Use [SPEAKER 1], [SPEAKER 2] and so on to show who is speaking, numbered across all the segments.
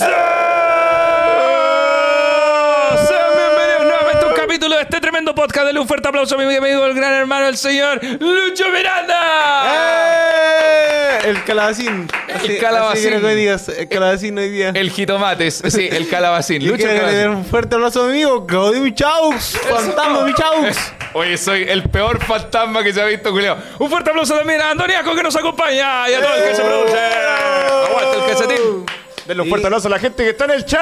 [SPEAKER 1] este dale un fuerte aplauso a mi amigo, el gran hermano, el señor Lucho Miranda.
[SPEAKER 2] ¡Eh! El calabacín. Así-
[SPEAKER 1] calabacín.
[SPEAKER 2] así creo que hoy día es- el calabacín hoy día.
[SPEAKER 1] El jitomates, sí, el calabacín.
[SPEAKER 2] Yo
[SPEAKER 1] Lucho el
[SPEAKER 2] quiero
[SPEAKER 1] calabacín.
[SPEAKER 2] dar un fuerte abrazo a mi amigo, Claudio Michaux. Fantasma Michaux.
[SPEAKER 1] Oye, soy el peor fantasma que se ha visto, Julio. Un fuerte aplauso también a Andoniaco que nos acompaña y a todo el que se produce. Aguanta el calcetín.
[SPEAKER 3] Denle un fuerte abrazo a la gente que está en el chat.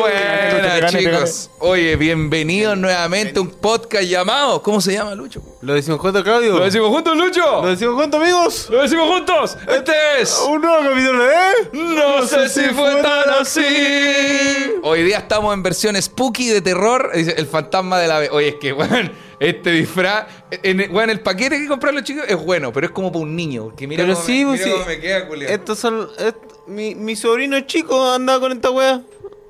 [SPEAKER 1] Buenas,
[SPEAKER 3] Te gané, te
[SPEAKER 1] ¡Ah! chicos. Oye, bienvenidos nuevamente a un podcast llamado. ¿Cómo se llama, Lucho?
[SPEAKER 2] Lo decimos juntos, Claudio.
[SPEAKER 1] ¿Lo decimos juntos, Lucho?
[SPEAKER 2] Lo decimos juntos, amigos.
[SPEAKER 1] ¿Lo decimos juntos? Este es.
[SPEAKER 2] Un nuevo capítulo ¿eh? de.
[SPEAKER 1] No sé si fue tan así. Hoy día estamos en versión spooky de terror. Dice, El fantasma de la ave. Oye, es que, weón, este disfraz. En, weón, el paquete que compraron los chicos es bueno, pero es como para un niño. Porque mira,
[SPEAKER 2] Pero
[SPEAKER 1] cómo,
[SPEAKER 2] sí,
[SPEAKER 1] me,
[SPEAKER 2] pues
[SPEAKER 1] mira
[SPEAKER 2] sí.
[SPEAKER 1] cómo me queda, culiao.
[SPEAKER 2] Estos son. est- mi, mi sobrino chico andaba con esta wea.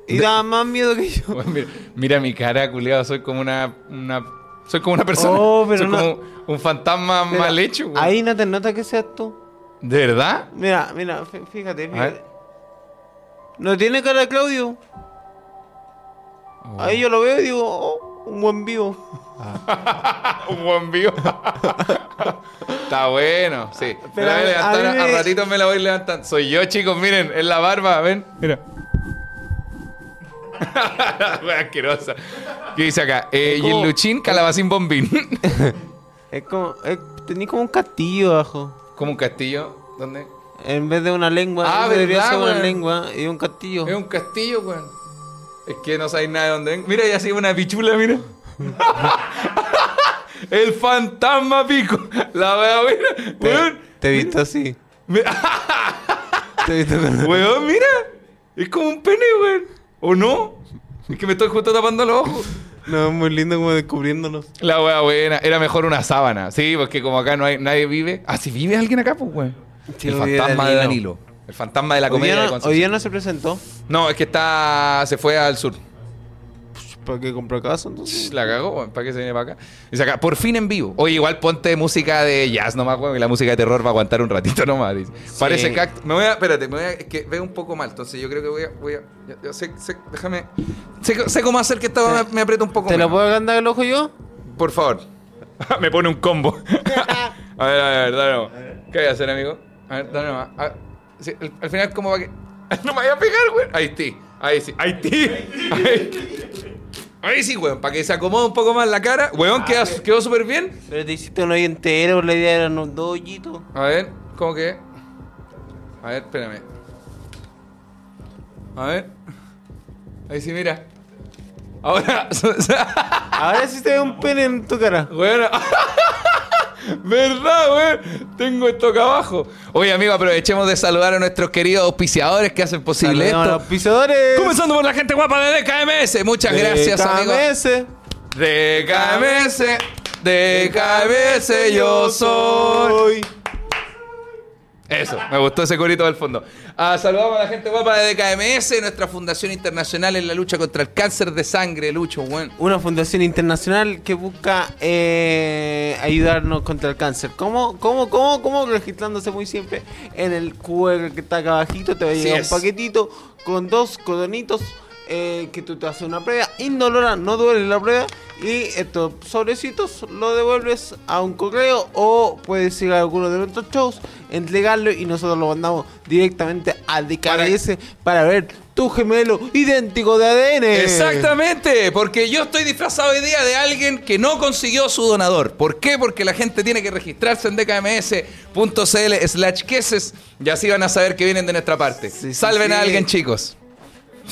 [SPEAKER 2] Y daba más miedo que yo.
[SPEAKER 1] Weón, mira, mira mi cara, culiado. Soy como una. una- soy como una persona.
[SPEAKER 2] Oh, pero
[SPEAKER 1] soy
[SPEAKER 2] no-
[SPEAKER 1] como un fantasma
[SPEAKER 2] Mira,
[SPEAKER 1] mal hecho, weón.
[SPEAKER 2] Ahí no te nota que seas tú.
[SPEAKER 1] ¿De verdad?
[SPEAKER 2] Mira, mira, fí- fíjate,
[SPEAKER 1] A ver.
[SPEAKER 2] fíjate. No tiene cara de Claudio.
[SPEAKER 1] Oh.
[SPEAKER 2] Ahí yo lo veo y digo, oh, un buen vivo.
[SPEAKER 1] Un buen vivo. Está bueno, sí. Me la voy a
[SPEAKER 2] Pero a- a
[SPEAKER 1] levantar,
[SPEAKER 2] mí
[SPEAKER 1] a, eh,
[SPEAKER 2] me-
[SPEAKER 1] ratitos me la voy levantando. Soy yo, chicos, miren, es la barba, ven. Mira. Wea asquerosa. ¿Qué dice acá? Eh,
[SPEAKER 2] Es como-
[SPEAKER 1] Luchín, calabacín bombín.
[SPEAKER 2] Es como, es, tenés como un castillo abajo.
[SPEAKER 1] Como un castillo. ¿Dónde?
[SPEAKER 2] En vez de una lengua,
[SPEAKER 1] Ah,
[SPEAKER 2] eso debería
[SPEAKER 1] ¿verdad,
[SPEAKER 2] ser una
[SPEAKER 1] weón?
[SPEAKER 2] lengua y un castillo.
[SPEAKER 1] Es un castillo, weón. Es que no sabéis nada de dónde ven. Mira, ya sigue una pichula, mira. El fantasma pico. La wea, mira.
[SPEAKER 2] Te,
[SPEAKER 1] Weón.
[SPEAKER 2] te he visto así.
[SPEAKER 1] Mira.
[SPEAKER 2] Te he visto con-
[SPEAKER 1] Weón, mira. Es como un pene, weón. ¿O no? Es que me estoy justo tapando los ojos.
[SPEAKER 2] No, es muy lindo como descubriéndonos.
[SPEAKER 1] La wea buena. Era mejor una sábana. Sí, porque como acá no hay, nadie vive. Ah, si vive alguien acá, pues, weón.
[SPEAKER 2] Sí,
[SPEAKER 1] el
[SPEAKER 2] vive
[SPEAKER 1] fantasma de
[SPEAKER 2] Danilo.
[SPEAKER 1] Danilo. El fantasma de la
[SPEAKER 2] Hoy
[SPEAKER 1] comedia
[SPEAKER 2] día,
[SPEAKER 1] de
[SPEAKER 2] no, hoy
[SPEAKER 1] Concepción.
[SPEAKER 2] día no se presentó.
[SPEAKER 1] No, es que está. Se fue al sur.
[SPEAKER 2] Pues, ¿Para qué compró casa entonces?
[SPEAKER 1] La cagó, weón. ¿Para qué se viene para acá? Dice acá, por fin en vivo. Oye, igual ponte música de jazz nomás, weón. Que la música de terror va a aguantar un ratito nomás. Dice. Parece cactus. Me voy a. Espérate, me voy a. Es que veo un poco mal. Entonces yo creo que voy a. Voy a yo- yo sé, sé- déjame. Sé, sé cómo hacer que esta weá me, me apriete un poco
[SPEAKER 2] ¿Te la
[SPEAKER 1] menos.
[SPEAKER 2] puedo agrandar el ojo yo?
[SPEAKER 1] Por favor. me pone un combo. a ver, a ver, dale nomás. ¿Qué voy a hacer, amigo? A ver, dale nomás. A ver, sí, al, al final, ¿cómo va que.? no me voy a pegar, güey. Ahí sí. Ahí sí. Ahí sí. Ahí, ahí sí, güey. Para que se acomode un poco más la cara. Weón, queda- quedó súper bien.
[SPEAKER 2] Pero te hiciste un hoyo entero, por la idea eran unos dos hoyitos.
[SPEAKER 1] A ver, ¿cómo que? A ver, espérame. A ver. Ahí sí, mira. Ahora.
[SPEAKER 2] Ahora sí te ve un pene en tu cara.
[SPEAKER 1] Bueno. ¿Verdad, güey? Tengo esto acá abajo. Oye, amigo, aprovechemos de saludar a nuestros queridos auspiciadores que hacen posible
[SPEAKER 2] Saludemos a
[SPEAKER 1] esto.
[SPEAKER 2] los pisadores.
[SPEAKER 1] Comenzando por la gente guapa de DKMS. Muchas gracias, amigo.
[SPEAKER 2] amigo.
[SPEAKER 1] DKMS. DKMS yo soy. Eso, me gustó ese corito del fondo. Ah, saludamos a la gente guapa de DKMS, nuestra fundación internacional en la lucha contra el cáncer de sangre, Lucho, güey.
[SPEAKER 2] Una fundación internacional que busca eh, ayudarnos contra el cáncer. ¿Cómo, cómo, cómo, cómo? Registrándose muy siempre en el QR que está acá abajito. Te va a
[SPEAKER 1] Así
[SPEAKER 2] llegar
[SPEAKER 1] es.
[SPEAKER 2] un paquetito con dos codonitos eh, que tú te haces una prueba indolora, no duele la prueba. Y estos sobrecitos lo devuelves a un correo o puedes ir a alguno de nuestros shows, entregarlo y nosotros lo mandamos directamente al DKS para, ver tu gemelo idéntico de ADN.
[SPEAKER 1] Exactamente, porque yo estoy disfrazado hoy día de alguien que no consiguió su donador. ¿Por qué? Porque la gente tiene que registrarse en dkms.cl slash queses y así van a saber que vienen de nuestra parte.
[SPEAKER 2] Sí, sí,
[SPEAKER 1] Salven a
[SPEAKER 2] sí.
[SPEAKER 1] alguien, chicos.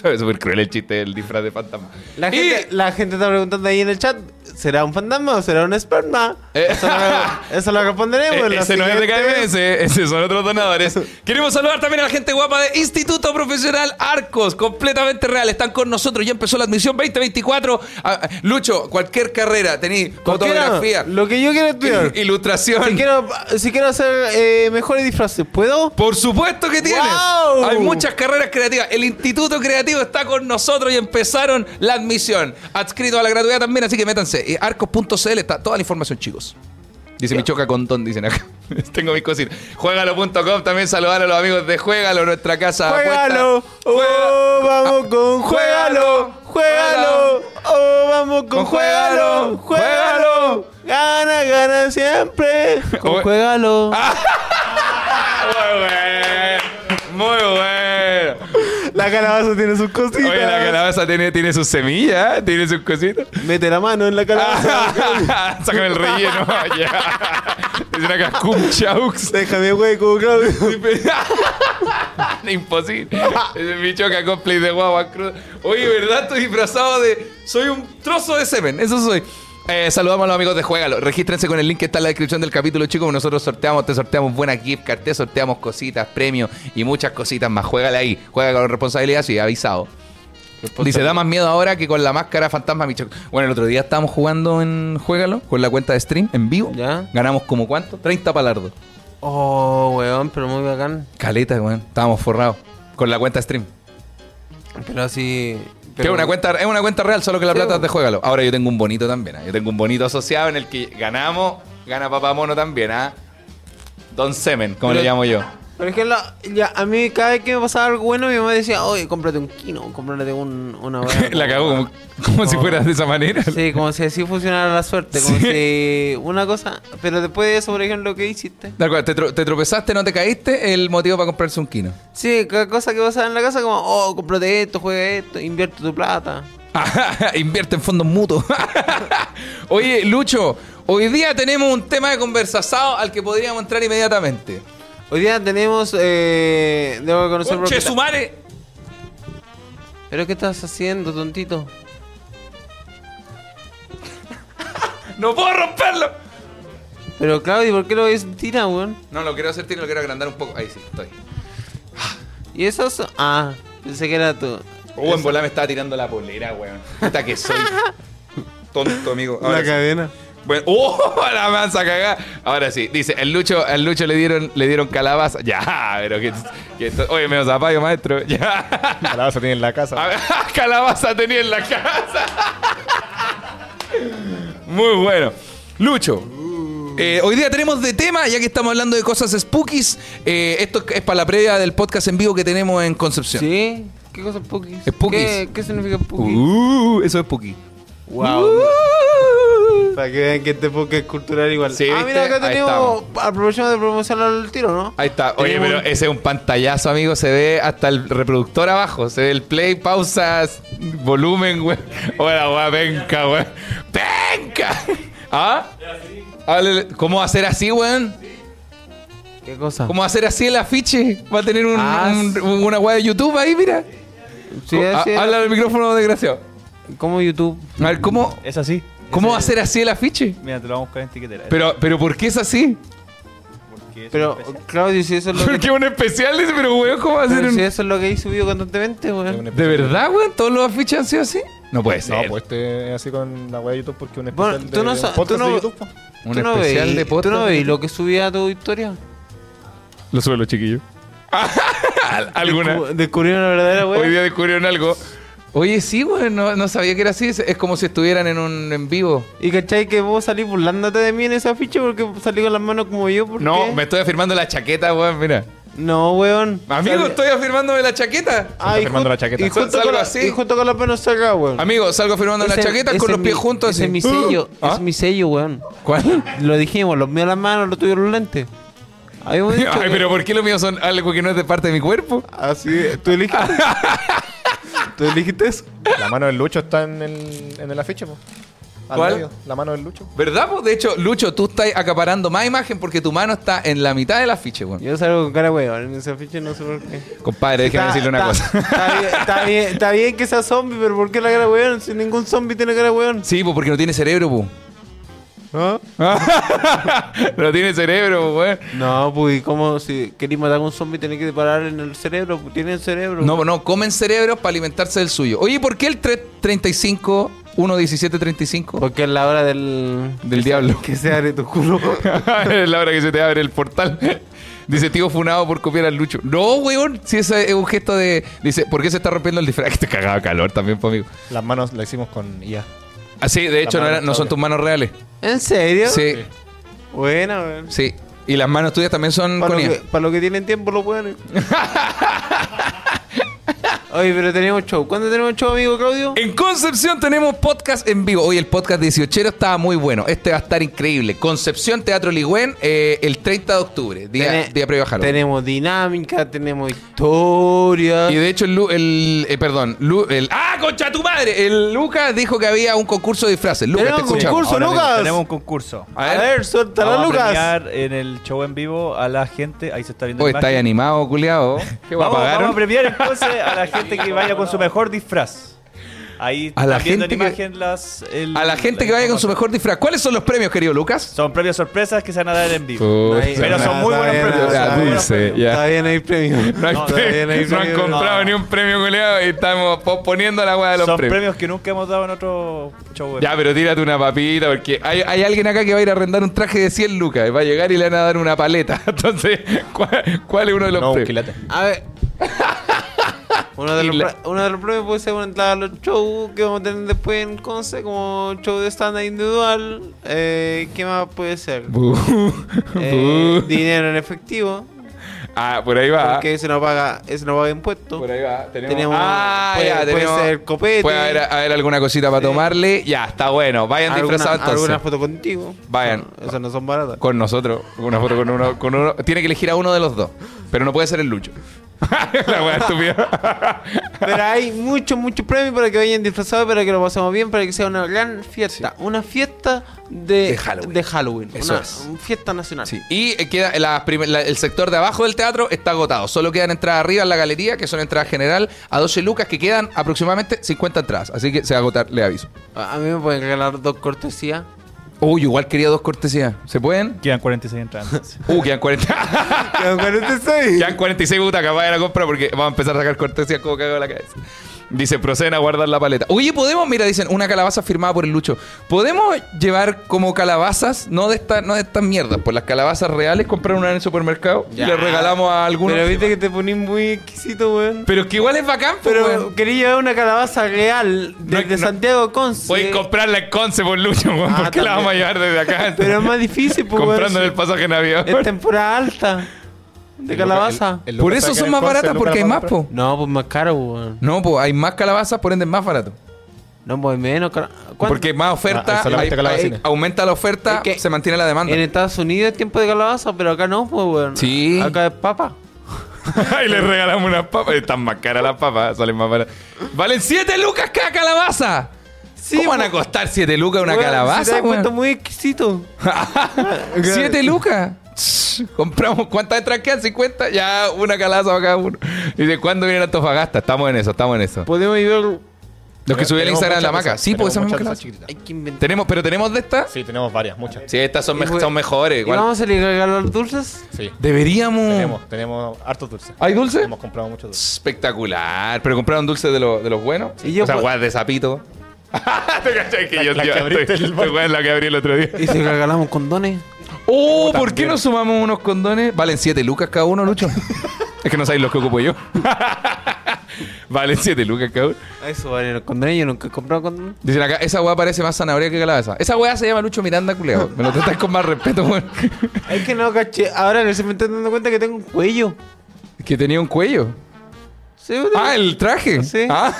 [SPEAKER 1] Es súper cruel el chiste del disfraz de fantasma.
[SPEAKER 2] La
[SPEAKER 1] Y-
[SPEAKER 2] gente, la gente está preguntando ahí en el chat, ¿será un fantasma o será un esperma?
[SPEAKER 1] Eh.
[SPEAKER 2] Eso, lo, eso lo responderemos. en
[SPEAKER 1] Eh,
[SPEAKER 2] la
[SPEAKER 1] ese no es de
[SPEAKER 2] siguiente.
[SPEAKER 1] KMS, ese son otros donadores. Queremos saludar también a la gente guapa de Instituto Profesional Arcos, completamente real. Están con nosotros, ya empezó la admisión 2024. Ah, ah, Lucho, cualquier carrera, tenéis
[SPEAKER 2] Cualquiera,
[SPEAKER 1] fotografía,
[SPEAKER 2] Lo que yo quiero estudiar.
[SPEAKER 1] ilustración.
[SPEAKER 2] Si quiero, si quiero hacer eh, mejores disfraces, ¿puedo?
[SPEAKER 1] Por supuesto que tienes.
[SPEAKER 2] ¡Guau!
[SPEAKER 1] Hay muchas carreras creativas. El Instituto Creativo está con nosotros y empezaron la admisión. Adscrito a la gratuidad también, así que métanse. Eh, Arcos.cl está toda la información, chicos. Dice Michoca Contón, dicen acá. Tengo mis cositas. Juegalo.com también saludar a los amigos de Juegalo, nuestra casa. de apuestas.
[SPEAKER 2] Oh, ¡Juégalo!
[SPEAKER 1] Ah, pues Juega- Ah,
[SPEAKER 2] ¡Oh, vamos con juégalo! ¡Juégalo! ¡Oh, vamos con,
[SPEAKER 1] Con Juégalo,
[SPEAKER 2] juégalo, juégalo. Gana, gana siempre. Con
[SPEAKER 1] Oye. Ah.
[SPEAKER 2] juégalo.
[SPEAKER 1] Muy bueno. Ah, Muy bueno.
[SPEAKER 2] La calabaza tiene sus cositas.
[SPEAKER 1] Oye, la calabaza tiene, tiene sus semillas, tiene sus cositas.
[SPEAKER 2] Mete la mano en la calabaza.
[SPEAKER 1] Ah, Sácame el relleno. ya. Es una cascum chaux.
[SPEAKER 2] Déjame hueco, Claudio.
[SPEAKER 1] Imposible. Ese bicho que cosplay de guagua cruda. Oye, ¿verdad? Estoy disfrazado de. Soy un trozo de semen. Eso soy. Eh, saludamos a los amigos de Juegalo. Regístrense con el link que está en la descripción del capítulo, chicos. Nosotros sorteamos, te sorteamos buenas gift cards, te sorteamos cositas, premios y muchas cositas más. Juégale ahí. Juega con responsabilidad, sí, avisado. Dice, da más miedo ahora que con la máscara fantasma, mi choc- Bueno, el otro día estábamos jugando en Juégalo con la cuenta de stream en vivo.
[SPEAKER 2] Ya.
[SPEAKER 1] Ganamos como cuánto? 30 palardos.
[SPEAKER 2] Oh, weón, pero muy bacán.
[SPEAKER 1] Caleta, weón. Estábamos forrados. Con la cuenta stream.
[SPEAKER 2] Pero así.
[SPEAKER 1] Que es
[SPEAKER 2] pero-
[SPEAKER 1] una cuenta, es una cuenta real, solo que la
[SPEAKER 2] Sí,
[SPEAKER 1] plata es
[SPEAKER 2] bueno.
[SPEAKER 1] de juégalo. Ahora yo tengo un bonito también, ¿ah? yo tengo un bonito asociado en el que ganamos, gana papá mono también, ¿ah? Don Semen, como
[SPEAKER 2] Pero- Ah,
[SPEAKER 1] le llamo yo.
[SPEAKER 2] Por ejemplo, ya, a mí cada vez que me pasaba algo bueno, mi mamá decía, oye, cómprate un kino, cómprate un, una weá".
[SPEAKER 1] la cago como, como si fuera de esa manera.
[SPEAKER 2] Sí, como si así funcionara la suerte, como
[SPEAKER 1] Sí.
[SPEAKER 2] si una cosa. Pero después de eso, por ejemplo, ¿qué hiciste?
[SPEAKER 1] Tal cual, te, tro- te tropezaste, no te caíste, el motivo para comprarse un kino.
[SPEAKER 2] Sí, cada cosa que pasaba en la casa, como, oh, cómprate esto, juega esto, invierte tu plata.
[SPEAKER 1] Invierte en fondos mutuos. Oye, Lucho, hoy día tenemos un tema de conversasado al que podríamos entrar inmediatamente.
[SPEAKER 2] Hoy día tenemos, eh, debo reconocer...
[SPEAKER 1] Conche
[SPEAKER 2] propieta-
[SPEAKER 1] sumare.
[SPEAKER 2] ¿Pero qué estás haciendo, tontito?
[SPEAKER 1] ¡No puedo romperlo!
[SPEAKER 2] Pero Claudio, ¿por qué lo ves tira, weón?
[SPEAKER 1] No, lo quiero hacer, tiene lo quiero agrandar un poco. Ahí sí, estoy.
[SPEAKER 2] Y eso... son- Ah, pensé que era tú.
[SPEAKER 1] Oh, en bola me estaba tirando la polera, weón. Hasta que soy tonto, amigo. Ahora sí.
[SPEAKER 2] cadena.
[SPEAKER 1] Bueno, ¡Oh! La mansa cagada. Ahora sí, dice, el Lucho, al Lucho le dieron, le dieron calabaza. Ya, pero que. que esto- oye, menos zapallo, maestro. Ya.
[SPEAKER 3] La calabaza tiene en la casa.
[SPEAKER 1] A ver, calabaza tenía en la casa. Muy bueno. Lucho. eh, hoy día tenemos de tema, ya que estamos hablando de cosas spookies. eh, esto es para la previa del podcast en vivo que tenemos en Concepción.
[SPEAKER 2] ¿Sí? ¿Qué cosa es Pukis?
[SPEAKER 1] Spookies.
[SPEAKER 2] ¿Qué, qué significa Pukis?
[SPEAKER 1] Uh, eso es spooky.
[SPEAKER 2] Wow.
[SPEAKER 1] Uh.
[SPEAKER 2] Para que vean que este podcast es cultural igual.
[SPEAKER 1] Sí,
[SPEAKER 2] ah, mira,
[SPEAKER 1] ¿viste?
[SPEAKER 2] acá
[SPEAKER 1] Ahí
[SPEAKER 2] tenemos. Aprovechamos de promocionar el tiro, ¿no?
[SPEAKER 1] Ahí está. Oye,
[SPEAKER 2] Tenemos
[SPEAKER 1] pero
[SPEAKER 2] un-
[SPEAKER 1] ese es un pantallazo, amigo. Se ve hasta el reproductor abajo. Se ve el play, pausas, volumen, güey. Hola, güey, venga, güey. ¡Venga! ¿Ah? Háblele- ¿Cómo hacer así, güey?
[SPEAKER 2] ¿Qué cosa?
[SPEAKER 1] ¿Cómo hacer así el afiche? Va a tener un-
[SPEAKER 2] Ah,
[SPEAKER 1] un- un- una weá de YouTube ahí, mira.
[SPEAKER 2] Sí,
[SPEAKER 1] Ah,
[SPEAKER 2] así es.
[SPEAKER 1] Habla al micrófono, desgraciado.
[SPEAKER 2] Como YouTube.
[SPEAKER 1] A ver, ¿cómo,
[SPEAKER 4] Es así.
[SPEAKER 1] cómo
[SPEAKER 4] Ese-
[SPEAKER 1] hacer así el afiche?
[SPEAKER 4] Mira, te lo vamos a buscar en tiquetera.
[SPEAKER 1] Pero, pero ¿por qué es así?
[SPEAKER 4] Porque es
[SPEAKER 2] Pero,
[SPEAKER 4] un especial.
[SPEAKER 2] Claudio, si eso es lo que.
[SPEAKER 1] Porque un especial dice, pero weón, ¿cómo va a ser
[SPEAKER 2] pero
[SPEAKER 1] un.?
[SPEAKER 2] si eso es lo que hay subido constantemente, weón.
[SPEAKER 1] ¿De verdad, weón? ¿Todos los afiches han sido así? No puede ser.
[SPEAKER 3] No, pues este es así con la wea de YouTube porque un
[SPEAKER 2] Bueno,
[SPEAKER 3] especial
[SPEAKER 2] tú no
[SPEAKER 3] de,
[SPEAKER 2] sa-
[SPEAKER 3] un podcast
[SPEAKER 2] tú no-
[SPEAKER 3] de YouTube. po.
[SPEAKER 1] Un
[SPEAKER 2] ¿Tú no
[SPEAKER 1] especial
[SPEAKER 2] veí-
[SPEAKER 1] de podcast.
[SPEAKER 2] ¿Tú no veis lo que subía a tu historia?
[SPEAKER 1] Lo suelo, chiquillo. ¿Alguna?
[SPEAKER 2] Descu- Descubrieron la verdadera,
[SPEAKER 1] Hoy
[SPEAKER 2] weón.
[SPEAKER 1] día descubrieron algo. Oye, sí, weón. No, no sabía que era así. Es- Es como si estuvieran en un en vivo.
[SPEAKER 2] Y cachai que vos salís burlándote de mí en esa ficha porque salí con las manos como yo. ¿por
[SPEAKER 1] No,
[SPEAKER 2] qué?
[SPEAKER 1] me estoy afirmando la chaqueta, weón. Mira.
[SPEAKER 2] No, weón.
[SPEAKER 1] Amigo,
[SPEAKER 2] Salí-
[SPEAKER 1] estoy afirmándome la chaqueta.
[SPEAKER 2] Ah, y
[SPEAKER 3] firmando
[SPEAKER 2] ju-
[SPEAKER 3] la chaqueta.
[SPEAKER 2] Y junto,
[SPEAKER 1] Salgo
[SPEAKER 2] con la,
[SPEAKER 1] así.
[SPEAKER 2] y junto con las manos sacadas, weón.
[SPEAKER 1] Amigo, salgo afirmando la
[SPEAKER 2] Ah. Ese-
[SPEAKER 1] chaqueta
[SPEAKER 2] ese
[SPEAKER 1] con los
[SPEAKER 2] mi-
[SPEAKER 1] pies juntos.
[SPEAKER 2] Ese
[SPEAKER 1] así.
[SPEAKER 2] es mi sello,
[SPEAKER 1] ¿Ah?
[SPEAKER 2] es mi sello, weón.
[SPEAKER 1] ¿Cuál?
[SPEAKER 2] Lo dijimos, los míos las manos, los tuyos los lentes. Ahí hemos dicho
[SPEAKER 1] Ay,
[SPEAKER 2] que-
[SPEAKER 1] pero ¿por qué los míos son algo que no es de parte de mi cuerpo?
[SPEAKER 3] Ah,
[SPEAKER 2] Así es, tú elegiste. tú elegiste eso.
[SPEAKER 3] La mano del Lucho está en el, en el afiche, po. Al
[SPEAKER 1] ¿Cuál?
[SPEAKER 3] medio, La mano del Lucho.
[SPEAKER 1] ¿Verdad? po? De hecho, Lucho, tú estás acaparando más imagen porque tu mano está en la mitad del afiche, weón.
[SPEAKER 2] Yo salgo con cara, weón. En esa ficha no sé por qué.
[SPEAKER 1] Compadre, déjeme
[SPEAKER 2] Está-
[SPEAKER 1] decirle una
[SPEAKER 2] está-
[SPEAKER 1] cosa.
[SPEAKER 2] Está bien, está, bien, está bien que sea zombie, pero ¿por qué la cara, weón? Si ningún zombie tiene cara, weón.
[SPEAKER 1] Sí, pues porque no tiene cerebro, pues.
[SPEAKER 2] ¿Ah?
[SPEAKER 3] ¿Ah?
[SPEAKER 1] no tiene cerebro, po, weón.
[SPEAKER 2] No, pues, ¿y ¿cómo? Si queréis matar a un zombie, tenés que disparar en el cerebro. pues, Tiene el cerebro.
[SPEAKER 1] No, no, comen cerebros para alimentarse del suyo. Oye, ¿por qué el 335, 11735?
[SPEAKER 2] Porque es la hora del.
[SPEAKER 1] Del diablo.
[SPEAKER 2] Que se abre tu culo.
[SPEAKER 1] es la hora que se te abre el portal. Dice, tío funado por copiar al Lucho. No, weón. Si ese es un gesto de. Dice, ¿por qué se está rompiendo el disfraz? Que te cagaba calor también, pues, amigo.
[SPEAKER 3] Las manos la hicimos con IA.
[SPEAKER 1] Ah, sí, de hecho, no,
[SPEAKER 3] mano
[SPEAKER 1] eran- no son
[SPEAKER 3] está
[SPEAKER 1] tus manos reales.
[SPEAKER 2] ¿En serio?
[SPEAKER 1] Sí,
[SPEAKER 2] Buena, weón.
[SPEAKER 1] sí. Y las manos tuyas también son
[SPEAKER 2] Para
[SPEAKER 1] con
[SPEAKER 2] lo, que,
[SPEAKER 1] IA.
[SPEAKER 2] pa' lo que tienen tiempo los weones. Oye, pero tenemos show. ¿Cuándo tenemos show, amigo Claudio?
[SPEAKER 1] En Concepción tenemos podcast en vivo. Hoy el podcast 18 estaba muy bueno. Este va a estar increíble. Concepción Teatro Ligüen eh, el 30 de octubre, día,
[SPEAKER 2] Tene-
[SPEAKER 1] día previo a Halloween.
[SPEAKER 2] Tenemos dinámica, tenemos historia.
[SPEAKER 1] Y de hecho, el, Lu- el- eh, perdón, Lu- el, ¡ah, concha tu madre! El Lucas dijo que había un concurso de disfraces. Lucas, te
[SPEAKER 2] Tenemos
[SPEAKER 1] escuchamos.
[SPEAKER 2] concurso,
[SPEAKER 4] Ahora te-
[SPEAKER 2] Lucas.
[SPEAKER 4] Tenemos un concurso.
[SPEAKER 1] A
[SPEAKER 2] A
[SPEAKER 1] ver.
[SPEAKER 2] ver, suéltala,
[SPEAKER 4] Vamos a
[SPEAKER 2] Lucas.
[SPEAKER 4] premiar en el show en vivo a la gente. Ahí se está viendo.
[SPEAKER 1] Hoy
[SPEAKER 4] la
[SPEAKER 1] está ahí
[SPEAKER 4] imagen.
[SPEAKER 1] animado, culiao. ¿Qué va a
[SPEAKER 4] vamos,
[SPEAKER 1] pagar?
[SPEAKER 4] vamos a premiar entonces a la gente que vaya con su mejor disfraz. Ahí
[SPEAKER 1] A la
[SPEAKER 4] están viendo en
[SPEAKER 1] gente que-
[SPEAKER 4] imagen las. el-
[SPEAKER 1] A la gente que vaya con su mejor disfraz. ¿Cuáles son los premios, querido Lucas?
[SPEAKER 4] Son premios sorpresas que se van a dar en vivo. Pero
[SPEAKER 2] no,
[SPEAKER 4] son muy
[SPEAKER 2] está
[SPEAKER 4] buenos
[SPEAKER 2] bien, está
[SPEAKER 4] premios. son muy
[SPEAKER 2] bien.
[SPEAKER 4] buenos premios.
[SPEAKER 1] ya.
[SPEAKER 2] Todavía no hay premio.
[SPEAKER 1] No, hay
[SPEAKER 4] No,
[SPEAKER 1] premio.
[SPEAKER 2] todavía no hay
[SPEAKER 1] No han
[SPEAKER 2] premio.
[SPEAKER 1] comprado
[SPEAKER 4] No.
[SPEAKER 1] ni un premio, culiao, y estamos posponiendo la weá de los
[SPEAKER 4] Son
[SPEAKER 1] premios.
[SPEAKER 4] premios que nunca hemos dado en otro show.
[SPEAKER 1] Ya, pero tírate una papita, porque hay, hay alguien acá que va a ir a arrendar un traje de 100 lucas, y va a llegar y le van a dar una paleta. Entonces, ¿cuál, cuál es uno de los
[SPEAKER 3] No, un
[SPEAKER 1] premios?
[SPEAKER 3] quilate.
[SPEAKER 2] A ver. Uno de,
[SPEAKER 1] Y
[SPEAKER 2] los
[SPEAKER 1] la-
[SPEAKER 2] pre- uno de los premios puede ser una entrada a los shows que vamos a tener después en Conce, como show de stand individual. Eh, ¿Qué más puede ser?
[SPEAKER 1] Bu-
[SPEAKER 2] Eh,
[SPEAKER 1] bu-
[SPEAKER 2] dinero en efectivo,
[SPEAKER 1] ah, por ahí va.
[SPEAKER 2] porque eso no paga, eso no paga impuestos.
[SPEAKER 1] Por ahí va. Tenemos.
[SPEAKER 2] Tenemos-
[SPEAKER 1] ah,
[SPEAKER 2] puede-
[SPEAKER 1] ya,
[SPEAKER 2] puede
[SPEAKER 1] tenemos.
[SPEAKER 2] ser copete.
[SPEAKER 1] Puede haber, haber alguna cosita para
[SPEAKER 2] Sí.
[SPEAKER 1] tomarle. Ya, está bueno. Vayan
[SPEAKER 2] Alguna-
[SPEAKER 1] disfrazados entonces.
[SPEAKER 2] alguna foto contigo.
[SPEAKER 1] Vayan.
[SPEAKER 2] No, esas no son baratas.
[SPEAKER 1] Con nosotros. Una foto con uno, con uno. Tiene que elegir a uno de los dos. Pero no puede ser el Lucho. la wea estúpida.
[SPEAKER 2] Pero hay mucho, mucho premio para que vayan disfrazados, para que lo pasemos bien, para que sea una gran fiesta. Una fiesta de,
[SPEAKER 1] De Halloween.
[SPEAKER 2] de Halloween.
[SPEAKER 1] Eso
[SPEAKER 2] una
[SPEAKER 1] es.
[SPEAKER 2] una fiesta nacional.
[SPEAKER 1] Sí. Y eh, queda la prim- la- el sector de abajo del teatro está agotado. Solo quedan entradas arriba en la galería, que son entradas general, a 12 lucas, que quedan aproximadamente 50 entradas. Así que se va a agotar, le aviso.
[SPEAKER 2] A a mí me pueden regalar dos cortesías.
[SPEAKER 1] Uy, igual quería dos cortesías. ¿Se pueden?
[SPEAKER 4] Quedan 46 entradas.
[SPEAKER 1] Uh, quedan 40. este quedan 46 butacas, vayan a comprar porque vamos a empezar a sacar cortesías como cago en la cabeza. Dice, proceden a guardar la paleta. Oye, podemos, mira, dicen, una calabaza firmada por el Lucho. ¿Podemos llevar como calabazas, no de estas no de estas mierdas, pues las calabazas reales, comprar una en el supermercado
[SPEAKER 2] Ya.
[SPEAKER 1] y le regalamos a alguno?
[SPEAKER 2] Pero viste que te ponís muy exquisito, weón.
[SPEAKER 1] Pero es que igual es bacán, pues,
[SPEAKER 2] Pero
[SPEAKER 1] weón.
[SPEAKER 2] quería llevar una calabaza real
[SPEAKER 1] No,
[SPEAKER 2] desde
[SPEAKER 1] no.
[SPEAKER 2] Santiago Conce.
[SPEAKER 1] Voy a comprarla en Conce por Lucho, weón.
[SPEAKER 2] Ah,
[SPEAKER 1] ¿Por qué la
[SPEAKER 2] también.
[SPEAKER 1] vamos a llevar desde acá?
[SPEAKER 2] Pero es más difícil, pues, weón, Este
[SPEAKER 1] Comprando en
[SPEAKER 2] si
[SPEAKER 1] el pasaje en avión.
[SPEAKER 2] Es temporada alta de calabaza.
[SPEAKER 3] El- el
[SPEAKER 1] Por
[SPEAKER 3] Lucas
[SPEAKER 1] eso
[SPEAKER 3] saca
[SPEAKER 1] son
[SPEAKER 3] el
[SPEAKER 1] más
[SPEAKER 3] Conce,
[SPEAKER 1] baratas,
[SPEAKER 3] Lucas
[SPEAKER 1] porque hay
[SPEAKER 3] la
[SPEAKER 1] más,
[SPEAKER 3] compra.
[SPEAKER 1] po.
[SPEAKER 2] No, pues más caro, weón.
[SPEAKER 1] No, pues hay más calabazas, por ende es más barato.
[SPEAKER 2] No, pues menos caro. ¿Cuánto?
[SPEAKER 1] Porque más oferta,
[SPEAKER 3] Ah, solamente
[SPEAKER 1] hay-
[SPEAKER 3] calabacines.
[SPEAKER 1] hay- aumenta la oferta,
[SPEAKER 2] Es que-
[SPEAKER 1] se mantiene la demanda.
[SPEAKER 2] En Estados Unidos es tiempo de calabaza, pero acá no, pues, weón.
[SPEAKER 1] Sí.
[SPEAKER 2] Acá es papa.
[SPEAKER 1] y le regalamos unas papas. Eh, Están más caras las papas, salen más baratas. Valen 7 lucas cada calabaza.
[SPEAKER 2] Sí,
[SPEAKER 1] ¿Cómo van
[SPEAKER 2] po-
[SPEAKER 1] a costar 7 lucas una
[SPEAKER 2] Weón, si te
[SPEAKER 1] calabaza,
[SPEAKER 2] das cuenta,
[SPEAKER 1] weón?
[SPEAKER 2] muy exquisito.
[SPEAKER 1] 7 lucas. Tss, Compramos, ¿cuántas entradas quedan? 50. Ya, una calabaza para cada uno. ¿Y de cuándo viene Antofagasta? Estamos en eso, estamos en eso.
[SPEAKER 2] Podemos llevar.
[SPEAKER 1] Los que subí al
[SPEAKER 3] Tenemos
[SPEAKER 1] Instagram de la
[SPEAKER 3] muchas
[SPEAKER 1] maca.
[SPEAKER 3] cosas,
[SPEAKER 1] Sí, pues, porque
[SPEAKER 3] tenemos
[SPEAKER 1] esas mismas
[SPEAKER 3] muchas
[SPEAKER 1] calabazas.
[SPEAKER 3] cosas chiquititas.
[SPEAKER 2] Hay que inventar.
[SPEAKER 1] Tenemos, pero tenemos de estas.
[SPEAKER 3] Sí, tenemos varias, muchas.
[SPEAKER 1] Sí, pues. estas son, me-
[SPEAKER 2] Y we-
[SPEAKER 1] son mejores.
[SPEAKER 2] ¿Y
[SPEAKER 1] igual.
[SPEAKER 2] vamos a regalar dulces?
[SPEAKER 3] Sí.
[SPEAKER 1] Deberíamos.
[SPEAKER 3] Tenemos, tenemos hartos dulces.
[SPEAKER 1] Mm. ¿Hay dulce?
[SPEAKER 3] Hemos comprado muchos dulces.
[SPEAKER 1] Espectacular. Pero compraron dulces de, lo- de los buenos.
[SPEAKER 2] Y yo
[SPEAKER 1] o sea,
[SPEAKER 2] po-
[SPEAKER 1] guas de sapito. ¿Te cachai que
[SPEAKER 3] La-
[SPEAKER 1] yo
[SPEAKER 3] la
[SPEAKER 1] yo
[SPEAKER 3] que abriste
[SPEAKER 1] estoy-
[SPEAKER 3] el bar.
[SPEAKER 1] weón, la que abrí el otro día.
[SPEAKER 2] ¿Y si regalamos condones?
[SPEAKER 1] Oh, ¿por qué
[SPEAKER 3] también.
[SPEAKER 1] no sumamos unos condones? Valen 7 lucas cada uno, Lucho. es que no sabéis los que ocupo yo. Valen 7 lucas cada uno.
[SPEAKER 2] Eso vale los condones, yo nunca he comprado condones.
[SPEAKER 1] Dicen acá, esa weá parece más zanahoria que calabaza. Esa weá se llama Lucho Miranda Culeo. Me lo tratas con más respeto, weón.
[SPEAKER 2] Es que no, caché. Ahora que se me está dando cuenta que tengo un cuello.
[SPEAKER 1] que tenía un cuello.
[SPEAKER 2] Sí, yo tengo-
[SPEAKER 1] Ah, el traje.
[SPEAKER 2] Sí.
[SPEAKER 1] Ah.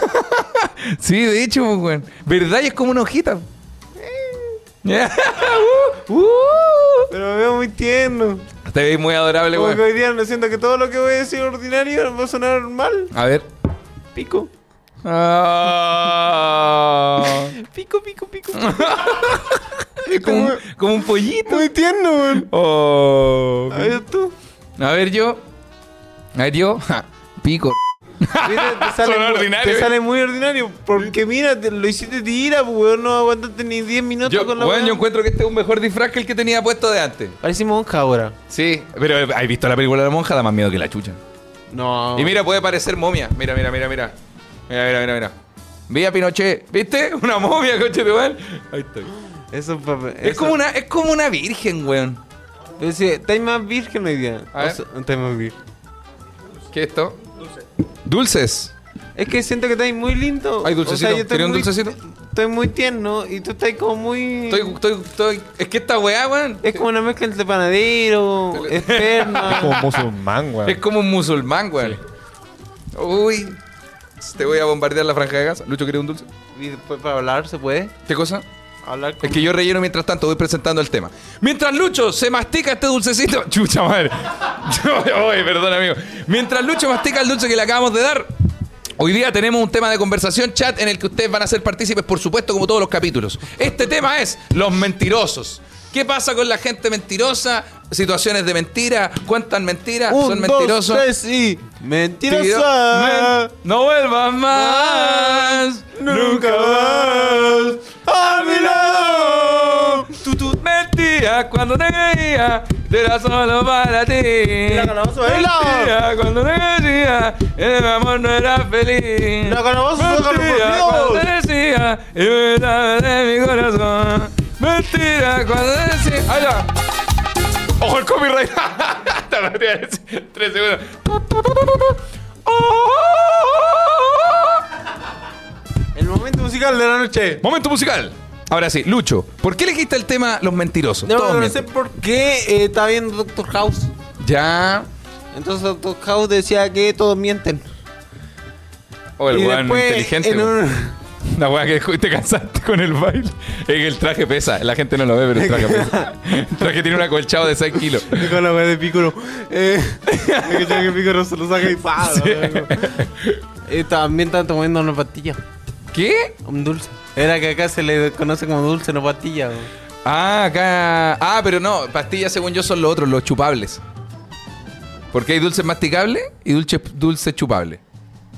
[SPEAKER 1] sí, de hecho, pues, weón. ¿Verdad? Y es como una hojita.
[SPEAKER 2] Eh.
[SPEAKER 1] Yeah. Uh, uh.
[SPEAKER 2] Pero me veo muy tierno.
[SPEAKER 1] Te veis muy adorable,
[SPEAKER 2] Como que
[SPEAKER 1] weón.
[SPEAKER 2] hoy día no siento que todo lo que voy a decir ordinario va a sonar mal.
[SPEAKER 1] A ver.
[SPEAKER 2] Pico.
[SPEAKER 1] Ah.
[SPEAKER 2] Pico, pico, pico.
[SPEAKER 1] Es como, un- como un pollito.
[SPEAKER 2] muy tierno, weón.
[SPEAKER 1] Oh.
[SPEAKER 2] A ver tú.
[SPEAKER 1] A ver, yo. A ver, yo. Ja, Pico.
[SPEAKER 2] Mira, te sale,
[SPEAKER 1] Son
[SPEAKER 2] muy-
[SPEAKER 1] ordinario,
[SPEAKER 2] te
[SPEAKER 1] eh.
[SPEAKER 2] sale muy ordinario. Porque mira, te- lo hiciste tira, pues, weón. No aguantaste ni 10 minutos
[SPEAKER 1] Yo,
[SPEAKER 2] con la
[SPEAKER 1] weón,
[SPEAKER 2] weá.
[SPEAKER 1] yo encuentro que este es un mejor disfraz que el que tenía puesto de antes.
[SPEAKER 2] Parece monja ahora.
[SPEAKER 1] Sí, pero eh, ¿has visto la película de la monja? Da más miedo que la chucha.
[SPEAKER 2] No.
[SPEAKER 1] Y mira, puede parecer momia. Mira, mira, mira, mira. Mira, mira, mira, mira. Vía Pinochet, ¿viste? Una momia, coche de weón. Ahí estoy.
[SPEAKER 2] Eso es papel.
[SPEAKER 1] Es como una, es como una virgen, weón.
[SPEAKER 2] Pero si, estáis más virgen hoy día.
[SPEAKER 1] A ver.
[SPEAKER 2] O sea, estáis más virgen.
[SPEAKER 1] ¿Qué es esto? Dulces.
[SPEAKER 2] Es que siento que estáis muy lindo.
[SPEAKER 1] Ay, dulcecito.
[SPEAKER 2] yo estoy
[SPEAKER 1] ¿Quería un
[SPEAKER 2] muy-
[SPEAKER 1] dulcecito?
[SPEAKER 2] Estoy muy tierno y tú estás como muy.
[SPEAKER 1] Estoy, estoy, estoy. Es que esta weá, weón.
[SPEAKER 2] Es como una mezcla entre panadero,
[SPEAKER 3] Es
[SPEAKER 2] esperma.
[SPEAKER 3] como musulmán, weón.
[SPEAKER 1] Es como un musulmán, weón. Uy. Te voy a bombardear la franja de Gaza. Lucho, ¿quieres un dulce?
[SPEAKER 2] Y después para hablar, ¿se puede?
[SPEAKER 1] ¿Qué cosa?
[SPEAKER 2] Hablar con...
[SPEAKER 1] Es que yo relleno mientras tanto, voy presentando el tema. Mientras Lucho se mastica este dulcecito. Chucha madre. Oye, perdón, amigo. Mientras Lucho mastica el dulce que le acabamos de dar. Hoy día tenemos un tema de conversación, chat, en el que ustedes van a ser partícipes, por supuesto, como todos los capítulos. Este tema es los mentirosos. ¿Qué pasa con la gente mentirosa? Situaciones de mentira, cuentan mentiras, son
[SPEAKER 2] Un, dos,
[SPEAKER 1] mentirosos.
[SPEAKER 2] tres y...
[SPEAKER 1] Mentiro-
[SPEAKER 2] ¡Mentirosa!
[SPEAKER 1] Men- no vuelvas más, nunca más
[SPEAKER 2] Ah,
[SPEAKER 1] a mi lado. Tú, tú mentías cuando te creía, era solo para ti.
[SPEAKER 2] La calabaza baila.
[SPEAKER 1] Mentías cuando te creía, el amor no era feliz.
[SPEAKER 2] La calabaza toca los
[SPEAKER 1] Mentira
[SPEAKER 2] corridos.
[SPEAKER 1] cuando decía, y me daba de mi corazón. Mentira cuando decía. ¡Ay, ya! ¡Ojo el copyright! Te lo tenía que decir. Tres segundos. Oh,
[SPEAKER 2] El momento musical de la noche.
[SPEAKER 1] Momento musical. Ahora sí, Lucho, ¿por qué elegiste el tema Los Mentirosos?
[SPEAKER 2] No,
[SPEAKER 1] Todos
[SPEAKER 2] no sé
[SPEAKER 1] mienten.
[SPEAKER 2] por qué eh, estaba viendo Doctor House.
[SPEAKER 1] Ya.
[SPEAKER 2] Entonces Doctor House decía que todos mienten.
[SPEAKER 1] O Oh, el
[SPEAKER 2] Y
[SPEAKER 1] weón
[SPEAKER 2] después,
[SPEAKER 1] inteligente.
[SPEAKER 2] en
[SPEAKER 1] weón.
[SPEAKER 2] un-
[SPEAKER 1] La weá que te cansaste con el baile. Es que el traje pesa. La gente no lo ve, pero el traje pesa. El traje tiene un acolchado de 6 kilos.
[SPEAKER 2] Con la wea de Piccolo. Eh, es que sabe que Piccolo se lo saca y pa. loco. Eh, también están tomando una pastilla.
[SPEAKER 1] ¿Qué?
[SPEAKER 2] Un dulce. Era que acá se le conoce como dulce, no pastilla. weón.
[SPEAKER 1] Ah, acá. Ah, pero no, pastillas según yo son los otros, los chupables. Porque hay dulces masticables y dulces dulce chupables.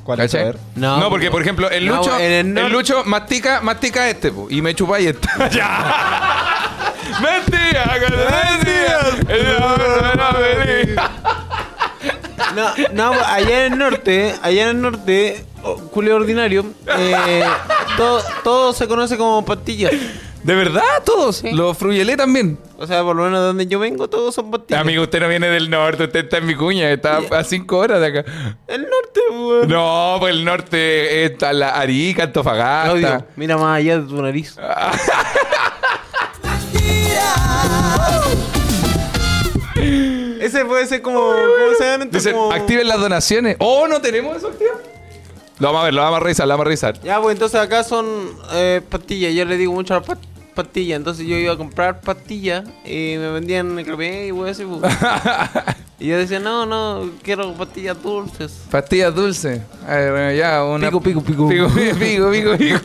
[SPEAKER 3] ¿Cuál es? A
[SPEAKER 1] ¿Cachai?
[SPEAKER 3] ver.
[SPEAKER 1] No, porque
[SPEAKER 2] No, porque-
[SPEAKER 1] por ejemplo, el
[SPEAKER 2] No,
[SPEAKER 1] Lucho,
[SPEAKER 2] en el
[SPEAKER 1] el,
[SPEAKER 2] norte-
[SPEAKER 1] Lucho mastica, mastica este, po, y me chupa y este. ¡Ya! ¡Mentira! ¡Mentira! El amor no era feliz.
[SPEAKER 2] No, no, allá en el norte, allá en el norte, oh, culio ordinario, eh, todo, todo se conoce como pastillas.
[SPEAKER 1] ¿De verdad? ¿Todos?
[SPEAKER 2] Sí.
[SPEAKER 1] ¿Los fruyelé también?
[SPEAKER 2] O sea, por lo menos donde yo vengo, todos son pastillas.
[SPEAKER 1] Amigo, usted no viene del norte, usted está en mi cuña, está a cinco horas de acá.
[SPEAKER 2] El norte, weón.
[SPEAKER 1] No, pues el norte está la Arica, Antofagasta.
[SPEAKER 2] Claudio, mira más allá de tu nariz. Ese puede ser como. ¿Cómo se llama?
[SPEAKER 1] Dicen,
[SPEAKER 2] Como-
[SPEAKER 1] activen las donaciones. Oh, no tenemos eso activado. Lo vamos a ver, lo vamos a revisar, lo vamos a revisar.
[SPEAKER 2] Ya, pues entonces acá son eh, pastillas. Yo le digo mucho a las pat- pastillas. Entonces yo iba a comprar pastillas y me vendían necromé y wey así. pues. y yo decía, no, no, quiero pastillas dulces.
[SPEAKER 1] Pastillas dulces. A ver, bueno, ya, una.
[SPEAKER 2] Pico, pico, pico.
[SPEAKER 1] Pico, pico, pico, pico.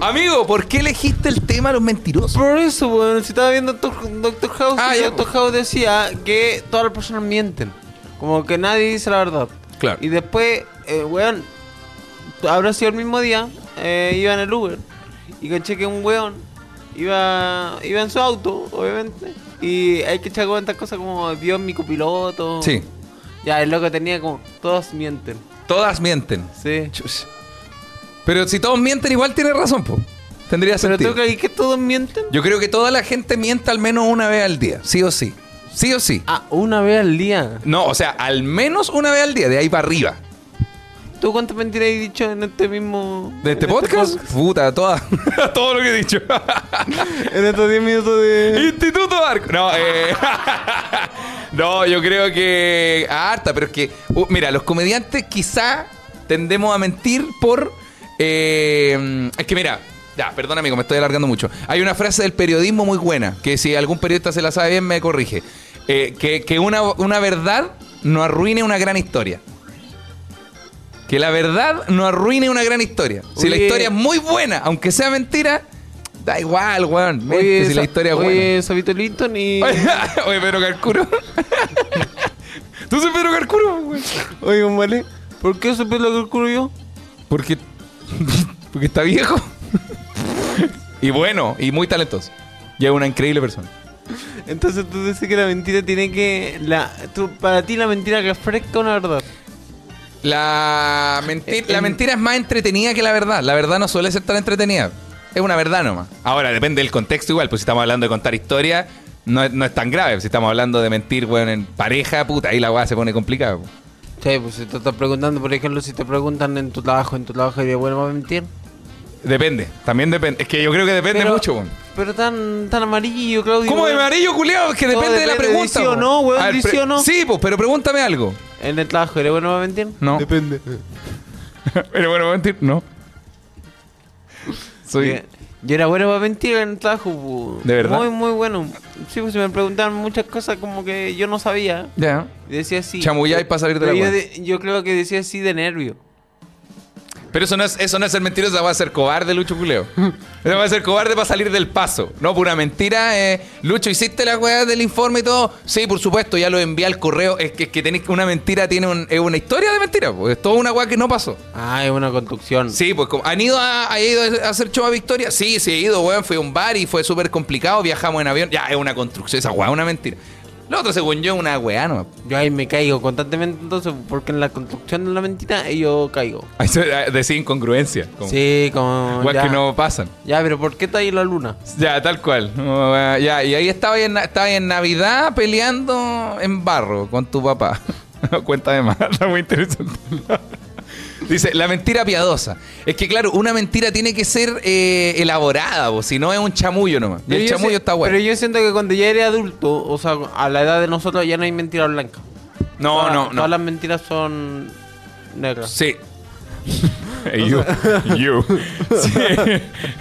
[SPEAKER 1] Amigo, ¿por qué elegiste el tema de los mentirosos?
[SPEAKER 2] Por eso, weón, si estaba viendo Doctor, Doctor House,
[SPEAKER 1] Ah,
[SPEAKER 2] y
[SPEAKER 1] ya,
[SPEAKER 2] Doctor House decía que todas las personas mienten. Como que nadie dice la verdad.
[SPEAKER 1] Claro.
[SPEAKER 2] Y después, eh, weón, habrá sido el mismo día, eh, iba en el Uber y caché que un weón iba, iba en su auto, obviamente. Y hay que echar cuentas cosas como Dios mi copiloto.
[SPEAKER 1] Sí.
[SPEAKER 2] Ya, el loco tenía como, todos mienten.
[SPEAKER 1] Todas mienten.
[SPEAKER 2] Sí.
[SPEAKER 1] Chus. Pero si todos mienten, igual tiene razón, po. Tendría
[SPEAKER 2] Pero
[SPEAKER 1] sentido.
[SPEAKER 2] tú crees que todos mienten.
[SPEAKER 1] Yo creo que toda la gente miente al menos una vez al día. Sí o sí. Sí o sí.
[SPEAKER 2] Ah, una vez al día.
[SPEAKER 1] No, o sea, al menos una vez al día, de ahí para arriba.
[SPEAKER 2] ¿Tú cuántas mentiras has dicho en este mismo...
[SPEAKER 1] ¿De este
[SPEAKER 2] en
[SPEAKER 1] podcast? Puta, toda, todo lo que he dicho.
[SPEAKER 2] En estos 10 minutos de.
[SPEAKER 1] Instituto Arco. No, eh, no, yo creo que harta, pero es que, uh, mira, los comediantes quizá tendemos a mentir por... eh, es que mira, ya, perdón amigo, me estoy alargando mucho. Hay una frase del periodismo muy buena, que si algún periodista se la sabe bien, me corrige. Eh, que que una, una verdad no arruine una gran historia. Que la verdad no arruine una gran historia. Si la
[SPEAKER 2] Oye.
[SPEAKER 1] historia es muy buena, aunque sea mentira, da igual, weón. Mente, si la
[SPEAKER 2] Sa-
[SPEAKER 1] historia es buena.
[SPEAKER 2] Oye, Sabito Linton y.
[SPEAKER 1] Oye, oye, Pedro Carcuro. ¿Tú soy Pedro Carcuro, güey?
[SPEAKER 2] Oye, vale. ¿Por qué supe lo que ocurrió yo?
[SPEAKER 1] Porque, porque está viejo. y bueno, y muy talentoso. Y es una increíble persona.
[SPEAKER 2] Entonces tú dices que la mentira tiene que. La, tú, para ti la mentira refresca una verdad.
[SPEAKER 1] La, menti-
[SPEAKER 2] Eh,
[SPEAKER 1] la
[SPEAKER 2] em-
[SPEAKER 1] mentira es más entretenida que la verdad. La verdad no suele ser tan entretenida. Es una verdad nomás. Ahora, depende del contexto igual. Pues si estamos hablando de contar historias, no, es- no es tan grave. Si estamos hablando de mentir, weón, en pareja, puta, ahí la weá se pone complicada. po.
[SPEAKER 2] Sí, pues si te estás preguntando, por ejemplo, si te preguntan en tu trabajo, en tu trabajo diría, bueno, va a mentir.
[SPEAKER 1] Depende. También depende. Es que yo creo que depende
[SPEAKER 2] Pero-
[SPEAKER 1] mucho, weón.
[SPEAKER 2] Pero tan, tan amarillo, Claudio.
[SPEAKER 1] ¿Cómo de
[SPEAKER 2] weón.
[SPEAKER 1] amarillo, culiado? Que
[SPEAKER 2] Todo
[SPEAKER 1] depende de la
[SPEAKER 2] depende de
[SPEAKER 1] pregunta.
[SPEAKER 2] sí o
[SPEAKER 1] po.
[SPEAKER 2] no, weón,
[SPEAKER 1] A
[SPEAKER 2] de
[SPEAKER 1] pre-
[SPEAKER 2] sí o no.
[SPEAKER 1] Sí, pues, pero pregúntame algo.
[SPEAKER 2] En el trabajo diría, bueno, va a mentir.
[SPEAKER 1] No.
[SPEAKER 3] Depende.
[SPEAKER 1] Pero bueno, ¿voy a mentir? No. Soy.
[SPEAKER 2] Porque Yo era bueno para mentir en el trabajo, pu.
[SPEAKER 1] ¿De verdad?
[SPEAKER 2] Muy, muy bueno. Sí, pues si me preguntaban muchas cosas como que yo no sabía.
[SPEAKER 1] Ya.
[SPEAKER 2] Y Decía así.
[SPEAKER 1] Chamulláis pa' salir de la
[SPEAKER 2] Pero yo,
[SPEAKER 1] wea.
[SPEAKER 2] de- yo creo que decía así de nervio.
[SPEAKER 1] Pero eso no es, eso no es ser mentiroso, va a ser cobarde, Lucho Culeo. Eso va a ser cobarde para salir del paso. No, pura mentira. eh, Lucho, ¿hiciste la weá del informe y todo? Sí, por supuesto, ya lo envié al correo. Es que, es que tenés una mentira, tiene un- es una historia de mentira. Pues. Es toda una weá que no pasó.
[SPEAKER 2] Ah, es una construcción.
[SPEAKER 1] Sí, pues como, ¿han ido a, ha ido a hacer show a Victoria? Sí, sí, he ido, weón. Fui a un bar y fue súper complicado. Viajamos en avión. Ya, es una construcción. Esa weá es una mentira. Lo otro, según yo, es una weá nomás.
[SPEAKER 2] Yo ahí me caigo constantemente entonces, porque en la construcción de la mentira eh, yo caigo.
[SPEAKER 1] Ahí se- Decía eh, incongruencia. Como,
[SPEAKER 2] Sí, como...
[SPEAKER 1] weas
[SPEAKER 2] ya.
[SPEAKER 1] que no pasan.
[SPEAKER 2] Ya, pero ¿por qué está ahí la luna?
[SPEAKER 1] Ya, tal cual. Como, eh, Ya, y ahí estaba en, na- estaba en Navidad peleando en barro con tu papá. Cuenta de más, está muy interesante. Dice, la mentira piadosa. Es que, claro, una mentira tiene que ser eh, elaborada, po, si no es un chamullo nomás. Y
[SPEAKER 2] Pero
[SPEAKER 1] el
[SPEAKER 2] yo
[SPEAKER 1] chamullo
[SPEAKER 2] si-
[SPEAKER 1] está bueno.
[SPEAKER 2] Pero yo siento que cuando ya eres adulto, o sea, a la edad de nosotros ya no hay mentira blanca.
[SPEAKER 1] No,
[SPEAKER 2] Todas-
[SPEAKER 1] no, no.
[SPEAKER 2] Todas las mentiras son negras.
[SPEAKER 1] Sí. you. You. Sí.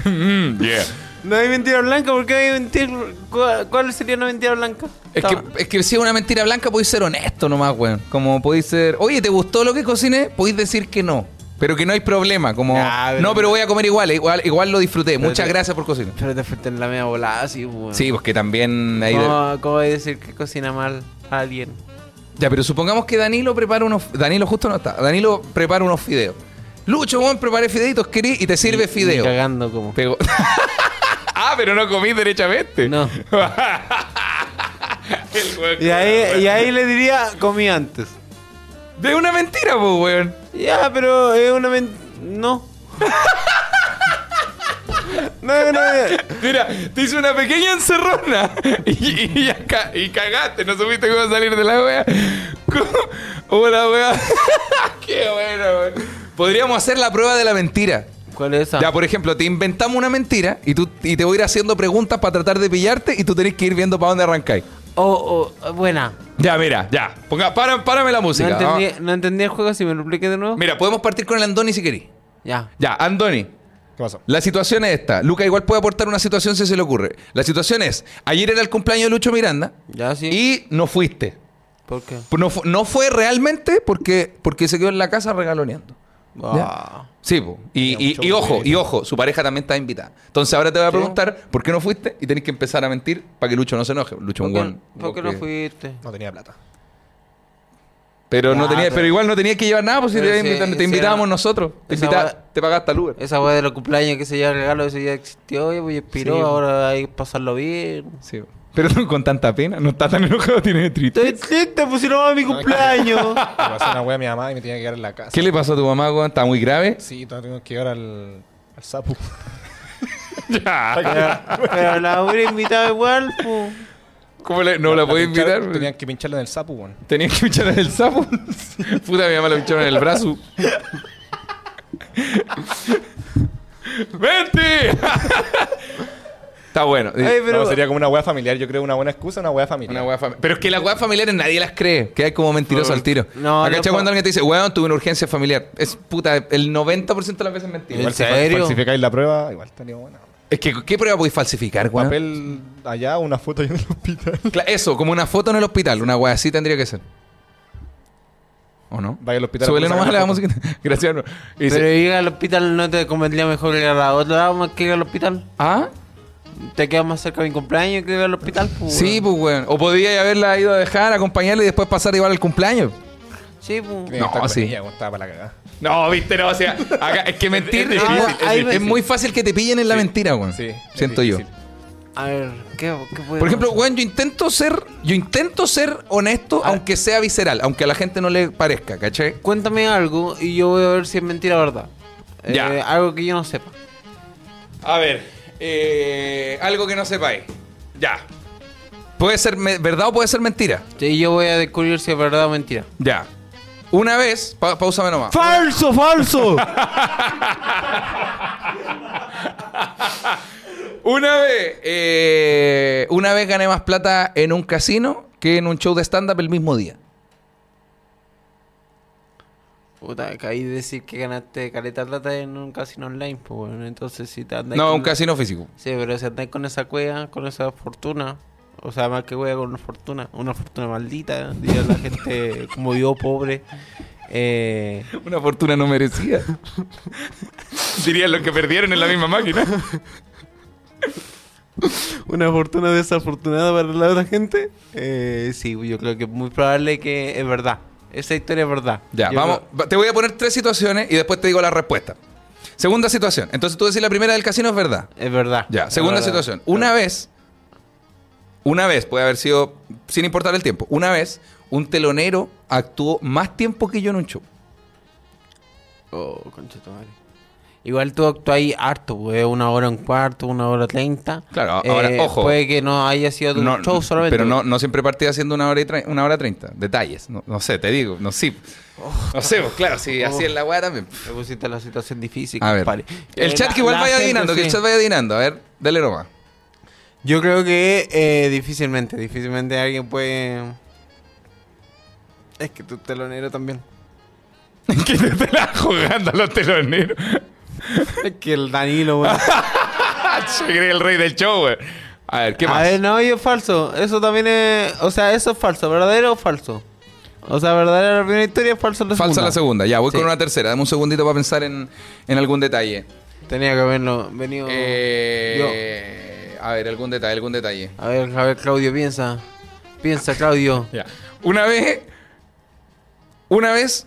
[SPEAKER 1] Mm, yeah.
[SPEAKER 2] No hay mentira blanca, ¿por qué hay mentira? ¿Cuál, cuál sería una mentira blanca?
[SPEAKER 1] Es que, es que si es una mentira blanca, podéis ser honesto nomás, weón. Como podéis ser, oye, ¿te gustó lo que cociné? Podéis decir que no. Pero que no hay problema. Como,
[SPEAKER 2] Ah, pero-
[SPEAKER 1] no, pero voy a comer igual. Igual, igual lo disfruté.
[SPEAKER 2] Pero
[SPEAKER 1] Muchas
[SPEAKER 2] te-
[SPEAKER 1] gracias por cocinar.
[SPEAKER 2] Pero te fuiste en la media volada, sí, weón.
[SPEAKER 1] Sí, pues que también. ahí de-
[SPEAKER 2] ¿Cómo, cómo voy a decir que cocina mal a alguien?
[SPEAKER 1] Ya, pero supongamos que Danilo prepara unos. Danilo justo no está. Danilo prepara unos fideos. Lucho, weón, preparé fideitos, querí y te sirve
[SPEAKER 2] Ni-
[SPEAKER 1] fideo.
[SPEAKER 2] ni Cagando como.
[SPEAKER 1] Pegó- ah, pero no comí derechamente.
[SPEAKER 2] No.
[SPEAKER 1] El weón-
[SPEAKER 2] Y ahí, y ahí le diría, comí antes.
[SPEAKER 1] De una mentira, pues, weón.
[SPEAKER 2] Ya, pero es una mentira. No. no, no, no.
[SPEAKER 1] Mira, te hice una pequeña encerrona y, y, ya ca- y cagaste, no supiste cómo salir de la wea. ¿Cómo? Hola, wea. Qué bueno, wea. Podríamos hacer la prueba de la mentira.
[SPEAKER 2] ¿Cuál es esa?
[SPEAKER 1] Ya, pues. por ejemplo, te inventamos una mentira y, tú, y te voy a ir haciendo preguntas para tratar de pillarte y tú tenés que ir viendo para dónde arrancáis.
[SPEAKER 2] Oh, oh, buena.
[SPEAKER 1] Ya, mira, ya. Ponga, para- párame la música.
[SPEAKER 2] no,
[SPEAKER 1] Ah,
[SPEAKER 2] entendí, no entendí el juego, si me lo expliqué de nuevo.
[SPEAKER 1] Mira, podemos partir con el Andoni si querís.
[SPEAKER 2] Ya.
[SPEAKER 1] Ya, Andoni,
[SPEAKER 3] ¿Qué pasó?
[SPEAKER 1] La situación es esta. Luca igual puede aportar una situación si se le ocurre. La situación es, ayer era el cumpleaños de Lucho Miranda
[SPEAKER 2] Ya, sí.
[SPEAKER 1] y no fuiste.
[SPEAKER 2] ¿Por qué?
[SPEAKER 1] No, fu- no fue realmente porque, porque se quedó en la casa regaloneando.
[SPEAKER 2] Ah.
[SPEAKER 1] Sí, po. y, y-
[SPEAKER 3] mucho
[SPEAKER 1] y ojo,
[SPEAKER 3] mérito.
[SPEAKER 1] y ojo, su pareja también está invitada. Entonces ahora te voy a
[SPEAKER 2] Sí.
[SPEAKER 1] preguntar por qué no fuiste y tenés que empezar a mentir para que Lucho no se enoje. Lucho es
[SPEAKER 2] ¿Por
[SPEAKER 1] un
[SPEAKER 2] qué,
[SPEAKER 1] buen-
[SPEAKER 2] por qué no fuiste?
[SPEAKER 3] No tenía plata.
[SPEAKER 1] Pero, no
[SPEAKER 2] Ya,
[SPEAKER 1] tenía, pero...
[SPEAKER 2] pero
[SPEAKER 1] igual no tenías que llevar nada, pues si
[SPEAKER 2] Pero
[SPEAKER 1] te,
[SPEAKER 2] ese-
[SPEAKER 1] invitan- te
[SPEAKER 2] ese
[SPEAKER 1] invitábamos
[SPEAKER 2] era-
[SPEAKER 1] nosotros. Te,
[SPEAKER 2] esa
[SPEAKER 1] invita-
[SPEAKER 2] va-
[SPEAKER 1] te pagaste el Uber.
[SPEAKER 2] Esa weá de los cumpleaños que se lleva el regalo, eso ya existió, ya pues ya expiró,
[SPEAKER 1] Sí.
[SPEAKER 2] ahora hay que pasarlo bien.
[SPEAKER 1] Sí, po. Pero con tanta pena, no estás tan enojado, tienes triste.
[SPEAKER 2] Estoy triste, pues si no va a mi cumpleaños.
[SPEAKER 3] Me pasó una wea a mi mamá y me tenía que quedar en la casa.
[SPEAKER 1] ¿Qué le pasó a tu mamá, weón? ¿Está muy grave?
[SPEAKER 3] Sí, todavía tengo que llegar al, al sapo.
[SPEAKER 1] Ya. Ah,
[SPEAKER 2] pero, pero la hubiera invitado igual, pues.
[SPEAKER 1] ¿Cómo le- no la podía
[SPEAKER 3] pinchar-
[SPEAKER 1] invitar?
[SPEAKER 3] Tenían que pincharla en el sapo, weón.
[SPEAKER 1] Tenía que pinchar en el sapo. Puta, mi mamá la pincharon en el brazo. ¡Vente! Está bueno.
[SPEAKER 2] Ay, pero-
[SPEAKER 3] No, sería como una wea familiar. Yo creo una buena excusa, una wea familiar.
[SPEAKER 1] Una weá fami- Pero es que las weas familiares nadie las cree. Que hay como mentiroso al tiro.
[SPEAKER 2] No,
[SPEAKER 1] Acá
[SPEAKER 2] no,
[SPEAKER 1] chao,
[SPEAKER 2] pa-
[SPEAKER 1] cuando alguien te dice, weón, tuve una urgencia familiar. Es puta, el 90% de las veces es mentira.
[SPEAKER 3] Igual
[SPEAKER 2] ¿En
[SPEAKER 3] si fal-
[SPEAKER 2] serio?
[SPEAKER 3] falsificáis la prueba, igual estaría buena.
[SPEAKER 1] Es que, ¿qué prueba podéis falsificar, weón?
[SPEAKER 3] Papel allá, una foto allá en el hospital.
[SPEAKER 1] Cla- Eso, como una foto en el hospital. Una weá así tendría que ser. ¿O no?
[SPEAKER 3] Vaya al hospital.
[SPEAKER 1] Súbele
[SPEAKER 3] saca
[SPEAKER 1] nomás
[SPEAKER 3] la
[SPEAKER 1] la
[SPEAKER 3] foto.
[SPEAKER 1] música. Gracias, hermano. Y dice,
[SPEAKER 2] Pero ir al hospital no te convendría mejor ir a la otra lado más que ir al hospital.
[SPEAKER 1] ¿ah?
[SPEAKER 2] Te quedas más cerca de mi cumpleaños que ir al hospital, pues.
[SPEAKER 1] Sí, pues, weón. O podía haberla ido a dejar, acompañarla y después pasar igual al cumpleaños.
[SPEAKER 2] Sí, pues.
[SPEAKER 3] Tenía que estar
[SPEAKER 1] No,
[SPEAKER 3] con
[SPEAKER 1] sí.
[SPEAKER 3] ella, weón, estaba para la cagada.
[SPEAKER 1] No, viste, no, o sea, acá- es que mentir
[SPEAKER 2] Es difícil, es
[SPEAKER 1] es,
[SPEAKER 2] difícil.
[SPEAKER 1] muy fácil que te pillen en la mentira, weón.
[SPEAKER 3] Sí,
[SPEAKER 1] siento
[SPEAKER 3] es
[SPEAKER 1] yo.
[SPEAKER 3] difícil.
[SPEAKER 2] A ver, ¿qué, qué puede
[SPEAKER 1] Por ejemplo,
[SPEAKER 2] pasar?
[SPEAKER 1] weón, yo intento ser, yo intento ser honesto,
[SPEAKER 2] Ah.
[SPEAKER 1] aunque sea visceral, aunque a la gente no le parezca, ¿cachai?
[SPEAKER 2] Cuéntame algo y yo voy a ver si es mentira o verdad. Eh,
[SPEAKER 1] Ya.
[SPEAKER 2] algo que yo no sepa.
[SPEAKER 1] A ver, algo que no sepáis. Ya. Puede ser me- verdad o puede ser mentira.
[SPEAKER 2] Y yo voy a descubrir si es verdad o mentira.
[SPEAKER 1] Ya. Una vez, pa- pausame nomás.
[SPEAKER 2] ¡Falso, falso!
[SPEAKER 1] Una vez, eh, una vez gané más plata en un casino que en un show de stand-up el mismo día.
[SPEAKER 2] Puta, caí decir que ganaste caleta plata en un casino online, pues bueno, entonces si te andáis
[SPEAKER 1] No,
[SPEAKER 2] con-
[SPEAKER 1] un casino físico.
[SPEAKER 2] Sí, pero si andáis con esa cueva, con esa fortuna, o sea, más que cueva, con una fortuna, una fortuna maldita, diría la gente como yo, pobre, eh,
[SPEAKER 1] Una fortuna no merecida. Dirían los que perdieron en la misma máquina.
[SPEAKER 2] una fortuna desafortunada para la otra gente, eh, sí, yo creo que es muy probable que es verdad. Esa historia es verdad.
[SPEAKER 1] Ya,
[SPEAKER 2] Yo
[SPEAKER 1] vamos.
[SPEAKER 2] creo-
[SPEAKER 1] va- Te voy a poner tres situaciones y después te digo la respuesta. Segunda situación. Entonces tú decís la primera del casino es verdad.
[SPEAKER 2] Es verdad.
[SPEAKER 1] Ya,
[SPEAKER 2] es
[SPEAKER 1] segunda
[SPEAKER 2] verdad.
[SPEAKER 1] situación. Una vez, una vez, puede haber sido, sin importar el tiempo, una vez un telonero actuó más tiempo que yo en un show.
[SPEAKER 2] Oh, concha tu madre. Igual tú actúas ahí harto, pues, una hora en cuarto, una hora treinta. Eh,
[SPEAKER 1] Claro, ahora, ojo.
[SPEAKER 2] Puede que no haya sido de
[SPEAKER 1] No,
[SPEAKER 2] un show solamente.
[SPEAKER 1] pero no, no siempre partía haciendo una hora y tre- una hora treinta. Detalles. No, no sé, te digo. No, sí. no sé, pues, claro, si
[SPEAKER 2] Oh.
[SPEAKER 1] así es la weá también.
[SPEAKER 2] Me pusiste la situación difícil,
[SPEAKER 1] A ver.
[SPEAKER 2] compadre.
[SPEAKER 1] El
[SPEAKER 2] Eh,
[SPEAKER 1] chat
[SPEAKER 2] la-
[SPEAKER 1] que igual
[SPEAKER 2] la
[SPEAKER 1] vaya
[SPEAKER 2] gente,
[SPEAKER 1] adivinando, que el
[SPEAKER 2] sí.
[SPEAKER 1] chat vaya adivinando. A ver, dale nomás.
[SPEAKER 2] Yo creo que eh, difícilmente, difícilmente alguien puede... Es que tu telonero también.
[SPEAKER 1] que te la jugando a los teloneros.
[SPEAKER 2] Es que el Danilo, bueno.
[SPEAKER 1] Se cree el rey del show, güey. A ver, ¿qué
[SPEAKER 2] A
[SPEAKER 1] más?
[SPEAKER 2] ver, no, y es falso. Eso también es... O sea, eso es falso. ¿Verdadero o falso? O sea, verdadera la primera historia, falso la
[SPEAKER 1] Falsa
[SPEAKER 2] segunda.
[SPEAKER 1] la segunda. Ya, voy
[SPEAKER 2] Sí.
[SPEAKER 1] con una tercera. Dame un segundito para pensar en, en algún detalle.
[SPEAKER 2] Tenía que haberlo venido...
[SPEAKER 1] Eh, a ver, algún detalle, algún detalle.
[SPEAKER 2] A ver, a ver, Claudio, piensa. Piensa, Claudio.
[SPEAKER 1] Ya. Una vez. Una vez.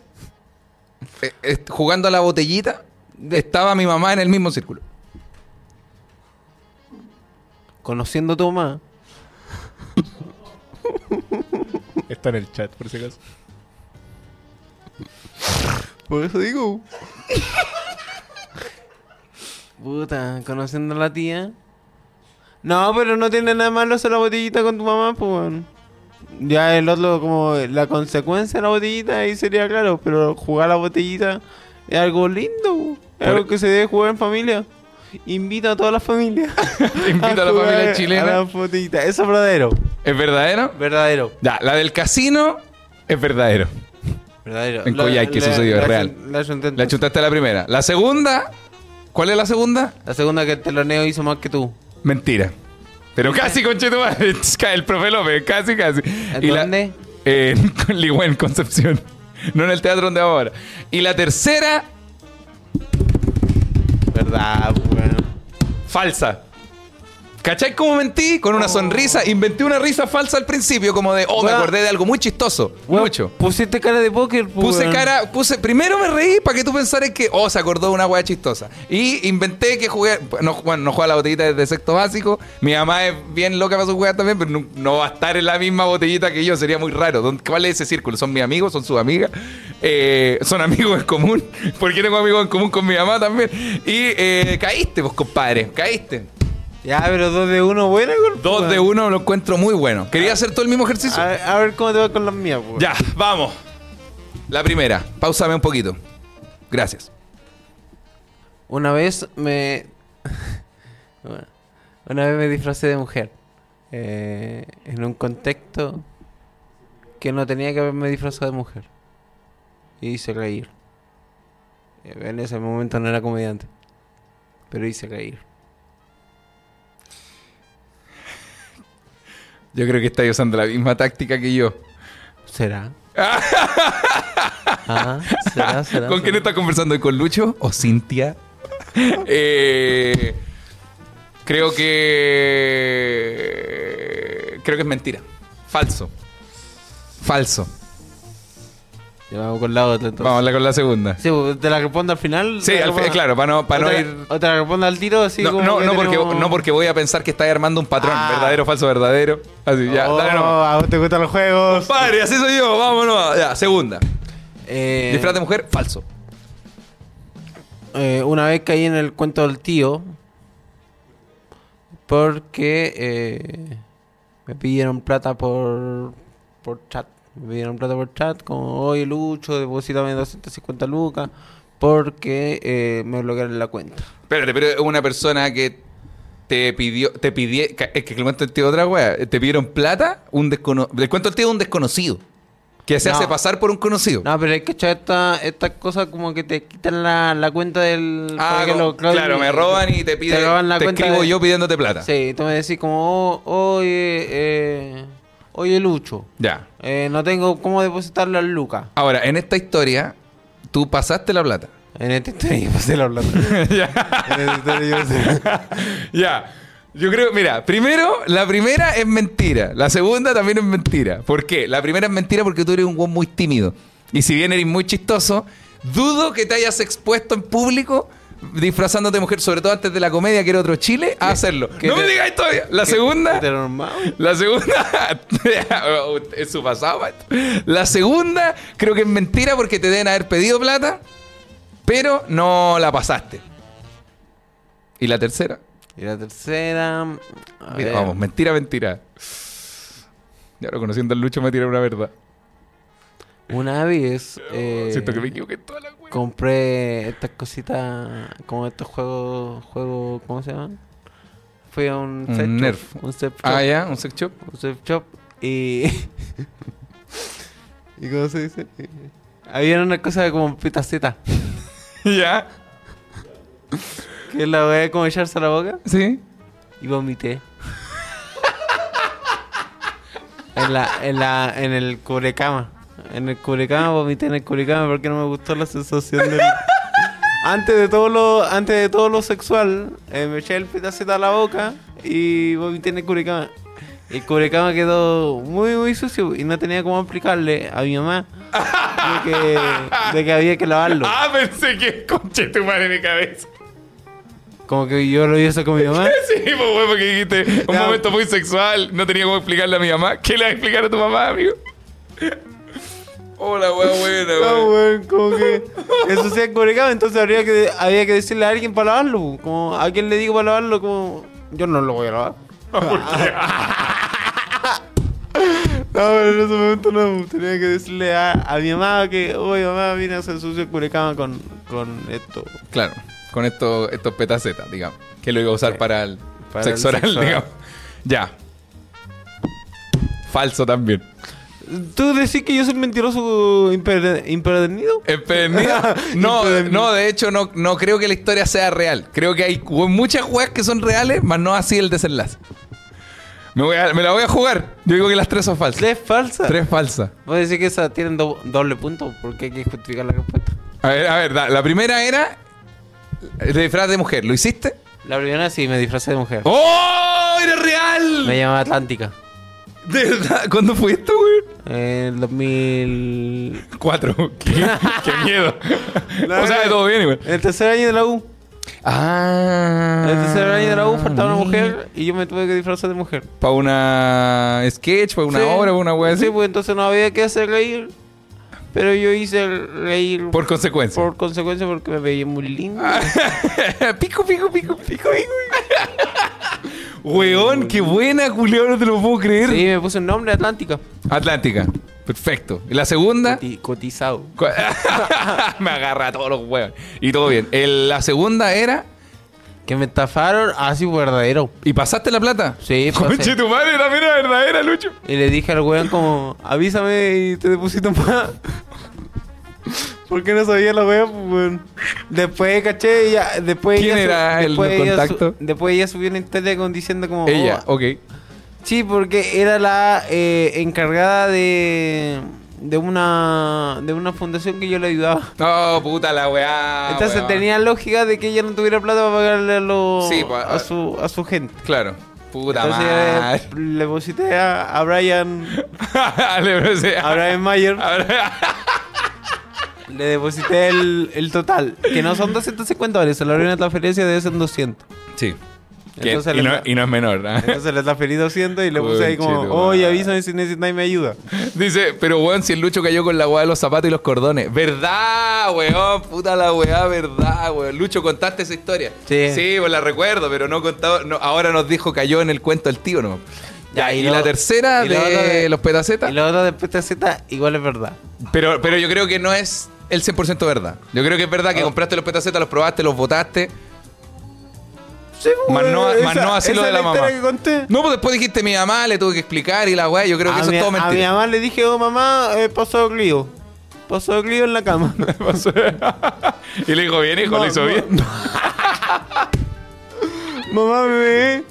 [SPEAKER 1] eh, eh, jugando a la botellita. Estaba mi mamá en el mismo círculo.
[SPEAKER 2] Conociendo a tu mamá.
[SPEAKER 3] Está en el chat, por si acaso.
[SPEAKER 2] Por eso digo. Puta, conociendo a la tía. No, pero no tiene nada de malo hacer la botellita con tu mamá, pues. weón. Ya el otro, como la consecuencia de la botellita, ahí sería claro. Pero jugar a la botellita es algo lindo, weón. es
[SPEAKER 1] e-
[SPEAKER 2] algo que se debe jugar en familia. Invita a toda la familia.
[SPEAKER 1] Invito a la
[SPEAKER 2] jugar
[SPEAKER 1] familia
[SPEAKER 2] A la
[SPEAKER 1] chilena.
[SPEAKER 2] botellita. Eso es verdadero.
[SPEAKER 1] ¿Es verdadero?
[SPEAKER 2] Verdadero.
[SPEAKER 1] Ya, la del casino es verdadero.
[SPEAKER 2] Verdadero.
[SPEAKER 1] En Coyhaique sucedió, es real.
[SPEAKER 2] chun- La, chuntenta.
[SPEAKER 1] La chutaste a la primera. La segunda. ¿Cuál es la segunda?
[SPEAKER 2] La segunda que el teloneo hizo más que tú.
[SPEAKER 1] Mentira. Pero casi, conchetumare. El profe López, casi, casi.
[SPEAKER 2] ¿En
[SPEAKER 1] Y la-
[SPEAKER 2] dónde?
[SPEAKER 1] Eh, en Ligüen, Concepción. No en el teatro donde vamos ahora. Y la tercera,
[SPEAKER 2] Verdad, pues, weón.
[SPEAKER 1] falsa. ¿Cachai cómo mentí? Con una sonrisa. Inventé una risa falsa al principio, como de, oh, me
[SPEAKER 2] Oh. Weón.
[SPEAKER 1] acordé de algo muy chistoso. Mucho.
[SPEAKER 2] Pusiste cara de póker, pues,
[SPEAKER 1] Puse
[SPEAKER 2] weón.
[SPEAKER 1] cara, puse, primero me reí para que tú pensaras que, oh, se acordó de una weá chistosa. Y inventé que jugué, no, bueno, no juega la botellita desde sexto básico. Mi mamá es bien loca para sus weas también, pero no, no va a estar en la misma botellita que yo, sería muy raro. ¿Dónde- ¿Cuál es ese círculo? ¿Son mis amigos? ¿Son sus amigas? Eh, ¿Son amigos en común? Porque tengo amigos en común con mi mamá también. Y eh, caíste, pues, compadre, caíste.
[SPEAKER 2] Ya, pero dos de uno, buena, weón.
[SPEAKER 1] Dos de uno lo encuentro muy bueno. ¿Quería hacer todo el mismo ejercicio?
[SPEAKER 2] A ver, a ver cómo te va con las mías, pues.
[SPEAKER 1] Ya, vamos. La primera, pausame un poquito. Gracias.
[SPEAKER 2] Una vez me. Una vez me disfracé de mujer. eh, en un contexto que no tenía que haberme disfrazado de mujer. Y hice reír. Eh, En ese momento no era comediante. Pero hice reír.
[SPEAKER 1] Yo creo que estáis usando la misma táctica que yo.
[SPEAKER 2] ¿Será? Ah, ¿Será? ¿Será?
[SPEAKER 1] ¿Con quién
[SPEAKER 2] será?
[SPEAKER 1] estás conversando? ¿Con Lucho o Cintia? Eh, creo que. Creo que es mentira. Falso. Falso.
[SPEAKER 2] Ya vamos con la otra entonces.
[SPEAKER 1] Vamos a hablar con la segunda.
[SPEAKER 2] Sí, pues, te la respondo al final.
[SPEAKER 1] Sí,
[SPEAKER 2] te la
[SPEAKER 1] al fin-
[SPEAKER 2] respondo-
[SPEAKER 1] claro, para no, para
[SPEAKER 2] o
[SPEAKER 1] no
[SPEAKER 2] te
[SPEAKER 1] ir.
[SPEAKER 2] la- O te la respondo al tiro, así
[SPEAKER 1] no,
[SPEAKER 2] como.
[SPEAKER 1] no,
[SPEAKER 2] que
[SPEAKER 1] no, porque,
[SPEAKER 2] tenemos-
[SPEAKER 1] no porque voy a pensar que estáis armando un patrón.
[SPEAKER 2] Ah.
[SPEAKER 1] Verdadero, falso, verdadero. Así, ya,
[SPEAKER 2] Oh,
[SPEAKER 1] dale no.
[SPEAKER 3] a vos te gustan los juegos.
[SPEAKER 1] Padre, así soy yo, vámonos. Ya, segunda.
[SPEAKER 2] Eh,
[SPEAKER 1] Disfraz de mujer, falso.
[SPEAKER 2] eh, una vez caí en el cuento del tío. Porque. eh, me pidieron plata por. Por chat. Me pidieron plata por chat. Como, oye, Lucho, deposítame 250 lucas. Porque eh, me bloquearon la cuenta.
[SPEAKER 1] Espérate, pero es una persona que te pidió, te pidió, es que el cuento del tío de otra wea, te pidieron plata, un desconocido, el cuento del tío de un desconocido. Que se
[SPEAKER 2] No.
[SPEAKER 1] hace pasar por un conocido.
[SPEAKER 2] No, pero hay que echar esta- estas cosas como que te quitan la, la cuenta del.
[SPEAKER 1] Ah,
[SPEAKER 2] para que
[SPEAKER 1] como-
[SPEAKER 2] lo clauden
[SPEAKER 1] claro,
[SPEAKER 2] y-
[SPEAKER 1] me roban y te piden.
[SPEAKER 2] Te roban la
[SPEAKER 1] Te,
[SPEAKER 2] cuenta
[SPEAKER 1] escribo
[SPEAKER 2] de-
[SPEAKER 1] yo pidiéndote plata.
[SPEAKER 2] Sí, tú me decís como, "Oh, oye, eh, oye Lucho,
[SPEAKER 1] Ya.
[SPEAKER 2] eh, no tengo cómo depositar las lucas.
[SPEAKER 1] Ahora, en esta historia, tú pasaste la plata.
[SPEAKER 2] En este historia yo pasé la plata. En este historia yo pasé la plata.
[SPEAKER 1] Ya. Yo creo, mira, primero, la primera es mentira. La segunda también es mentira. ¿Por qué? La primera es mentira porque tú eres un weón muy tímido. Y si bien eres muy chistoso, dudo que te hayas expuesto en público disfrazándote de mujer, sobre todo antes de la comedia que era otro Chile, a hacerlo.
[SPEAKER 2] qué
[SPEAKER 1] No
[SPEAKER 2] te-
[SPEAKER 1] me digáis todavía. La
[SPEAKER 2] ¿Qué-
[SPEAKER 1] segunda.
[SPEAKER 2] Este heteronormado?
[SPEAKER 1] La segunda. es su pasado, Pat. La segunda, creo que es mentira porque te deben haber pedido plata, pero no la pasaste. Y la tercera.
[SPEAKER 2] Y la tercera. a
[SPEAKER 1] Mira,
[SPEAKER 2] ver.
[SPEAKER 1] vamos, mentira, mentira. Y ahora conociendo al Lucho me tiré una verdad.
[SPEAKER 2] Una vez. eh,
[SPEAKER 1] Siento que me equivoqué en toda la wea.
[SPEAKER 2] compré estas cositas, como estos juegos, juegos, ¿cómo se llaman? Fui a un,
[SPEAKER 1] Un
[SPEAKER 2] sex shop,
[SPEAKER 1] Nerf.
[SPEAKER 2] un sex shop,
[SPEAKER 1] Ah, ya, un sex shop.
[SPEAKER 2] un sex shop y ¿y cómo se dice? Había una cosa como pitacita,
[SPEAKER 1] ya,
[SPEAKER 2] que la voy a como echarse a la boca
[SPEAKER 1] sí.
[SPEAKER 2] y vomité. en la, en la, en el cubrecama, en el cubrecama vomité en el cubrecama porque no me gustó la sensación del Antes de todo lo, antes de todo lo sexual, eh, me eché el pitaceta a la boca y vomité en el curicama. El curicama quedó muy, muy sucio y no tenía cómo explicarle a mi mamá de que, de que había que lavarlo.
[SPEAKER 1] Ah, pensé que conche tu madre mi cabeza.
[SPEAKER 2] Como que yo lo hice con mi mamá.
[SPEAKER 1] Sí, pues bueno, porque dijiste un
[SPEAKER 2] Ya.
[SPEAKER 1] momento muy sexual, no tenía cómo explicarle a mi mamá. ¿Qué le vas a explicar a tu mamá, amigo? Ah, Hola, wea buena,
[SPEAKER 2] No,
[SPEAKER 1] wea.
[SPEAKER 2] weón, como que eso sea curicama, entonces habría que, había que decirle a alguien para lavarlo. Como, ¿a quién le digo para lavarlo? Como, yo no lo voy a lavar. No, pero en ese momento no, tenía que decirle a, a mi mamá que, oye mamá, mira, se sucio el curecama con, con esto.
[SPEAKER 1] Claro, con estos estos petacetas, digamos, que lo iba a usar para el
[SPEAKER 2] Para
[SPEAKER 1] sexo
[SPEAKER 2] el
[SPEAKER 1] oral,
[SPEAKER 2] sexo oral.
[SPEAKER 1] digamos. Ya. Falso también.
[SPEAKER 2] ¿Tú decís que yo soy mentiroso imper- impredenido?
[SPEAKER 1] Empedernido. No,
[SPEAKER 2] Empedernido.
[SPEAKER 1] no, de hecho, no, no creo que la historia sea real. Creo que hay we- muchas weas que son reales, más no así el desenlace. Me, voy a- me la voy a jugar. Yo digo que las tres son falsas.
[SPEAKER 2] ¿Tres falsas?
[SPEAKER 1] Tres falsas.
[SPEAKER 2] Voy a decir que esas tienen do- doble punto porque hay que justificar la respuesta.
[SPEAKER 1] A ver, a ver, da- la primera era el disfraz de mujer. ¿Lo hiciste?
[SPEAKER 2] La primera sí, me disfrazé de mujer.
[SPEAKER 1] ¡Oh! ¡Era
[SPEAKER 2] Me
[SPEAKER 1] real!
[SPEAKER 2] llamaba Atlántica.
[SPEAKER 1] ¿De verdad? ¿Cuándo fue esto, güey?
[SPEAKER 2] En el 2000...
[SPEAKER 1] Cuatro. ¡Qué, qué miedo!
[SPEAKER 2] La
[SPEAKER 1] o sea,
[SPEAKER 2] verdad-
[SPEAKER 1] todo bien, güey.
[SPEAKER 2] El tercer año de la U.
[SPEAKER 1] Ah.
[SPEAKER 2] El tercer año de la U faltaba una mujer y yo me tuve que disfrazar de mujer.
[SPEAKER 1] Para una sketch, para una
[SPEAKER 2] Sí.
[SPEAKER 1] obra, para una wea así.
[SPEAKER 2] Sí, pues entonces no había que hacer reír. Pero yo hice reír
[SPEAKER 1] Por Ah. consecuencia.
[SPEAKER 2] por consecuencia porque me veía muy lindo.
[SPEAKER 1] pico, pico, pico, pico, pico. Weón, qué buena, culiao, no te lo puedo creer.
[SPEAKER 2] Sí, me puse un nombre Atlántica.
[SPEAKER 1] Atlántica. Perfecto. ¿Y la segunda?
[SPEAKER 2] Coti- cotizado.
[SPEAKER 1] Cu- Me agarra a todos los huevos. Y todo bien. El- la segunda era.
[SPEAKER 2] Que me estafaron así verdadero.
[SPEAKER 1] ¿Y pasaste la plata?
[SPEAKER 2] Sí, pasé.
[SPEAKER 1] Conche tu madre, también era verdadera, Lucho.
[SPEAKER 2] Y le dije al weón como, avísame y te deposito más. Porque no sabía la weá, pues, weón. Después caché, ella, después
[SPEAKER 1] ¿Quién
[SPEAKER 2] ella
[SPEAKER 1] era el
[SPEAKER 2] después
[SPEAKER 1] contacto?
[SPEAKER 2] Ella su- después ella subió una historia con diciendo como...
[SPEAKER 1] Ella,
[SPEAKER 2] "Oh,
[SPEAKER 1] ok.
[SPEAKER 2] Sí, porque era la eh, encargada de, de una de una fundación que yo le ayudaba.
[SPEAKER 1] No, puta la weá.
[SPEAKER 2] Entonces
[SPEAKER 1] Ah, weón.
[SPEAKER 2] tenía lógica de que ella no tuviera plata para pagarle a, los-
[SPEAKER 1] Sí, pa-
[SPEAKER 2] a, su, a su gente.
[SPEAKER 1] Claro. Puta
[SPEAKER 2] Entonces
[SPEAKER 1] madre.
[SPEAKER 2] eh, le deposité a, a Brian
[SPEAKER 1] Le puse-
[SPEAKER 2] a Brian Mayer,
[SPEAKER 1] Ahora-
[SPEAKER 2] le deposité el, el total, que no son 250 dólares, se lo abrió una transferencia de son 200.
[SPEAKER 1] Sí. Que-
[SPEAKER 2] Entonces
[SPEAKER 1] y,
[SPEAKER 2] le-
[SPEAKER 1] no, y no es menor. ¿ah? ¿no?
[SPEAKER 2] Entonces le transferí 200 y le puse ahí como,
[SPEAKER 1] Conchetumare.
[SPEAKER 2] oye, avísame si necesitas mi ayuda.
[SPEAKER 1] Dice, pero weón, si el Lucho cayó con la weá de los zapatos y los cordones. ¿Verdad, weón? Puta la weá, verdad, weón. Lucho, contaste esa historia.
[SPEAKER 2] Sí.
[SPEAKER 1] Sí, pues la recuerdo, pero no contaba. no, ahora nos dijo cayó en el cuento el tío, ¿no? Ya, y,
[SPEAKER 2] lo-
[SPEAKER 1] la tercera
[SPEAKER 2] y
[SPEAKER 1] de,
[SPEAKER 2] lo otro
[SPEAKER 1] los
[SPEAKER 2] Y
[SPEAKER 1] pedacetas.
[SPEAKER 2] la otra de PTZ igual es verdad.
[SPEAKER 1] Pero, pero yo creo que no es el
[SPEAKER 2] Ah.
[SPEAKER 1] 100% verdad. Yo creo que es verdad que compraste los petacetas, los probaste, los botaste.
[SPEAKER 2] Sí, pues,
[SPEAKER 1] Más no-
[SPEAKER 2] esa-
[SPEAKER 1] más no así
[SPEAKER 2] esa
[SPEAKER 1] lo de
[SPEAKER 2] es
[SPEAKER 1] la
[SPEAKER 2] historia
[SPEAKER 1] mamá.
[SPEAKER 2] que conté.
[SPEAKER 1] No, pues después dijiste mi mamá, le tuve que explicar y la weá. Yo creo que
[SPEAKER 2] a
[SPEAKER 1] eso
[SPEAKER 2] mi,
[SPEAKER 1] es todo
[SPEAKER 2] a mi
[SPEAKER 1] mentira.
[SPEAKER 2] mamá le dije, oh mamá, eh, pasó Clio. Pasó Clio en la cama.
[SPEAKER 1] y le dijo bien, hijo, lo
[SPEAKER 2] No,
[SPEAKER 1] hizo
[SPEAKER 2] no,
[SPEAKER 1] bien.
[SPEAKER 2] mamá, bebé.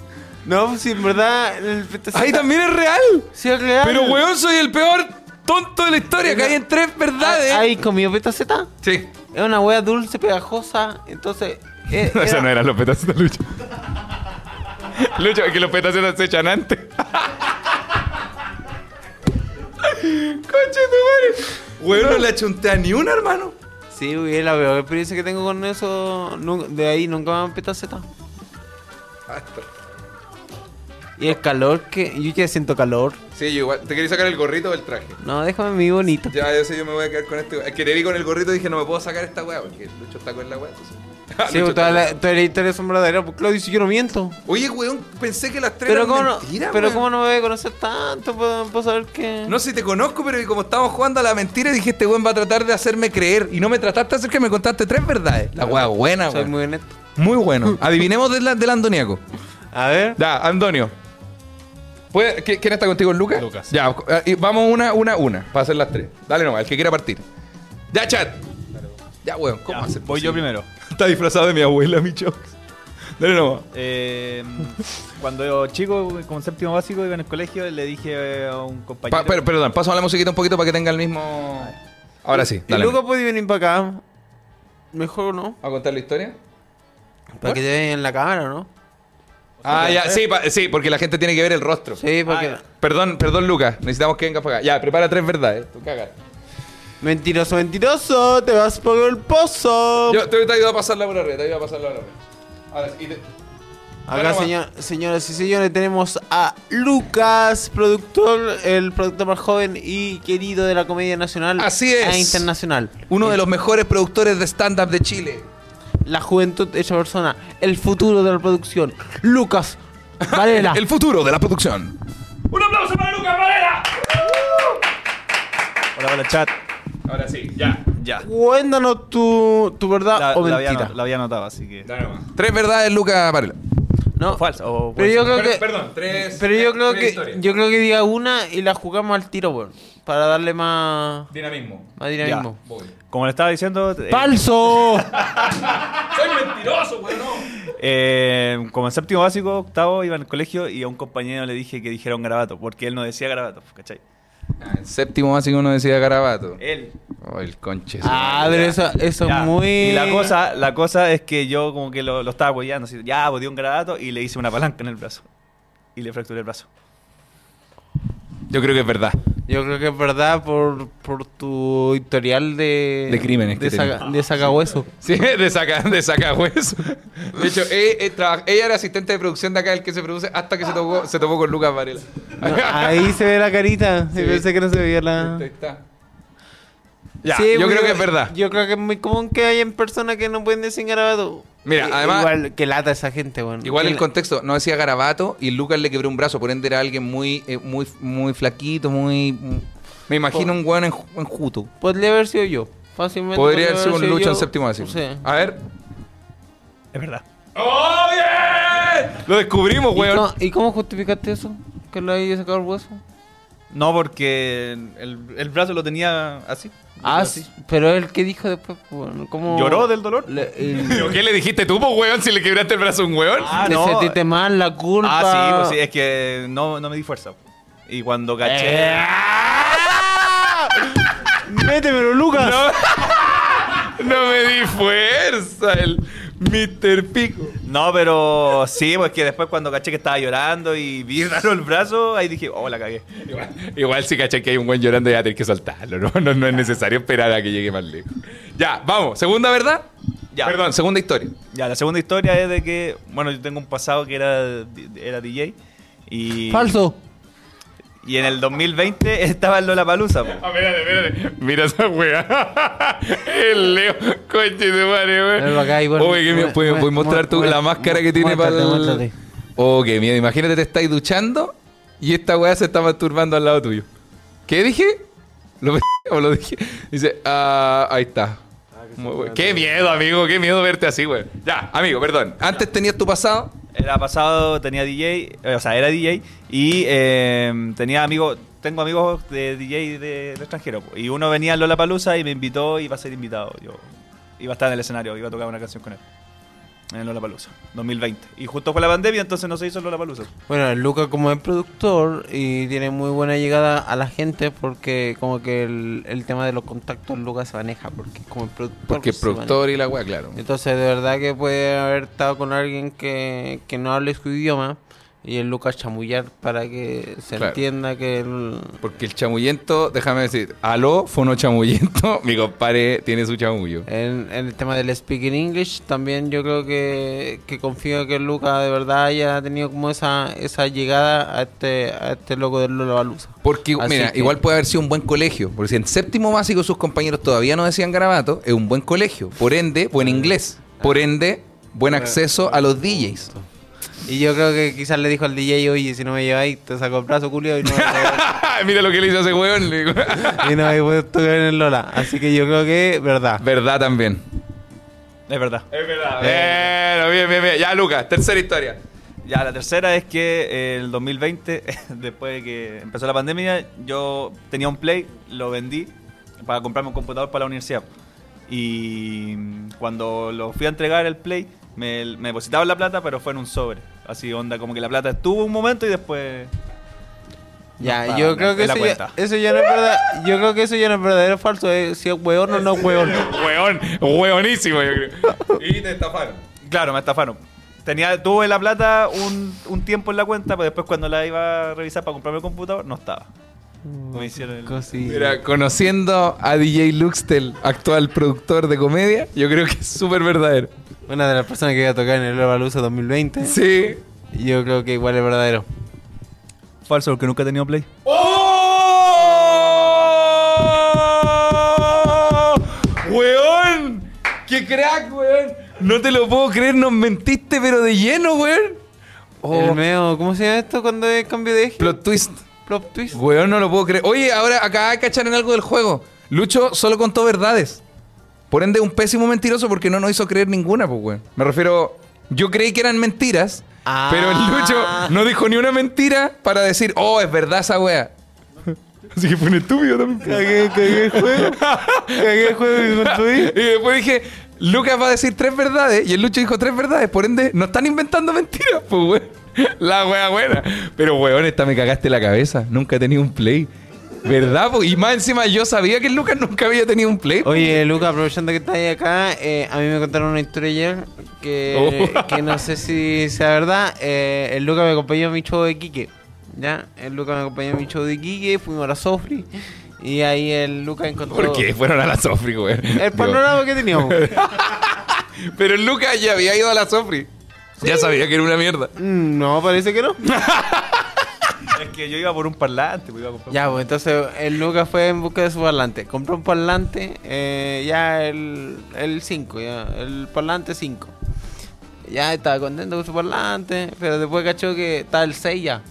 [SPEAKER 2] No, pues si en verdad. El,
[SPEAKER 1] Ahí también es real.
[SPEAKER 2] Sí, es real.
[SPEAKER 1] Pero weón, soy el peor tonto de la historia. Que hay en tres verdades.
[SPEAKER 2] Ah, Ahí comió beta Z.
[SPEAKER 1] Sí.
[SPEAKER 2] Es una wea dulce, pegajosa. Entonces. eh,
[SPEAKER 1] No, eso
[SPEAKER 2] era-
[SPEAKER 1] no eran los petazos de Lucho. Lucho, que los petazos se echan antes. Conche tu madre. Weón, no le achunté a ni una, hermano.
[SPEAKER 2] Sí, güey, la peor experiencia que tengo con eso. nu- de ahí nunca me han beta Z. Y el calor que. Yo ya siento calor.
[SPEAKER 1] Sí, yo igual. ¿Te quería sacar el gorrito o el traje?
[SPEAKER 2] No, déjame mi bonito.
[SPEAKER 1] Ya, yo sé, yo me voy a quedar con este. Al querer ir con el gorrito dije, no me puedo sacar esta weá, porque Lucho está con la weá. entonces-
[SPEAKER 2] Sí,
[SPEAKER 1] Lucho
[SPEAKER 2] pues,
[SPEAKER 1] está
[SPEAKER 2] toda
[SPEAKER 1] con-
[SPEAKER 2] la, toda la historia es verdadera. Pues Claudio, si yo no miento.
[SPEAKER 1] Oye, weón, pensé que las tres
[SPEAKER 2] Pero,
[SPEAKER 1] eran
[SPEAKER 2] cómo, no,
[SPEAKER 1] mentiras,
[SPEAKER 2] pero
[SPEAKER 1] weón.
[SPEAKER 2] cómo no me voy a conocer tanto pues, para saber que.
[SPEAKER 1] No sé si te conozco, pero como estábamos jugando a la mentira, dije, este weón va a tratar de hacerme creer. Y no me trataste de hacer que me contaste tres verdades. La weá buena,
[SPEAKER 2] Soy
[SPEAKER 1] weón. Muy...
[SPEAKER 2] muy honesto.
[SPEAKER 1] bueno. Adivinemos del, del andoniaco.
[SPEAKER 2] A ver.
[SPEAKER 1] Ya, Antonio. ¿Puede- qui- ¿Quién está contigo, Lucas?
[SPEAKER 4] Lucas.
[SPEAKER 1] Ya, eh, y vamos una, una, una, para hacer las tres. Dale nomás, el que quiera partir. Ya, chat. Ya, weón, ¿cómo
[SPEAKER 4] Ya,
[SPEAKER 1] hacer?
[SPEAKER 4] voy yo primero.
[SPEAKER 1] Está disfrazado de mi abuela, mi choc. Dale nomás.
[SPEAKER 4] Eh, cuando yo chico, como séptimo básico, iba en el colegio, le dije a un compañero.
[SPEAKER 1] Pa- pero, perdón, paso a la musiquita un poquito para que tenga el mismo. Ahora sí,
[SPEAKER 2] Y
[SPEAKER 1] dale.
[SPEAKER 2] Luca puede venir para acá. Mejor no.
[SPEAKER 1] ¿A contar la historia?
[SPEAKER 2] Para que te vean en la cámara, ¿no?
[SPEAKER 1] Ah, ya, sí, pa- sí, porque la gente tiene que ver el rostro.
[SPEAKER 2] Sí,
[SPEAKER 4] Ah,
[SPEAKER 2] porque.
[SPEAKER 4] ya.
[SPEAKER 1] Perdón, perdón, Lucas, necesitamos que vengas para acá. Ya, prepara tres verdades, tú cagas.
[SPEAKER 2] Mentiroso, mentiroso, te vas por el pozo.
[SPEAKER 1] Yo te, te ayudo a pasarla por arriba, te ayudo a pasarla por arriba. Ahora sí, y te-
[SPEAKER 2] Acá,
[SPEAKER 1] Bueno,
[SPEAKER 2] señor, señoras y señores, tenemos a Lucas, productor, el productor más joven y querido de la comedia nacional
[SPEAKER 1] Así es.
[SPEAKER 2] e internacional.
[SPEAKER 1] Uno de los mejores productores de stand-up de Chile.
[SPEAKER 2] La juventud hecha persona, el futuro de la producción. Lucas Varela.
[SPEAKER 1] El futuro de la producción.
[SPEAKER 4] Hola, hola, chat.
[SPEAKER 1] Ahora sí, ya.
[SPEAKER 4] Ya.
[SPEAKER 2] Cuéntanos tu, tu verdad
[SPEAKER 4] La,
[SPEAKER 2] o
[SPEAKER 4] la había,
[SPEAKER 2] mentira.
[SPEAKER 4] no- la había anotado, así que.
[SPEAKER 1] Dale nomás. Tres verdades, Lucas Varela.
[SPEAKER 2] No,
[SPEAKER 4] Falso. o
[SPEAKER 2] Pero yo
[SPEAKER 4] falso.
[SPEAKER 2] creo
[SPEAKER 1] Per-
[SPEAKER 2] que.
[SPEAKER 1] perdón, tres-
[SPEAKER 2] Pero yo
[SPEAKER 1] tres-
[SPEAKER 2] creo
[SPEAKER 1] tres
[SPEAKER 2] que.
[SPEAKER 1] historias.
[SPEAKER 2] Yo creo que diga una y la jugamos al tiro, weón. Para darle más.
[SPEAKER 1] Dinamismo.
[SPEAKER 2] Más dinamismo.
[SPEAKER 1] Voy.
[SPEAKER 4] Como le estaba diciendo. eh,
[SPEAKER 2] ¡Falso!
[SPEAKER 1] Soy mentiroso, weón.
[SPEAKER 4] Eh, como en séptimo básico, octavo, iba en el colegio y a un compañero le dije que dijera un garabato, porque él no decía garabato, ¿cachai?
[SPEAKER 1] Ah, séptimo básico uno decía garabato.
[SPEAKER 2] Eh.
[SPEAKER 4] Él.
[SPEAKER 1] Oh, el conche. su
[SPEAKER 2] ah, pero eso, eso
[SPEAKER 4] Ya.
[SPEAKER 2] es muy.
[SPEAKER 4] Y la cosa, la cosa es que yo como que lo, lo estaba apoyando, así, ya, pues di un garabato y le hice una palanca en el brazo. Y le fracturé el brazo.
[SPEAKER 1] madre. Yo creo que es verdad.
[SPEAKER 2] Yo creo que es verdad por, por tu historial de.
[SPEAKER 1] De crímenes que
[SPEAKER 2] De, saca- de sacahueso.
[SPEAKER 1] Sí, de saca, de saca hueso. De hecho, eh, eh, traba- ella era asistente de producción de acá, el que se produce, hasta que se topó, se topó con Lucas Varela.
[SPEAKER 2] No, ahí se ve la carita.
[SPEAKER 1] Sí.
[SPEAKER 2] Yo pensé que no se veía la.
[SPEAKER 1] Ahí está. Este, Ya,
[SPEAKER 2] Sí,
[SPEAKER 1] yo
[SPEAKER 2] porque
[SPEAKER 1] creo que es verdad.
[SPEAKER 2] Yo creo que es muy común que hayan personas que no pueden decir garabato.
[SPEAKER 1] Mira,
[SPEAKER 2] Eh,
[SPEAKER 1] además-
[SPEAKER 2] Igual que lata esa gente, weón.
[SPEAKER 1] Igual
[SPEAKER 2] Que
[SPEAKER 1] el
[SPEAKER 2] la-
[SPEAKER 1] contexto, no decía garabato y Lucas le quebró un brazo, por ende era alguien muy, eh, muy, muy flaquito, muy... Me imagino un weón en, en juto.
[SPEAKER 2] Podría haber sido yo. Fácilmente.
[SPEAKER 1] Podría
[SPEAKER 2] podría
[SPEAKER 1] haber sido un
[SPEAKER 2] yo.
[SPEAKER 1] lucha en séptimo básico. Ah,
[SPEAKER 2] Sí.
[SPEAKER 1] A ver.
[SPEAKER 4] Es verdad.
[SPEAKER 1] ¡Oh, bien! Lo descubrimos,
[SPEAKER 2] ¿Y,
[SPEAKER 1] weón.
[SPEAKER 2] cómo, y cómo justificaste eso? ¿Que lo hayas sacado el hueso?
[SPEAKER 4] No, porque el, el brazo lo tenía así.
[SPEAKER 2] Ah, sí. Pero él, ¿qué dijo después? Pues, Bueno, ¿cómo
[SPEAKER 4] ¿Lloró del dolor?
[SPEAKER 2] Le,
[SPEAKER 1] ¿Pero
[SPEAKER 2] el-
[SPEAKER 1] qué le dijiste tú, po, weón, si le quebraste el brazo a un weón?
[SPEAKER 4] Ah,
[SPEAKER 2] le
[SPEAKER 4] no.
[SPEAKER 2] sentiste mal la culpa.
[SPEAKER 4] Ah, sí, pues sí, es que no, no me di fuerza. Y cuando
[SPEAKER 2] Ah, eh.
[SPEAKER 4] caché...
[SPEAKER 1] Ah.
[SPEAKER 2] Métemelo, Lucas.
[SPEAKER 1] No me di fuerza, el Mr. Pico.
[SPEAKER 4] No, pero sí, pues que después cuando caché que estaba llorando y vi raro el brazo, ahí dije, oh, la cagué.
[SPEAKER 1] Igual, igual si cachai que hay un buen llorando ya tenés que soltarlo, ¿no? No, no es necesario esperar a que llegue más lejos. Ya, vamos. ¿Segunda verdad?
[SPEAKER 4] Ya.
[SPEAKER 1] Perdón, segunda historia.
[SPEAKER 4] Ya, la segunda historia es de que, bueno, yo tengo un pasado que era, era DJ y...
[SPEAKER 2] Falso.
[SPEAKER 4] Y en el 2020 estaba en Lollapalooza. po.
[SPEAKER 1] espérate, espérate. Ah, Mira esa weá. El Leo. Coche de madre,
[SPEAKER 2] Ven para acá, igual.
[SPEAKER 1] Oye, que miedo.
[SPEAKER 2] Mu-
[SPEAKER 1] ¿Puedes
[SPEAKER 2] mu-
[SPEAKER 1] puedes mostrar tú
[SPEAKER 2] mu-
[SPEAKER 1] la
[SPEAKER 2] mu-
[SPEAKER 1] máscara que
[SPEAKER 2] mu-
[SPEAKER 1] tiene para
[SPEAKER 2] muéstrate,
[SPEAKER 1] el...
[SPEAKER 2] muéstrate.
[SPEAKER 1] Oh, qué miedo. Imagínate, te estáis duchando y esta weá se está masturbando al lado tuyo. ¿Qué dije? ¿Lo o lo dije? Dice, ah, ahí está. Muy bueno. qué miedo, amigo, qué miedo verte así, weón. Ya, amigo, perdón. Antes tenías tu pasado.
[SPEAKER 4] Era pasado, tenía DJ, eh, o sea, era DJ y eh, tenía amigos, tengo amigos de DJ de, de extranjero. po. Y uno venía a Lola Palusa y me invitó y iba a ser invitado. Yo iba a estar en el escenario, iba a tocar una canción con él. En Lola Palusa, 2020. Y justo fue la pandemia, entonces no se hizo Lola Palusa.
[SPEAKER 2] Bueno, Luca como es productor y tiene muy buena llegada a la gente porque como que el, el tema de los contactos Luca se maneja porque es como el productor. pues,
[SPEAKER 1] Porque es
[SPEAKER 2] se maneja.
[SPEAKER 1] productor y la weá, claro.
[SPEAKER 2] Entonces de verdad que puede haber estado con alguien que, que no hable su idioma y el Luca chamullar para que se
[SPEAKER 1] Claro.
[SPEAKER 2] entienda que el...
[SPEAKER 1] Porque el chamullento, déjame decir, aló, fono chamullento, mi compadre tiene su chamullo.
[SPEAKER 2] En, en el tema del speaking English también yo creo que, que confío que Luca de verdad haya tenido como esa, esa llegada a este, a este loco del Lola
[SPEAKER 1] Porque,
[SPEAKER 2] Así
[SPEAKER 1] mira,
[SPEAKER 2] que-
[SPEAKER 1] igual puede haber sido un buen colegio. Porque si en séptimo básico sus compañeros todavía no decían garabato, es un buen colegio. Por ende, buen inglés. Por ende, buen acceso a los DJs.
[SPEAKER 2] Y yo creo que quizás le dijo al DJ, oye, si no me lleváis, te saco el brazo, Julio, y no me,
[SPEAKER 1] mira lo que le hizo ese weón. le digo.
[SPEAKER 2] y no me puedo tocar en el Lola. Así que yo creo que es verdad.
[SPEAKER 1] Verdad también.
[SPEAKER 4] Es verdad.
[SPEAKER 1] Es verdad. Bueno, bien, bien, bien. Ya, Lucas, tercera historia.
[SPEAKER 4] Ya, la tercera es que eh, el 2020, después de que empezó la pandemia, yo tenía un Play, lo vendí para comprarme un computador para la universidad. Y mm, cuando lo fui a entregar el Play, me, me depositaban la plata, pero fue en un sobre. Así, onda, como que la plata estuvo un momento y después...
[SPEAKER 2] Ya,
[SPEAKER 4] No,
[SPEAKER 2] yo
[SPEAKER 4] no,
[SPEAKER 2] creo que
[SPEAKER 4] es la
[SPEAKER 2] eso ya,
[SPEAKER 4] cuenta.
[SPEAKER 2] eso ya no es verdad. Yo creo que eso ya no es verdadero o falso. eh, si es hueón o no es hueón.
[SPEAKER 1] Weón, weonísimo, yo creo. Y te estafaron.
[SPEAKER 4] Claro, me estafaron. Tenía, tuve la plata un, un tiempo en la cuenta, pero después cuando la iba a revisar para comprarme el computador, no estaba. Me hicieron el-
[SPEAKER 2] Cosilla.
[SPEAKER 1] Mira, conociendo a DJ Luxtel, actual productor de comedia, yo creo que es súper verdadero.
[SPEAKER 2] Una de las personas que iba a tocar en el Lola 2020.
[SPEAKER 1] Sí.
[SPEAKER 2] Yo creo que igual es verdadero.
[SPEAKER 4] Falso, porque nunca he tenido Play.
[SPEAKER 1] ¡Oh! ¡Weón! ¡Qué crack, weón! No te lo puedo creer, nos mentiste, pero de lleno, weón.
[SPEAKER 2] El
[SPEAKER 1] Oh,
[SPEAKER 2] meo, ¿cómo se llama esto cuando es cambio de eje?
[SPEAKER 1] plot twist.
[SPEAKER 2] Plot twist.
[SPEAKER 1] Weón, no lo puedo creer. Oye, ahora acá de cachar en algo del juego. Lucho solo contó verdades. Por ende, un pésimo mentiroso porque no nos hizo creer ninguna, pues, weón. Me refiero, yo creí que eran mentiras,
[SPEAKER 2] Ah.
[SPEAKER 1] pero el Lucho no dijo ni una mentira para decir, oh, es verdad esa wea. Así que fue un estúpido también.
[SPEAKER 2] Cagué, cagué el juego. Cagué el juego y me construí.
[SPEAKER 1] Y después dije, Lucas va a decir tres verdades. Y el Lucho dijo tres verdades. Por ende, no están inventando mentiras, pues, weón. La wea buena. Pero, weón, esta me cagaste la cabeza. Nunca he tenido un play. ¿Verdad? po? Y más encima yo sabía que el Lucas nunca había tenido un play.
[SPEAKER 2] Oye, Luca, aprovechando que estás ahí acá, eh, a mí me contaron una historia ayer que,
[SPEAKER 1] Oh.
[SPEAKER 2] que no sé si sea verdad. Eh, el Luca me acompañó a mi show de Quique. ¿Ya? El Luca me acompañó a mi show de Quique, fuimos a la Sofri. Y ahí el Luca encontró.
[SPEAKER 1] ¿Por qué fueron a la Sofri, weón?
[SPEAKER 2] El panorama que teníamos.
[SPEAKER 1] Digo, Pero el Lucas ya había ido a la Sofri. Ya sabía que era una mierda.
[SPEAKER 2] Mm, no, parece que no.
[SPEAKER 4] Es que yo iba por un parlante, pues, iba a comprar.
[SPEAKER 2] Ya, pues entonces el Lucas fue en busca de su parlante. Compró un parlante, eh, ya el 5, ya, el parlante 5. Ya estaba contento con su parlante, pero después cachó que estaba el 6 ya.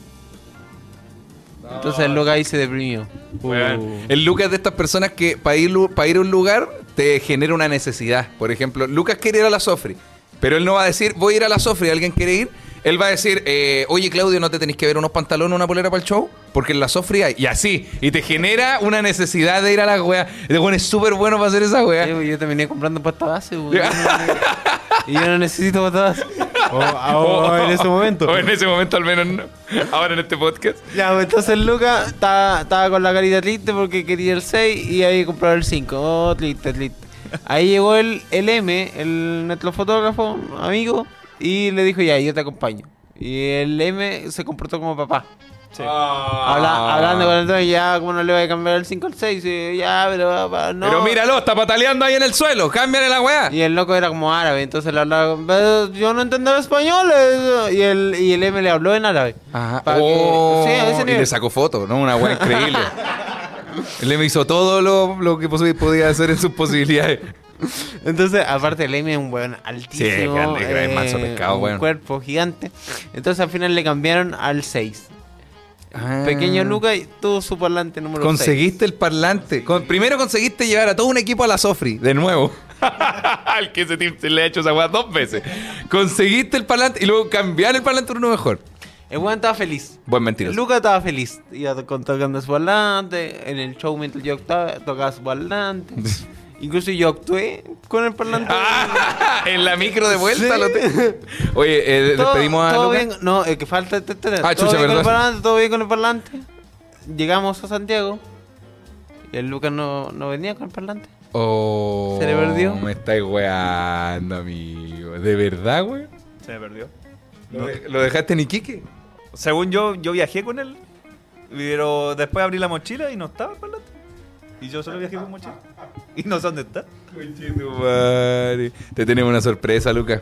[SPEAKER 2] Entonces el Lucas ahí se deprimió.
[SPEAKER 1] Weón. El Lucas es de estas personas que para ir, lu- pa' ir a un lugar te genera una necesidad. Por ejemplo, Lucas quiere ir a la Sofri, pero él no va a decir, voy a ir a la Sofri, ¿alguien quiere ir? Él va a decir, eh, oye Claudio, ¿no te tenés que ver unos pantalones, una polera para el show? Porque en la Sofri hay. Y así. Y te genera una necesidad de ir a la wea. El weón es súper bueno para hacer esa
[SPEAKER 2] Sí,
[SPEAKER 1] wea.
[SPEAKER 2] pues, yo terminé comprando pasta base, pues. y yo no necesito pasta base.
[SPEAKER 3] O, o-
[SPEAKER 2] Oh,
[SPEAKER 3] o Oh, en ese momento.
[SPEAKER 1] O Oh, en ese momento al menos no. Ahora en este podcast.
[SPEAKER 2] Ya, pues entonces Lucas estaba, estaba con la carita triste porque quería el 6 y ahí compraba el 5. Oh, triste, triste. Ahí llegó el, el M, el, nuestro fotógrafo, amigo, y le dijo, ya, yo te acompaño. Y el M se comportó como papá.
[SPEAKER 1] Ah.
[SPEAKER 2] Habla- hablando con el dueño, ya, ¿cómo no le voy a cambiar el 5 al 6? Y, ya, pero papá, no.
[SPEAKER 1] Pero míralo, está pataleando ahí en el suelo. Cámbiale la wea.
[SPEAKER 2] Y el loco era como árabe, entonces le hablaba, "Pero yo no entendía español. eh". Y el, y el M le habló en árabe.
[SPEAKER 1] Ajá.
[SPEAKER 2] Pa' que-
[SPEAKER 1] Oh,
[SPEAKER 2] Sí, a ese
[SPEAKER 1] y
[SPEAKER 2] nivel.
[SPEAKER 1] le sacó foto, ¿no? Una weá increíble. Él me hizo todo lo, lo que posi- podía hacer en sus posibilidades.
[SPEAKER 2] Entonces, aparte, el Amy es un weón altísimo. eh,
[SPEAKER 1] Sí, es grande, grande, manso pescado,
[SPEAKER 2] Un
[SPEAKER 1] weón.
[SPEAKER 2] cuerpo gigante. Entonces, al final le cambiaron al 6.
[SPEAKER 1] Ah.
[SPEAKER 2] Pequeño Lucas y tuvo su parlante número 6.
[SPEAKER 1] Conseguiste el parlante. Con- primero conseguiste llevar a todo un equipo a la Sofri, de nuevo. Al que ese tip se le ha hecho esa weá dos veces. Conseguiste el parlante y luego cambiar el parlante por uno mejor.
[SPEAKER 2] El weón estaba feliz.
[SPEAKER 1] Buen mentiroso.
[SPEAKER 2] Luca estaba feliz. Iba con- tocando su parlante. En el show mientras yo actuaba, tocaba su parlante. Incluso yo actué con el parlante.
[SPEAKER 1] Ah, en la micro de vuelta
[SPEAKER 2] Sí.
[SPEAKER 1] al hotel. Oye, eh,
[SPEAKER 2] Todo-
[SPEAKER 1] despedimos a
[SPEAKER 2] todo
[SPEAKER 1] Lucas.
[SPEAKER 2] bien, No, el que falta este este-
[SPEAKER 1] Ah,
[SPEAKER 2] todo
[SPEAKER 1] chucha,
[SPEAKER 2] bien con el
[SPEAKER 1] verdad.
[SPEAKER 2] parlante, todo bien con el parlante. Llegamos a Santiago. Y el Lucas no, no venía con el parlante.
[SPEAKER 1] Oh,
[SPEAKER 2] ¿Se le perdió?
[SPEAKER 1] Me estáis weando, amigo. ¿De verdad, weón?
[SPEAKER 4] Se me perdió.
[SPEAKER 1] ¿Lo, de- lo dejaste en Iquique?
[SPEAKER 4] Según yo, yo viajé con él, pero después abrí la mochila y no estaba el parlante. Y yo solo viajé con mochila. Y no sé dónde está.
[SPEAKER 1] Madre. Te tenemos una sorpresa, Lucas.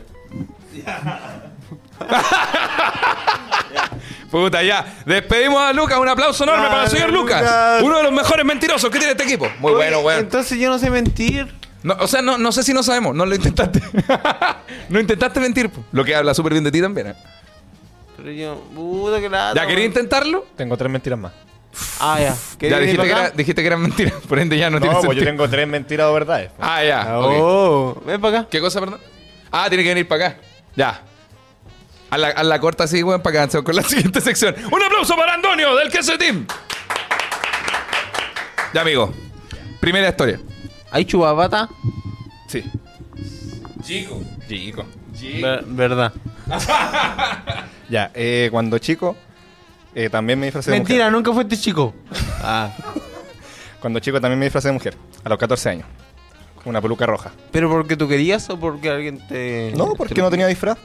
[SPEAKER 1] Puta, ya. Despedimos a Lucas. Un aplauso enorme para el
[SPEAKER 4] Dale,
[SPEAKER 1] señor Lucas.
[SPEAKER 4] Lucas.
[SPEAKER 1] Uno de los mejores mentirosos que tiene este equipo. Muy bueno,
[SPEAKER 2] Oye,
[SPEAKER 1] weón.
[SPEAKER 2] Entonces yo no sé mentir.
[SPEAKER 1] No, o sea, no, no sé si no sabemos. No lo intentaste. no intentaste mentir. po. Lo que habla súper bien de ti también. ¿eh?
[SPEAKER 2] Pero yo, puta que la.
[SPEAKER 1] ¿Ya quería intentarlo?
[SPEAKER 3] Tengo tres mentiras más.
[SPEAKER 2] Ah, ya.
[SPEAKER 1] Ya
[SPEAKER 2] ¿Quería ir
[SPEAKER 1] dijiste que,
[SPEAKER 2] para acá?
[SPEAKER 1] era, dijiste que eran mentiras. Por ende, ya no,
[SPEAKER 3] No,
[SPEAKER 1] tiene
[SPEAKER 3] pues yo
[SPEAKER 1] sentido.
[SPEAKER 3] tengo tres mentiras o verdades. pues. po.
[SPEAKER 1] Ah, ya. ok.
[SPEAKER 2] Oh, ven para acá.
[SPEAKER 1] ¿Qué cosa, perdón? Ah, tiene que venir para acá. Ya. A la, a la corta así, weón, para acá. Con la siguiente sección. Un aplauso para Antonio del Queso Team. Ya, amigo. Primera historia.
[SPEAKER 2] ¿Hay chubapata?
[SPEAKER 1] Sí. Chico. Chico.
[SPEAKER 2] Ver- verdad.
[SPEAKER 3] Ya, eh, cuando chico, eh, también me disfracé de
[SPEAKER 2] Mentira, nunca fuiste chico. Ah.
[SPEAKER 3] mujer. Cuando chico también me disfracé de mujer, a los 14 años. Con una peluca roja.
[SPEAKER 2] ¿Pero porque tú querías o porque alguien te.?
[SPEAKER 3] No, porque no tenía disfraz.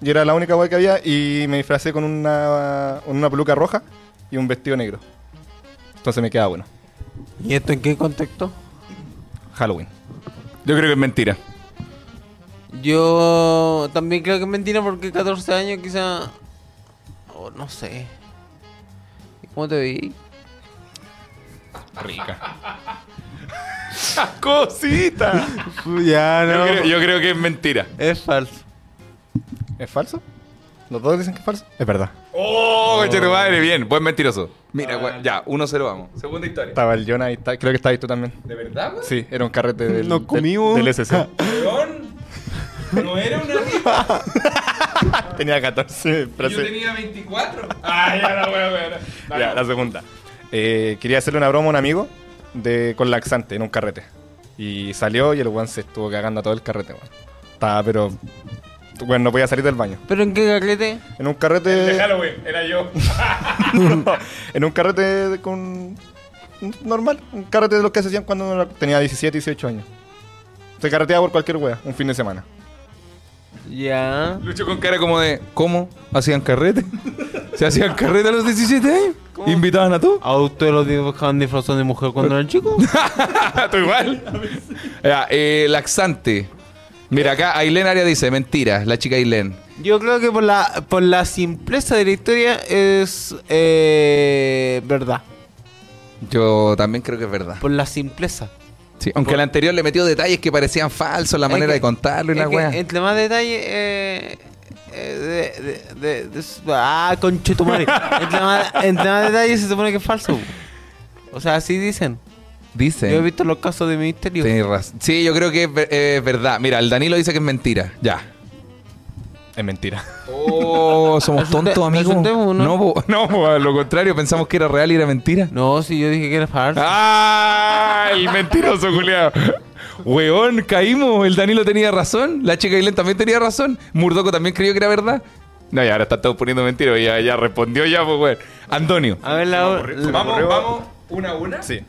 [SPEAKER 3] Yo era la única weá que había y me disfracé con una, con una peluca roja y un vestido negro. Entonces me queda bueno.
[SPEAKER 2] ¿Y esto en qué contexto?
[SPEAKER 3] Halloween.
[SPEAKER 1] Yo creo que es mentira.
[SPEAKER 2] Yo también creo que es mentira porque 14 años quizá... oh, no sé. ¿Cómo te vi?
[SPEAKER 1] Rica. Cosita.
[SPEAKER 2] Ya,
[SPEAKER 1] Yo creo, yo creo que es mentira.
[SPEAKER 2] Es falso.
[SPEAKER 3] ¿Es falso? ¿Los dos dicen que es falso? Es verdad.
[SPEAKER 1] Oh, coche tu madre, bien. Buen mentiroso. Mira, weón, ya, uno se lo vamos. Segunda historia.
[SPEAKER 3] Estaba el Jonah y ta- creo que estabas tú también.
[SPEAKER 1] ¿De verdad, weón?
[SPEAKER 3] Sí, era un carrete del,
[SPEAKER 2] Nos
[SPEAKER 3] del-
[SPEAKER 2] comimos.
[SPEAKER 3] del SC.
[SPEAKER 1] Weón, No era una rica.
[SPEAKER 3] Tenía 14. frase-
[SPEAKER 1] Yo tenía 24. Ah, ya la weá, weá.
[SPEAKER 3] Ya, la segunda. Eh, quería hacerle una broma a un amigo de, con laxante en un carrete. Y salió y el weón se estuvo cagando a todo el carrete, weón. Estaba, pero. Bueno, no podía salir del baño.
[SPEAKER 2] ¿Pero en qué carrete?
[SPEAKER 3] En un carrete.
[SPEAKER 1] Halloween, era yo.
[SPEAKER 3] en un carrete de- con. Normal. Un carrete de los que se hacían cuando uno tenía 17, 18 años. Se carreteaba por cualquier wea, un fin de semana.
[SPEAKER 2] Ya.
[SPEAKER 1] Lucho con cara como de, ¿cómo? ¿Hacían carrete? ¿Se hacían carrete a los 17 años? ¿Invitaban a tú?
[SPEAKER 2] ¿A ustedes los dibujaban disfrazados de mujer cuando eran chicos? Ah,
[SPEAKER 1] ¿Tú igual? Ya, eh, laxante. Mira, acá Ailén Aria dice, mentira, la chica Ailén.
[SPEAKER 2] Yo creo que por la, por la simpleza de la historia es eh, verdad.
[SPEAKER 1] Yo también creo que es verdad.
[SPEAKER 2] Por la simpleza.
[SPEAKER 1] Sí, aunque el anterior le metió detalles que parecían falsos, la
[SPEAKER 2] Es
[SPEAKER 1] manera
[SPEAKER 2] que-
[SPEAKER 1] de contarlo y
[SPEAKER 2] es
[SPEAKER 1] la
[SPEAKER 2] que
[SPEAKER 1] weá.
[SPEAKER 2] Entre más detalle, eh, eh, de, de, de- de- ah, conchetumare. entre, más, entre más detalle se supone que es falso. O sea, así dicen.
[SPEAKER 1] Dice.
[SPEAKER 2] Yo he visto los casos de misterio.
[SPEAKER 1] Tenés razón. Sí, yo creo que es ver- eh, es verdad. Mira, el Danilo dice que es mentira. Ya.
[SPEAKER 3] Es mentira.
[SPEAKER 1] Oh, somos
[SPEAKER 2] Me asusté-
[SPEAKER 1] tontos,
[SPEAKER 2] me
[SPEAKER 1] amigos.
[SPEAKER 2] asusté, ¿no?
[SPEAKER 1] No, po- no, po, a lo contrario, pensamos que era real y era mentira.
[SPEAKER 2] No, si yo dije que era falso.
[SPEAKER 1] ¡Ah! El mentiroso, Julián. Weón, caímos. El Danilo tenía razón. La chica Ailén también tenía razón. Murdoco también creyó que era verdad. No, y ahora está todo poniendo mentira. Ya, ya respondió ya, pues, weón. Antonio.
[SPEAKER 2] A ver, la la-
[SPEAKER 3] ocurrió-
[SPEAKER 1] una a una.
[SPEAKER 3] Sí.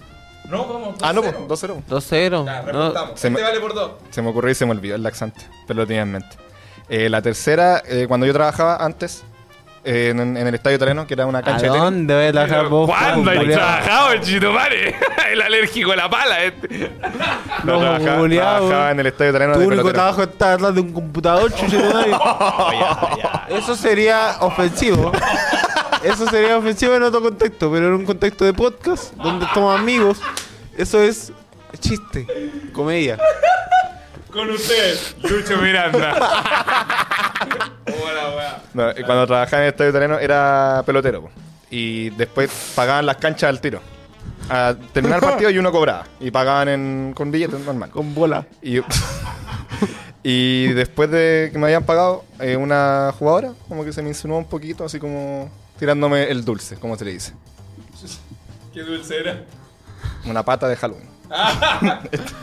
[SPEAKER 1] No, vamos.
[SPEAKER 3] Ah, no, pues, 2-0.
[SPEAKER 2] 2-0. No,
[SPEAKER 3] Se me-
[SPEAKER 1] Este vale por dos.
[SPEAKER 3] Se me ocurrió y se me olvidó el laxante, pero lo tenía en mente. Eh, la tercera, eh, cuando yo trabajaba antes eh, en, en el estadio italiano, que era una
[SPEAKER 2] ¿A
[SPEAKER 3] cancha de tenis.
[SPEAKER 2] dónde voy a trabajar vos?
[SPEAKER 1] ¿Cuándo
[SPEAKER 2] Juan,
[SPEAKER 1] has
[SPEAKER 2] culiao?
[SPEAKER 1] trabajado, Chitumare? El alérgico a la pala, este.
[SPEAKER 3] No,
[SPEAKER 2] No,
[SPEAKER 3] trabajaba,
[SPEAKER 2] culiao.
[SPEAKER 3] trabajaba en el estadio italiano
[SPEAKER 2] Tu
[SPEAKER 3] de
[SPEAKER 2] único
[SPEAKER 3] pelotero. Oh,
[SPEAKER 2] trabajo está atrás de un computador, chucho de madre. Eso sería ofensivo. Eso sería ofensivo en otro contexto, pero en un contexto de podcast donde estamos amigos, eso es chiste, comedia.
[SPEAKER 1] Con usted, Lucho Miranda.
[SPEAKER 3] No, y cuando trabajaba en el estadio italiano era pelotero. po. Y después pagaban las canchas al tiro. A terminar el partido y uno cobraba. Y pagaban en- con billetes normal.
[SPEAKER 2] Con bola.
[SPEAKER 3] Y, Y después de que me habían pagado, eh, una jugadora como que se me insinuó un poquito, así como tirándome el dulce, como se le dice.
[SPEAKER 1] Qué dulce era.
[SPEAKER 3] Una pata de Halloween.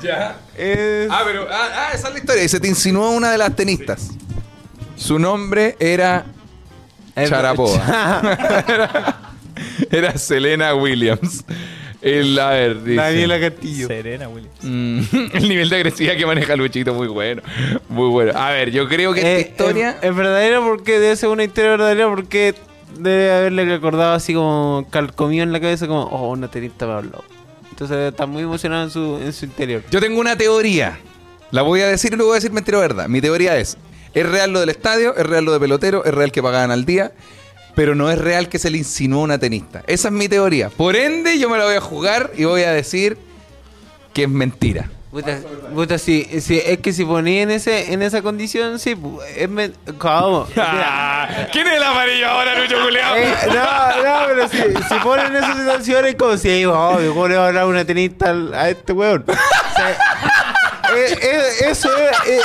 [SPEAKER 1] Ya.
[SPEAKER 3] Eh,
[SPEAKER 1] Ah, pero. Ah, ah, esa es la historia. Y se te insinuó una de las tenistas. Su nombre era. Charapova. Era Selena Williams. El, a ver, dice.
[SPEAKER 2] Daniela Castillo.
[SPEAKER 4] Serena, Williams.
[SPEAKER 1] Mm, el nivel de agresividad que maneja Luchito, muy bueno. Muy bueno. A ver, yo creo que
[SPEAKER 2] Eh,
[SPEAKER 1] esta historia.
[SPEAKER 2] Es, es verdadera porque debe ser una historia verdadera porque debe haberle recordado así como calcomido en la cabeza como, oh, una tenista para Pablo. Entonces está muy emocionado en su, en su interior.
[SPEAKER 1] Yo tengo una teoría. La voy a decir y luego voy a decir mentira o verdad. Mi teoría es: es real lo del estadio, es real lo de pelotero, es real que pagaban al día, pero no es real que se le insinuó a una tenista. Esa es mi teoría. Por ende, yo me la voy a jugar y voy a decir que es mentira.
[SPEAKER 2] Puta, puta, sí, sí, es que si ponía en ese en esa condición, sí, pu- es men- ¿cómo?
[SPEAKER 1] Ah.
[SPEAKER 2] Mira,
[SPEAKER 1] ¿Quién es el amarillo ahora, Lucho Culeado?
[SPEAKER 2] eh, no, no, pero si, si ponen en esas situaciones, como si, oh, digo, obvio, ¿cómo le va a hablar una tenista al- a este weón? O sea, eh, eh, eso era, eh,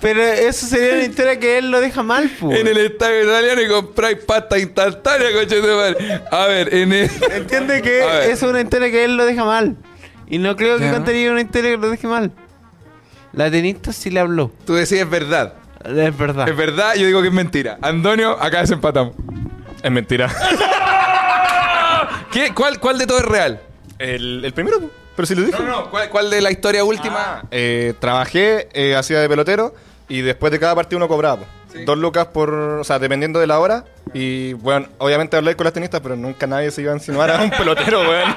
[SPEAKER 2] pero eso sería una historia que él lo deja mal, pues.
[SPEAKER 1] En el estadio italiano y compráis pasta instantánea, coche de madre. A ver, en el.
[SPEAKER 2] Entiende
[SPEAKER 1] A ver.
[SPEAKER 2] que es una historia que él lo deja mal. Y no creo que
[SPEAKER 1] Ya.
[SPEAKER 2] contaría una historia que lo deje mal. La tenista sí le habló.
[SPEAKER 1] Tú decís es verdad.
[SPEAKER 2] Es verdad.
[SPEAKER 1] Es verdad, yo digo que es mentira. Antonio, acá desempatamos.
[SPEAKER 3] es mentira.
[SPEAKER 1] ¿Qué? ¿Cuál, ¿Cuál de todo es real?
[SPEAKER 3] el, el primero, pero si lo dije.
[SPEAKER 1] No, no, ¿cuál, cuál de la historia última?
[SPEAKER 3] Eh, trabajé, eh, hacía de pelotero y después de cada partido uno cobraba. po. Dos lucas por, o sea, dependiendo de la hora. Y bueno, obviamente hablé con las tenistas, pero nunca nadie se iba a insinuar a un pelotero, weón.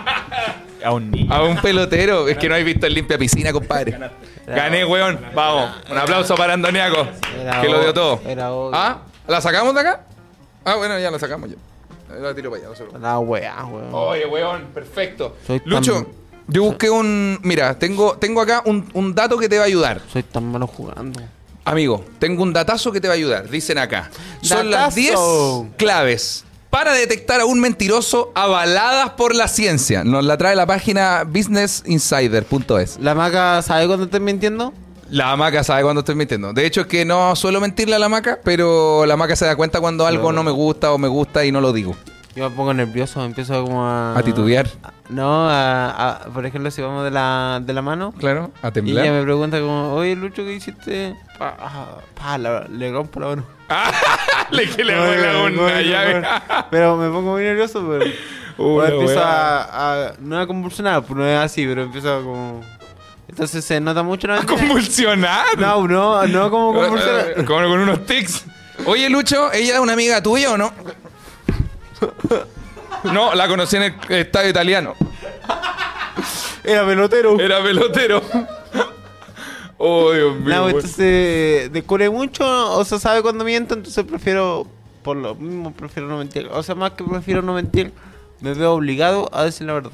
[SPEAKER 4] A un niño.
[SPEAKER 1] A un pelotero. Es que no habéis visto el limpia piscina, compadre. Gané, weón. Vamos. Un aplauso para Andoniaco.
[SPEAKER 2] Era
[SPEAKER 1] Que lo dio
[SPEAKER 2] obvio,
[SPEAKER 1] todo.
[SPEAKER 2] era obvio.
[SPEAKER 1] ¿Ah? ¿La sacamos de acá? Ah, bueno, ya la sacamos ya. La tiro para allá, no se preocupe.
[SPEAKER 2] La weá, weón.
[SPEAKER 1] Oye, weón, perfecto.
[SPEAKER 2] Soy tan-
[SPEAKER 1] Lucho, yo busqué un. Mira, tengo, tengo acá un, un dato que te va a ayudar.
[SPEAKER 2] Soy tan malo jugando.
[SPEAKER 1] Amigo, tengo un datazo que te va a ayudar. Dicen acá. Son las 10
[SPEAKER 2] Datazo.
[SPEAKER 1] claves para detectar a un mentiroso avaladas por la ciencia. Nos la trae la página businessinsider.es.
[SPEAKER 2] ¿La maca sabe cuando estás mintiendo?
[SPEAKER 1] La hamaca sabe cuando estoy mintiendo. De hecho, es que no suelo mentirle a la hamaca, pero la hamaca se da cuenta cuando algo no me gusta o me gusta y no lo digo.
[SPEAKER 2] Yo me pongo nervioso, empiezo como a...
[SPEAKER 1] A titubear.
[SPEAKER 2] No, a, a- por ejemplo, si vamos de la, de la mano.
[SPEAKER 1] Claro, a
[SPEAKER 2] Y ella
[SPEAKER 1] temblar.
[SPEAKER 2] me pregunta como, oye, Lucho, ¿qué hiciste? Pa, pa, la- le rompo la mano.
[SPEAKER 1] Le que le
[SPEAKER 2] No,
[SPEAKER 1] vuela
[SPEAKER 2] no,
[SPEAKER 1] una
[SPEAKER 2] no, no,
[SPEAKER 1] llave.
[SPEAKER 2] no. Pero me pongo muy nervioso, pero.
[SPEAKER 1] Una
[SPEAKER 2] Ahora empiezo
[SPEAKER 1] weá.
[SPEAKER 2] a, a- No a convulsionar, pues no es así, pero empiezo a como. Entonces se nota mucho la
[SPEAKER 1] A convulsionar.
[SPEAKER 2] No, no, no como
[SPEAKER 1] Eh,
[SPEAKER 2] convulsionar.
[SPEAKER 1] Como con unos tics. Oye, Lucho, ¿ella es una amiga tuya o no? No, la conocí en el estadio italiano.
[SPEAKER 2] Era pelotero.
[SPEAKER 1] Era pelotero. Oh, Dios mío.
[SPEAKER 2] No,
[SPEAKER 1] weón.
[SPEAKER 2] entonces descubre mucho, o sea, sabe cuando miento, entonces prefiero. Por lo mismo, prefiero no mentir. O sea, más que prefiero no mentir, me veo obligado a decir la verdad.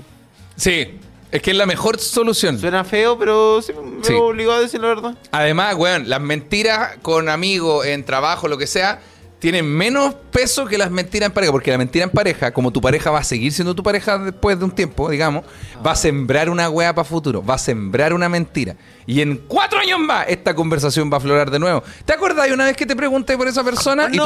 [SPEAKER 1] Sí, es que es la mejor solución.
[SPEAKER 2] Suena feo, pero Mm. sí me
[SPEAKER 1] Sí.
[SPEAKER 2] veo obligado a decir la verdad.
[SPEAKER 1] Además, weón, las mentiras con amigos, en trabajo, lo que sea, tienen menos peso que las mentiras en pareja. Porque la mentira en pareja, como tu pareja va a seguir siendo tu pareja después de un tiempo, digamos, va a sembrar una weá para futuro, va a sembrar una mentira. Y en cuatro años más, esta conversación va a aflorar de nuevo. ¿Te acordás una vez que te pregunté por esa persona? Y tú,
[SPEAKER 2] ¡No!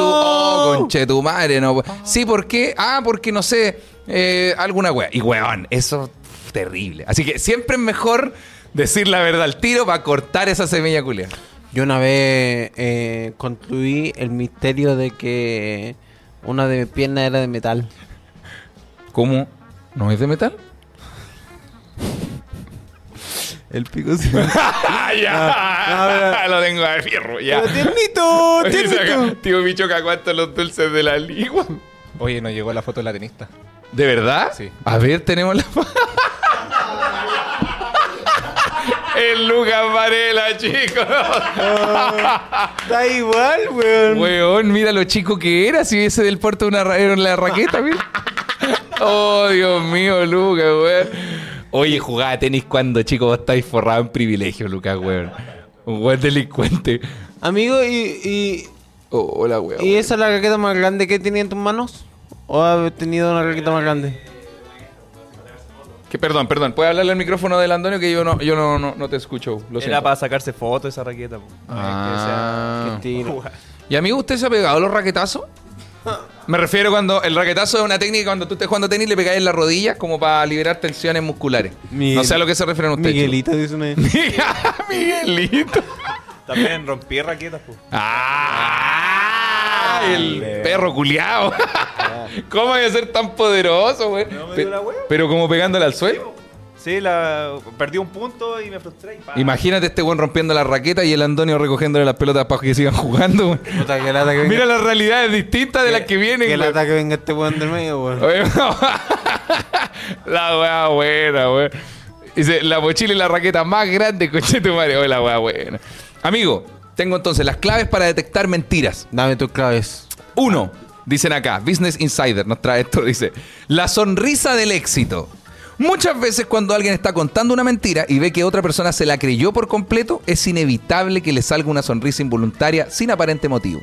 [SPEAKER 1] oh, conche tu madre, no. Sí, ¿por qué? Ah, porque no sé, eh, alguna weá. Y weón, eso es terrible. Así que siempre es mejor decir la verdad al tiro para cortar esa semilla culia.
[SPEAKER 2] Yo una vez eh, concluí el misterio de que una de mis piernas era de metal.
[SPEAKER 1] ¿Cómo? ¿No es de metal?
[SPEAKER 2] El pico sí.
[SPEAKER 1] ¡Ah, ya! Lo tengo de fierro, ya.
[SPEAKER 2] ¡Tiernito!
[SPEAKER 1] Oye,
[SPEAKER 2] ¡Tiernito!
[SPEAKER 1] saca- Tío Bicho que aguanta los dulces de la ligua.
[SPEAKER 3] Oye, nos llegó la foto de la tenista.
[SPEAKER 1] ¿De verdad?
[SPEAKER 3] Sí.
[SPEAKER 1] A ver, tenemos la. El Lucas Varela, chicos.
[SPEAKER 2] Está igual, weón.
[SPEAKER 1] Weón, mira lo chico que era. Si hubiese del puerto una ra- era la raqueta, mira. Oh, Dios mío, Lucas, weón. Oye, jugaba tenis cuando, chicos, vos estáis forrado en privilegio, Lucas, weón. Un buen delincuente.
[SPEAKER 2] Amigo, ¿y,
[SPEAKER 1] Oh, hola,
[SPEAKER 2] y,
[SPEAKER 1] weón.
[SPEAKER 2] y esa es la raqueta más grande que tenía en tus manos? ¿O has tenido una raqueta más grande?
[SPEAKER 1] Que perdón, perdón. ¿Puedes hablarle al micrófono del Antonio que yo no, yo no, no, no te escucho? Lo siento.
[SPEAKER 4] Era para sacarse fotos esa raqueta. po.
[SPEAKER 1] Ah.
[SPEAKER 4] Que sea-
[SPEAKER 2] Mentira.
[SPEAKER 1] ¿Y amigo, usted se ha pegado los raquetazos? Me refiero cuando el raquetazo es una técnica cuando tú estés jugando tenis le pegáis en la rodilla como para liberar tensiones musculares.
[SPEAKER 2] Miguel-
[SPEAKER 1] no sé a lo que se refieren ustedes.
[SPEAKER 2] Miguelito dice una.
[SPEAKER 1] chicos. Miguelito.
[SPEAKER 4] También rompí raquetas. po.
[SPEAKER 1] ¡Ah! El
[SPEAKER 3] Dale.
[SPEAKER 1] perro culiao. ¿Cómo voy a ser tan poderoso, güey?
[SPEAKER 4] No me
[SPEAKER 1] Pe-
[SPEAKER 4] dio la hueá.
[SPEAKER 1] pero como pegándole al suelo.
[SPEAKER 4] Sí, la... perdí un punto y me frustré. Y pa.
[SPEAKER 1] Imagínate este buen rompiendo la raqueta y el Antonio recogiéndole las pelotas para que sigan jugando. güey.
[SPEAKER 2] Puta, que lata que venga.
[SPEAKER 1] Mira las realidades distintas de las que vienen.
[SPEAKER 2] Que
[SPEAKER 1] güey.
[SPEAKER 2] lata que venga este weón del medio, weón.
[SPEAKER 1] Oye, la weá buena, weón. Dice, la mochila y la raqueta más grande, coche tu madre. Oye, la weá buena. Amigo, tengo entonces las claves para detectar mentiras.
[SPEAKER 2] Dame tus claves.
[SPEAKER 1] Uno, dicen acá, Business Insider nos trae esto, dice, la sonrisa del éxito. Muchas veces cuando alguien está contando una mentira y ve que otra persona se la creyó por completo, es inevitable que le salga una sonrisa involuntaria sin aparente motivo.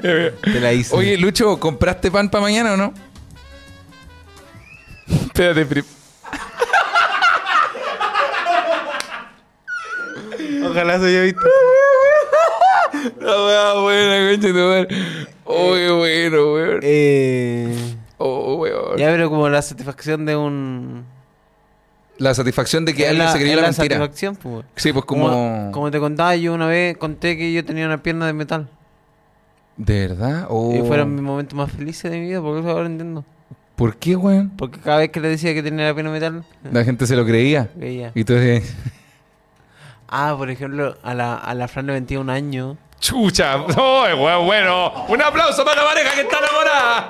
[SPEAKER 2] Te la hice.
[SPEAKER 1] Oye, Lucho, ¿compraste pan para mañana o no? Espérate, pri-
[SPEAKER 2] Ojalá se haya visto.
[SPEAKER 1] La weá buena, concha de tu madre. Oh, qué bueno, weón.
[SPEAKER 2] Eh,
[SPEAKER 1] Oh, weón.
[SPEAKER 2] ya, pero como la satisfacción de un.
[SPEAKER 1] La satisfacción de que
[SPEAKER 2] es
[SPEAKER 1] alguien
[SPEAKER 2] la-
[SPEAKER 1] se creyó
[SPEAKER 2] es
[SPEAKER 1] la,
[SPEAKER 2] la
[SPEAKER 1] mentira.
[SPEAKER 2] satisfacción, pues, weón.
[SPEAKER 1] Sí, pues como...
[SPEAKER 2] Como te contaba, yo una vez conté que yo tenía una pierna de metal.
[SPEAKER 1] ¿De verdad? Oh.
[SPEAKER 2] Y fueron mis momentos más felices de mi vida, porque eso ahora entiendo.
[SPEAKER 1] ¿Por qué, weón?
[SPEAKER 2] Porque cada vez que le decía que tenía la pierna de metal,
[SPEAKER 1] La gente se lo creía.
[SPEAKER 2] veía.
[SPEAKER 1] Y tú decías...
[SPEAKER 2] Ah, por ejemplo, a la, a la Fran le 21 años.
[SPEAKER 1] ¡Chucha! ¡Oh, weón, bueno! ¡Un aplauso para la pareja que está enamorada!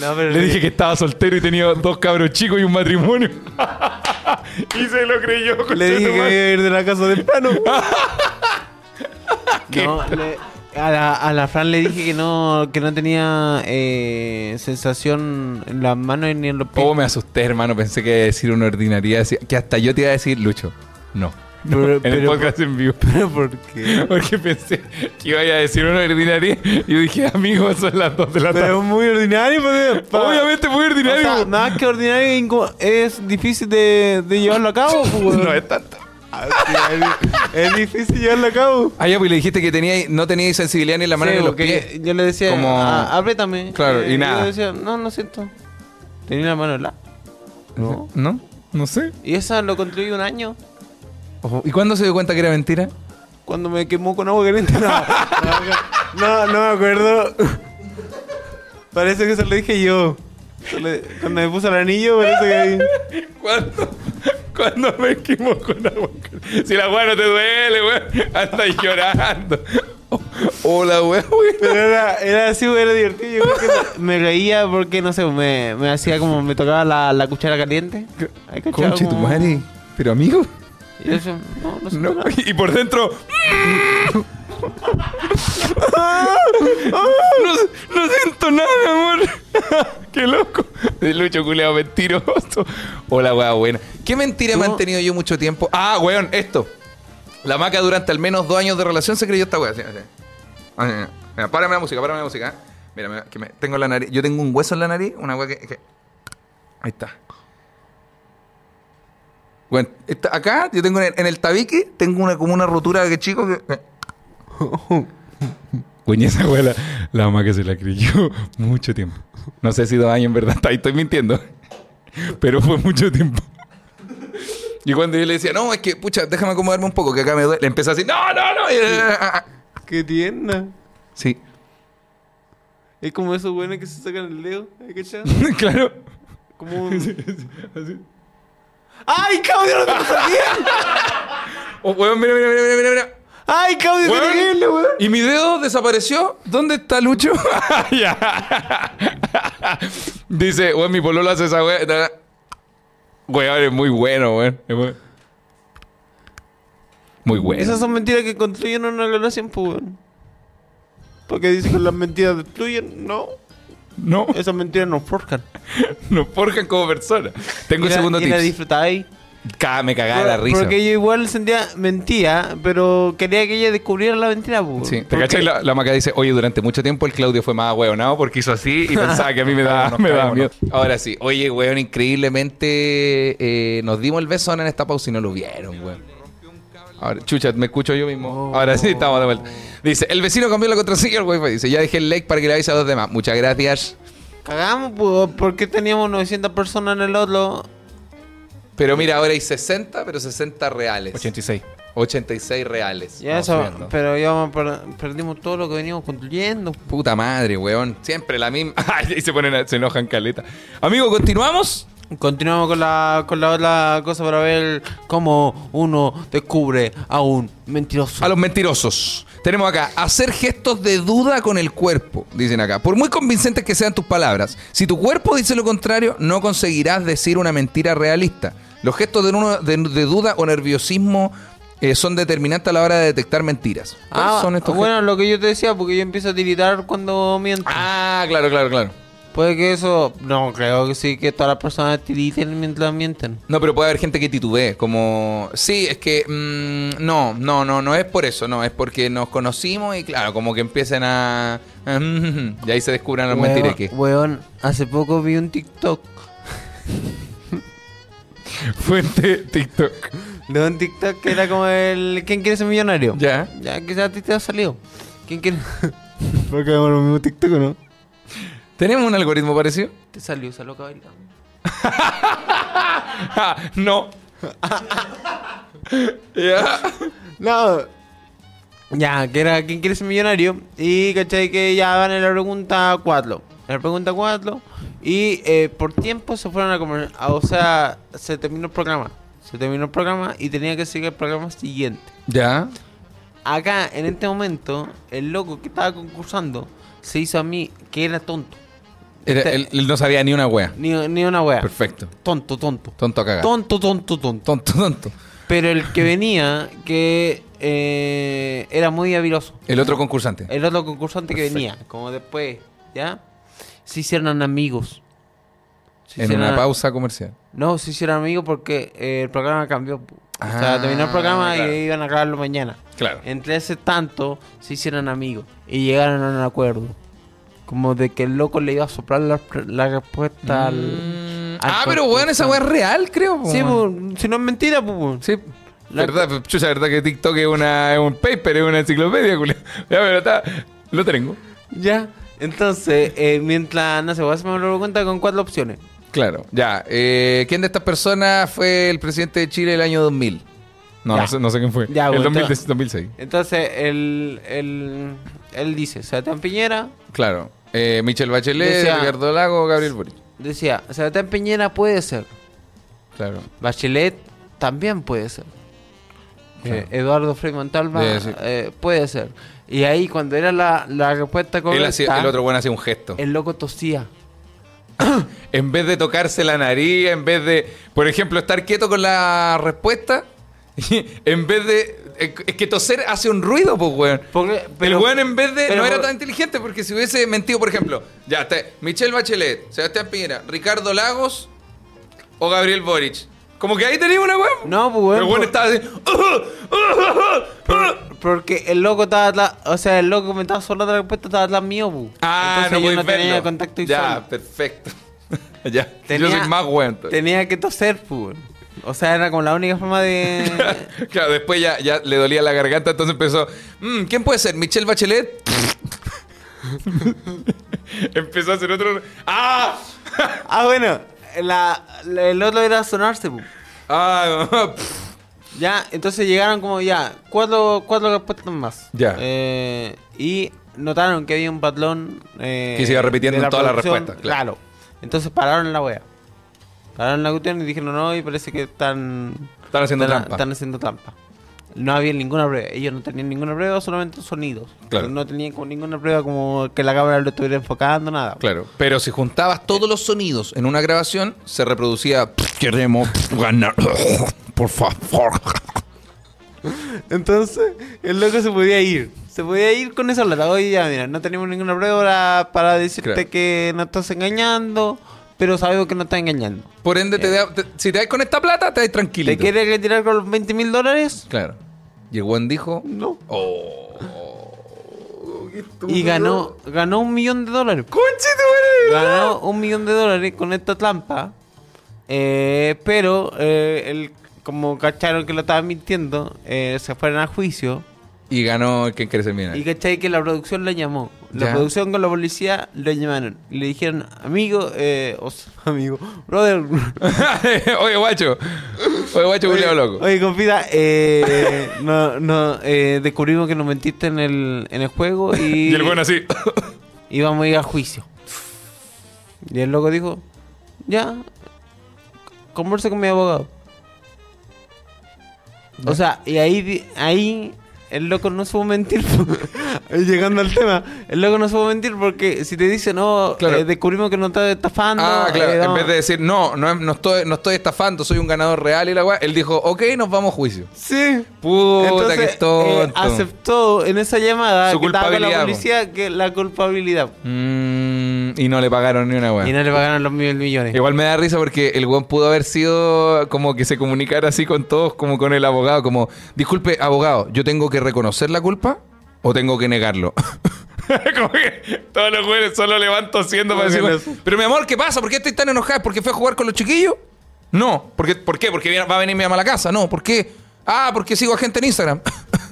[SPEAKER 2] No, pero
[SPEAKER 1] Le dije que estaba soltero y tenía dos cabros chicos y un matrimonio. y se lo creyó, concha
[SPEAKER 2] Le
[SPEAKER 1] de
[SPEAKER 2] dije
[SPEAKER 1] tu
[SPEAKER 2] que
[SPEAKER 1] madre.
[SPEAKER 2] iba a ir de la casa del plano. no, le- a, la, a la Fran le dije que no, que no tenía eh, sensación en las manos ni en los pies.
[SPEAKER 1] Oh, me asusté, hermano. Pensé que iba a decir una ordinariedad. así- Que hasta yo te iba a decir, Lucho, no.
[SPEAKER 2] Pero-
[SPEAKER 1] en el
[SPEAKER 2] pero-
[SPEAKER 1] podcast en vivo.
[SPEAKER 2] ¿Pero por qué?
[SPEAKER 1] Porque pensé que iba a decir una ordinaria. Y yo dije, amigo, son las 2 de la tarde.
[SPEAKER 2] Pero es muy ordinario, pues, pa-
[SPEAKER 1] Obviamente fue
[SPEAKER 2] O
[SPEAKER 1] ordinario.
[SPEAKER 2] sea, más que ordinario es inco- es difícil de, de llevarlo a cabo. pues, weón.
[SPEAKER 1] no es tanto.
[SPEAKER 2] Ah, sí, es, es difícil llevarlo a cabo.
[SPEAKER 1] Ah, ya, pues le dijiste que tenía, no tenía sensibilidad ni en la mano
[SPEAKER 2] Sí,
[SPEAKER 1] ni en los
[SPEAKER 2] porque
[SPEAKER 1] pies.
[SPEAKER 2] Yo le decía,
[SPEAKER 1] Como-
[SPEAKER 2] "Ah, apriétame.
[SPEAKER 1] Claro, y nada.
[SPEAKER 2] Yo decía, no, no siento. Tenía la mano en la.
[SPEAKER 1] No, no, no sé.
[SPEAKER 2] Y esa lo construí un año
[SPEAKER 1] Ojo, ¿Y cuándo se dio cuenta que era mentira?
[SPEAKER 2] cuando me quemó con agua caliente. No, no, no me acuerdo. Parece que se lo dije yo. Se le- Cuando me puse el anillo, parece que.
[SPEAKER 1] ¿Cuándo? ¿Cuándo me quemó con agua? caliente? Si la weá no te duele, weón. Andas llorando. Oh, Hola, weón.
[SPEAKER 2] Pero era, era así, güey, era divertido. Yo creo que me reía porque, no sé, me, me hacía como. Me tocaba la, la cuchara caliente. Ay, cachado,
[SPEAKER 1] Conche tu
[SPEAKER 2] como-
[SPEAKER 1] madre. Pero amigo.
[SPEAKER 2] Y yo decía, no, no, siento
[SPEAKER 1] No,
[SPEAKER 2] nada.
[SPEAKER 1] y por dentro. no, no siento nada, mi amor. Qué loco. De Lucho culeado mentiroso. Hola, weá, buena. ¿Qué mentira he
[SPEAKER 2] ¿Tú?
[SPEAKER 1] mantenido yo mucho tiempo? Ah, weón, esto. La maca durante al menos dos años de relación se creyó esta weá. Así, así. Ah, mira, mira, párame la música, párame la música. ¿eh? Mira, mira, que me- tengo la nariz. Yo tengo un hueso en la nariz, una weá que. que- Ahí está. Bueno, esta- acá yo tengo en el, en el tabique, tengo una, como una rotura que chico que. eh. Coño, esa abuela, la mamá que se la creyó mucho tiempo. No sé si dos años en verdad, ahí estoy mintiendo. Pero fue mucho tiempo. Y cuando yo le decía, no, es que, pucha, déjame acomodarme un poco, que acá me duele. Le empecé así, no, no, no. y-
[SPEAKER 2] Qué tierna.
[SPEAKER 1] Sí,
[SPEAKER 2] Es como esos buenos que se sacan el dedo. ¿eh, cachado?
[SPEAKER 1] claro.
[SPEAKER 2] Como un- ¡Ay, Claudio, no te lo sabía!
[SPEAKER 1] Oh, weón, mira, mira, mira, mira, mira.
[SPEAKER 2] ¡Ay, Claudio,
[SPEAKER 1] Weón,
[SPEAKER 2] terrible, weón!
[SPEAKER 1] ¿Y mi dedo desapareció? ¿Dónde está Lucho? Ya. Dice, weón, mi pololo hace esa weá. ta- Weón, es muy bueno, weón. Es muy- Muy bueno.
[SPEAKER 2] Esas son mentiras que construyen una relación, pues, weón. Porque dicen que las mentiras destruyen. No,
[SPEAKER 1] No,
[SPEAKER 2] Eh. esas mentiras nos forjan.
[SPEAKER 1] nos forjan como personas. Tengo
[SPEAKER 2] Y
[SPEAKER 1] el
[SPEAKER 2] la-
[SPEAKER 1] segundo
[SPEAKER 2] y la
[SPEAKER 1] tips.
[SPEAKER 2] disfrutáis.
[SPEAKER 1] Ca- me cagaba la risa.
[SPEAKER 2] Porque yo igual sentía mentía, pero quería que ella descubriera la mentira. pues, po.
[SPEAKER 1] Sí, te
[SPEAKER 2] Porque-
[SPEAKER 1] cachai, la, la maca dice, oye, durante mucho tiempo el Claudio fue más hueonado porque hizo así y pensaba que a mí me daba,
[SPEAKER 3] Nos
[SPEAKER 1] me daba
[SPEAKER 3] caemos,
[SPEAKER 1] miedo. Ahora sí, oye, weón, increíblemente eh, nos dimos el besón en esta pausa y no lo vieron, weón. Ahora, chucha, me escucho yo mismo. Ahora sí, estamos de vuelta. Dice, el vecino cambió la contraseña el wifi. Dice, ya dejé el like para que le avise a los demás. Muchas gracias.
[SPEAKER 2] Cagamos, po, porque teníamos 900 personas en el otro.
[SPEAKER 1] Pero mira, ahora hay 60, pero 60 reales.
[SPEAKER 3] 86.
[SPEAKER 1] 86 reales.
[SPEAKER 2] Ya
[SPEAKER 3] Vamos
[SPEAKER 2] eso,
[SPEAKER 3] subiendo.
[SPEAKER 2] pero ya per- perdimos todo lo que veníamos construyendo.
[SPEAKER 1] Puta madre, weón. Siempre la misma. Ay, y se ponen, a- se enojan caleta. Amigo, ¿continuamos?
[SPEAKER 2] Continuamos con la, con la otra cosa para ver cómo uno descubre a un mentiroso.
[SPEAKER 1] A los mentirosos. Tenemos acá, hacer gestos de duda con el cuerpo, dicen acá. Por muy convincentes que sean tus palabras, si tu cuerpo dice lo contrario, no conseguirás decir una mentira realista. Los gestos de, uno- de- de duda o nerviosismo eh, son determinantes a la hora de detectar mentiras. ¿Cuáles
[SPEAKER 2] Ah,
[SPEAKER 1] son estos
[SPEAKER 2] bueno, lo que yo te decía, porque yo empiezo a tiritar cuando miento.
[SPEAKER 1] gestos? Ah, claro, claro, claro.
[SPEAKER 2] Puede que eso... No, creo que sí, que todas las personas tiriten mientras mienten.
[SPEAKER 1] No, pero puede haber gente que titubee, como, sí, es que, mm, no, no, no, no es por eso, no, es porque nos conocimos y claro, como que empiecen a... y ahí se descubran los
[SPEAKER 2] Weón-
[SPEAKER 1] mentiras que...
[SPEAKER 2] Weón, hace poco vi un TikTok.
[SPEAKER 1] Fuente TikTok.
[SPEAKER 2] De un TikTok que era como el... ¿Quién quiere ser millonario?
[SPEAKER 1] Ya.
[SPEAKER 2] Ya, quizás a ti te ha salido. ¿Quién quiere...? Porque vemos los mismos TikTok, ¿no?
[SPEAKER 1] ¿Tenemos un algoritmo parecido?
[SPEAKER 2] Te salió esa loca bailando. Ah,
[SPEAKER 1] no. Ya.
[SPEAKER 2] No. Ya, que era ¿Quién quiere ser millonario? Y cachai que ya van en la pregunta 4. En la pregunta 4. Y eh, por tiempo se fueron a comer. a- O sea, se terminó el programa. Se terminó el programa y tenía que seguir el programa siguiente.
[SPEAKER 1] Ya.
[SPEAKER 2] Acá, en este momento, el loco que estaba concursando se hizo a mí que era tonto.
[SPEAKER 1] Era- él, él no sabía ni una wea.
[SPEAKER 2] Ni, ni una wea.
[SPEAKER 1] Perfecto.
[SPEAKER 2] Tonto, tonto.
[SPEAKER 1] Tonto a cagar.
[SPEAKER 2] Tonto, tonto, tonto.
[SPEAKER 1] Tonto, tonto.
[SPEAKER 2] Pero el que venía, que eh, era muy habiloso.
[SPEAKER 1] El otro concursante.
[SPEAKER 2] El otro concursante que venía, como después, ¿ya? Se hicieron amigos. Se
[SPEAKER 1] en
[SPEAKER 2] hicieron-
[SPEAKER 1] una pausa comercial.
[SPEAKER 2] No, se hicieron amigos porque eh, el programa cambió. po. o
[SPEAKER 1] Ah,
[SPEAKER 2] sea, terminó el programa
[SPEAKER 1] claro.
[SPEAKER 2] y iban a acabarlo mañana.
[SPEAKER 1] Claro.
[SPEAKER 2] Entre ese tanto, se hicieron amigos y llegaron a un acuerdo. Como de que el loco le iba a soplar la, la respuesta Mm, al, al
[SPEAKER 1] Ah, pero weón, esa wea es real, creo. po,
[SPEAKER 2] Sí,
[SPEAKER 1] weón.
[SPEAKER 2] po, si no es mentira, pues.
[SPEAKER 1] Sí.
[SPEAKER 2] La-
[SPEAKER 1] verdad, pues, chucha, verdad que TikTok es, una, es un paper, es una enciclopedia, Julio. Ya, pero está. Lo tengo.
[SPEAKER 2] Ya. Entonces, eh, mientras, no sé, voy a hacerme una pregunta con cuatro opciones.
[SPEAKER 1] Claro. Ya. eh, ¿Quién de estas personas fue el presidente de Chile el año 2000? No,
[SPEAKER 2] Ya.
[SPEAKER 1] no sé, no sé quién fue.
[SPEAKER 2] Ya, pues,
[SPEAKER 1] el
[SPEAKER 2] bueno,
[SPEAKER 1] 2000
[SPEAKER 2] entonces-
[SPEAKER 1] 2006.
[SPEAKER 2] Entonces, él, él, él dice, Sebastián Piñera,
[SPEAKER 1] Claro. Eh, Michelle Bachelet,
[SPEAKER 2] Decía-
[SPEAKER 1] Ricardo Lago, Gabriel Boric.
[SPEAKER 2] decía, Sebastián Piñera puede ser,
[SPEAKER 1] Claro.
[SPEAKER 2] Bachelet también puede ser, Eh, Eduardo Frei Montalva
[SPEAKER 1] Sí, sí.
[SPEAKER 2] eh, puede ser. Y ahí cuando era la, la respuesta
[SPEAKER 1] Él
[SPEAKER 2] correcta,
[SPEAKER 1] hacía- el otro bueno hacía un gesto.
[SPEAKER 2] el loco tosía.
[SPEAKER 1] En vez de tocarse la nariz, en vez de, por ejemplo, estar quieto con la respuesta, en vez de. eh, Es que toser hace un ruido, pues, weón.
[SPEAKER 2] Porque- pero-
[SPEAKER 1] el weón en vez de.
[SPEAKER 2] pero
[SPEAKER 1] no era
[SPEAKER 2] por-
[SPEAKER 1] tan inteligente porque si hubiese mentido, por ejemplo, ya está. Michelle Bachelet, Sebastián Piñera, Ricardo Lagos o Gabriel Boric. Como que ahí tenía una weón.
[SPEAKER 2] No, pues,
[SPEAKER 1] Pero el
[SPEAKER 2] weón,
[SPEAKER 1] weón
[SPEAKER 2] por-
[SPEAKER 1] estaba así.
[SPEAKER 2] Porque el loco estaba atrás, o sea, el loco que me estaba solo la respuesta estaba atrás mío, pu.
[SPEAKER 1] Ah,
[SPEAKER 2] Entonces
[SPEAKER 1] no
[SPEAKER 2] yo
[SPEAKER 1] podéis
[SPEAKER 2] no tenía
[SPEAKER 1] verlo.
[SPEAKER 2] contacto visual.
[SPEAKER 1] Ya, perfecto. ya. Yo
[SPEAKER 2] Tenía-
[SPEAKER 1] soy más weón. entonces.
[SPEAKER 2] Tenía que toser, pues. O sea, era como la única forma de.
[SPEAKER 1] Claro, después ya, ya le dolía la garganta, entonces empezó. "Mm, ¿Quién puede ser? ¿Michelle Bachelet? empezó a hacer otro. ¡Ah!
[SPEAKER 2] ah, bueno, la, la- el otro era sonarse, pues.
[SPEAKER 1] ¡Ah!
[SPEAKER 2] Ya, entonces llegaron como ya, cuatro, cuatro respuestas más.
[SPEAKER 1] Ya.
[SPEAKER 2] Eh, y notaron que había un patrón. eh,
[SPEAKER 1] Que se iba repitiendo
[SPEAKER 2] de
[SPEAKER 1] en todas las
[SPEAKER 2] producción,
[SPEAKER 1] respuestas, claro.
[SPEAKER 2] Entonces pararon la wea. Pararon la cuestión y dijeron, no, y parece que están.
[SPEAKER 1] Están haciendo
[SPEAKER 2] están-
[SPEAKER 1] trampa.
[SPEAKER 2] Están haciendo trampa. No había ninguna prueba. Ellos no tenían ninguna prueba, solamente sonidos.
[SPEAKER 1] Claro.
[SPEAKER 2] No tenían como ninguna prueba como que la cámara lo estuviera enfocando, nada.
[SPEAKER 1] Claro, pero si juntabas todos los sonidos en una grabación, se reproducía. Queremos ganar. Por favor.
[SPEAKER 2] Entonces, el loco se podía ir. Se podía ir con esa plata. Oye, ya, mira, no tenemos ninguna prueba para decirte
[SPEAKER 1] Claro.
[SPEAKER 2] que nos estás engañando. pero sabemos que no está engañando.
[SPEAKER 1] Por ende, te da- te- si te das con esta plata, te das tranquilo.
[SPEAKER 2] Eh. ¿Te quiere retirar con los 20 mil dólares?
[SPEAKER 1] Claro. Y el weón dijo.
[SPEAKER 2] No.
[SPEAKER 1] Oh.
[SPEAKER 2] Y ganó, ganó un millón de dólares.
[SPEAKER 1] ¡Conche tu madre!
[SPEAKER 2] Ganó un millón de dólares con esta trampa. eh, pero eh, el- como cacharon que lo estaba mintiendo, eh, se fueron a juicio.
[SPEAKER 1] Y ganó el que quiere ser
[SPEAKER 2] Y
[SPEAKER 1] millonario.
[SPEAKER 2] cachai que la producción lo llamó. La
[SPEAKER 1] Eh. Ya.
[SPEAKER 2] producción con la policía lo llamaron. Y le dijeron, amigo, eh, o sea, amigo, brother.
[SPEAKER 1] Oye, guacho. Oye, guacho, culiao loco.
[SPEAKER 2] Oye, confida, eh, no, no, eh, descubrimos que nos mentiste en el, en el juego y,
[SPEAKER 1] Y el weón así.
[SPEAKER 2] y vamos a ir a juicio. Y el loco dijo, ya, conversa con mi abogado. O sea, y ahí, di- ahí el loco no supo mentir. Llegando al tema, el loco no supo mentir porque si te dice, no,
[SPEAKER 1] Claro.
[SPEAKER 2] eh, descubrimos que no está estafando.
[SPEAKER 1] Ah, claro.
[SPEAKER 2] eh,
[SPEAKER 1] En
[SPEAKER 2] vamos-
[SPEAKER 1] vez de decir, no, no, no, estoy, no estoy estafando, soy un ganador real y la weá. Él dijo, ok, nos vamos a juicio.
[SPEAKER 2] Sí.
[SPEAKER 1] Puta,
[SPEAKER 2] Entonces,
[SPEAKER 1] que
[SPEAKER 2] eh,
[SPEAKER 1] es tonto.
[SPEAKER 2] aceptó en esa llamada
[SPEAKER 1] Su
[SPEAKER 2] que estaba con la
[SPEAKER 1] culpabilidad, po.
[SPEAKER 2] policía que la culpabilidad.
[SPEAKER 1] Mm, y no le pagaron ni una weá.
[SPEAKER 2] Y no le pagaron los mil millones.
[SPEAKER 1] Igual me da risa porque el weón pudo haber sido como que se comunicara así con todos, como con el abogado, como, disculpe, abogado, ¿yo tengo que reconocer la culpa o tengo que negarlo? como que todos los weones solo levanto haciendo para
[SPEAKER 2] Como que
[SPEAKER 1] decir, pero mi amor, ¿qué pasa? ¿Por qué estoy tan enojada? ¿Porque fue a jugar con los chiquillos? No, ¿por qué? ¿Por qué? ¿Porque viene- va a venir mi mamá a la casa? No, ¿por qué? Ah, porque sigo a gente en Instagram.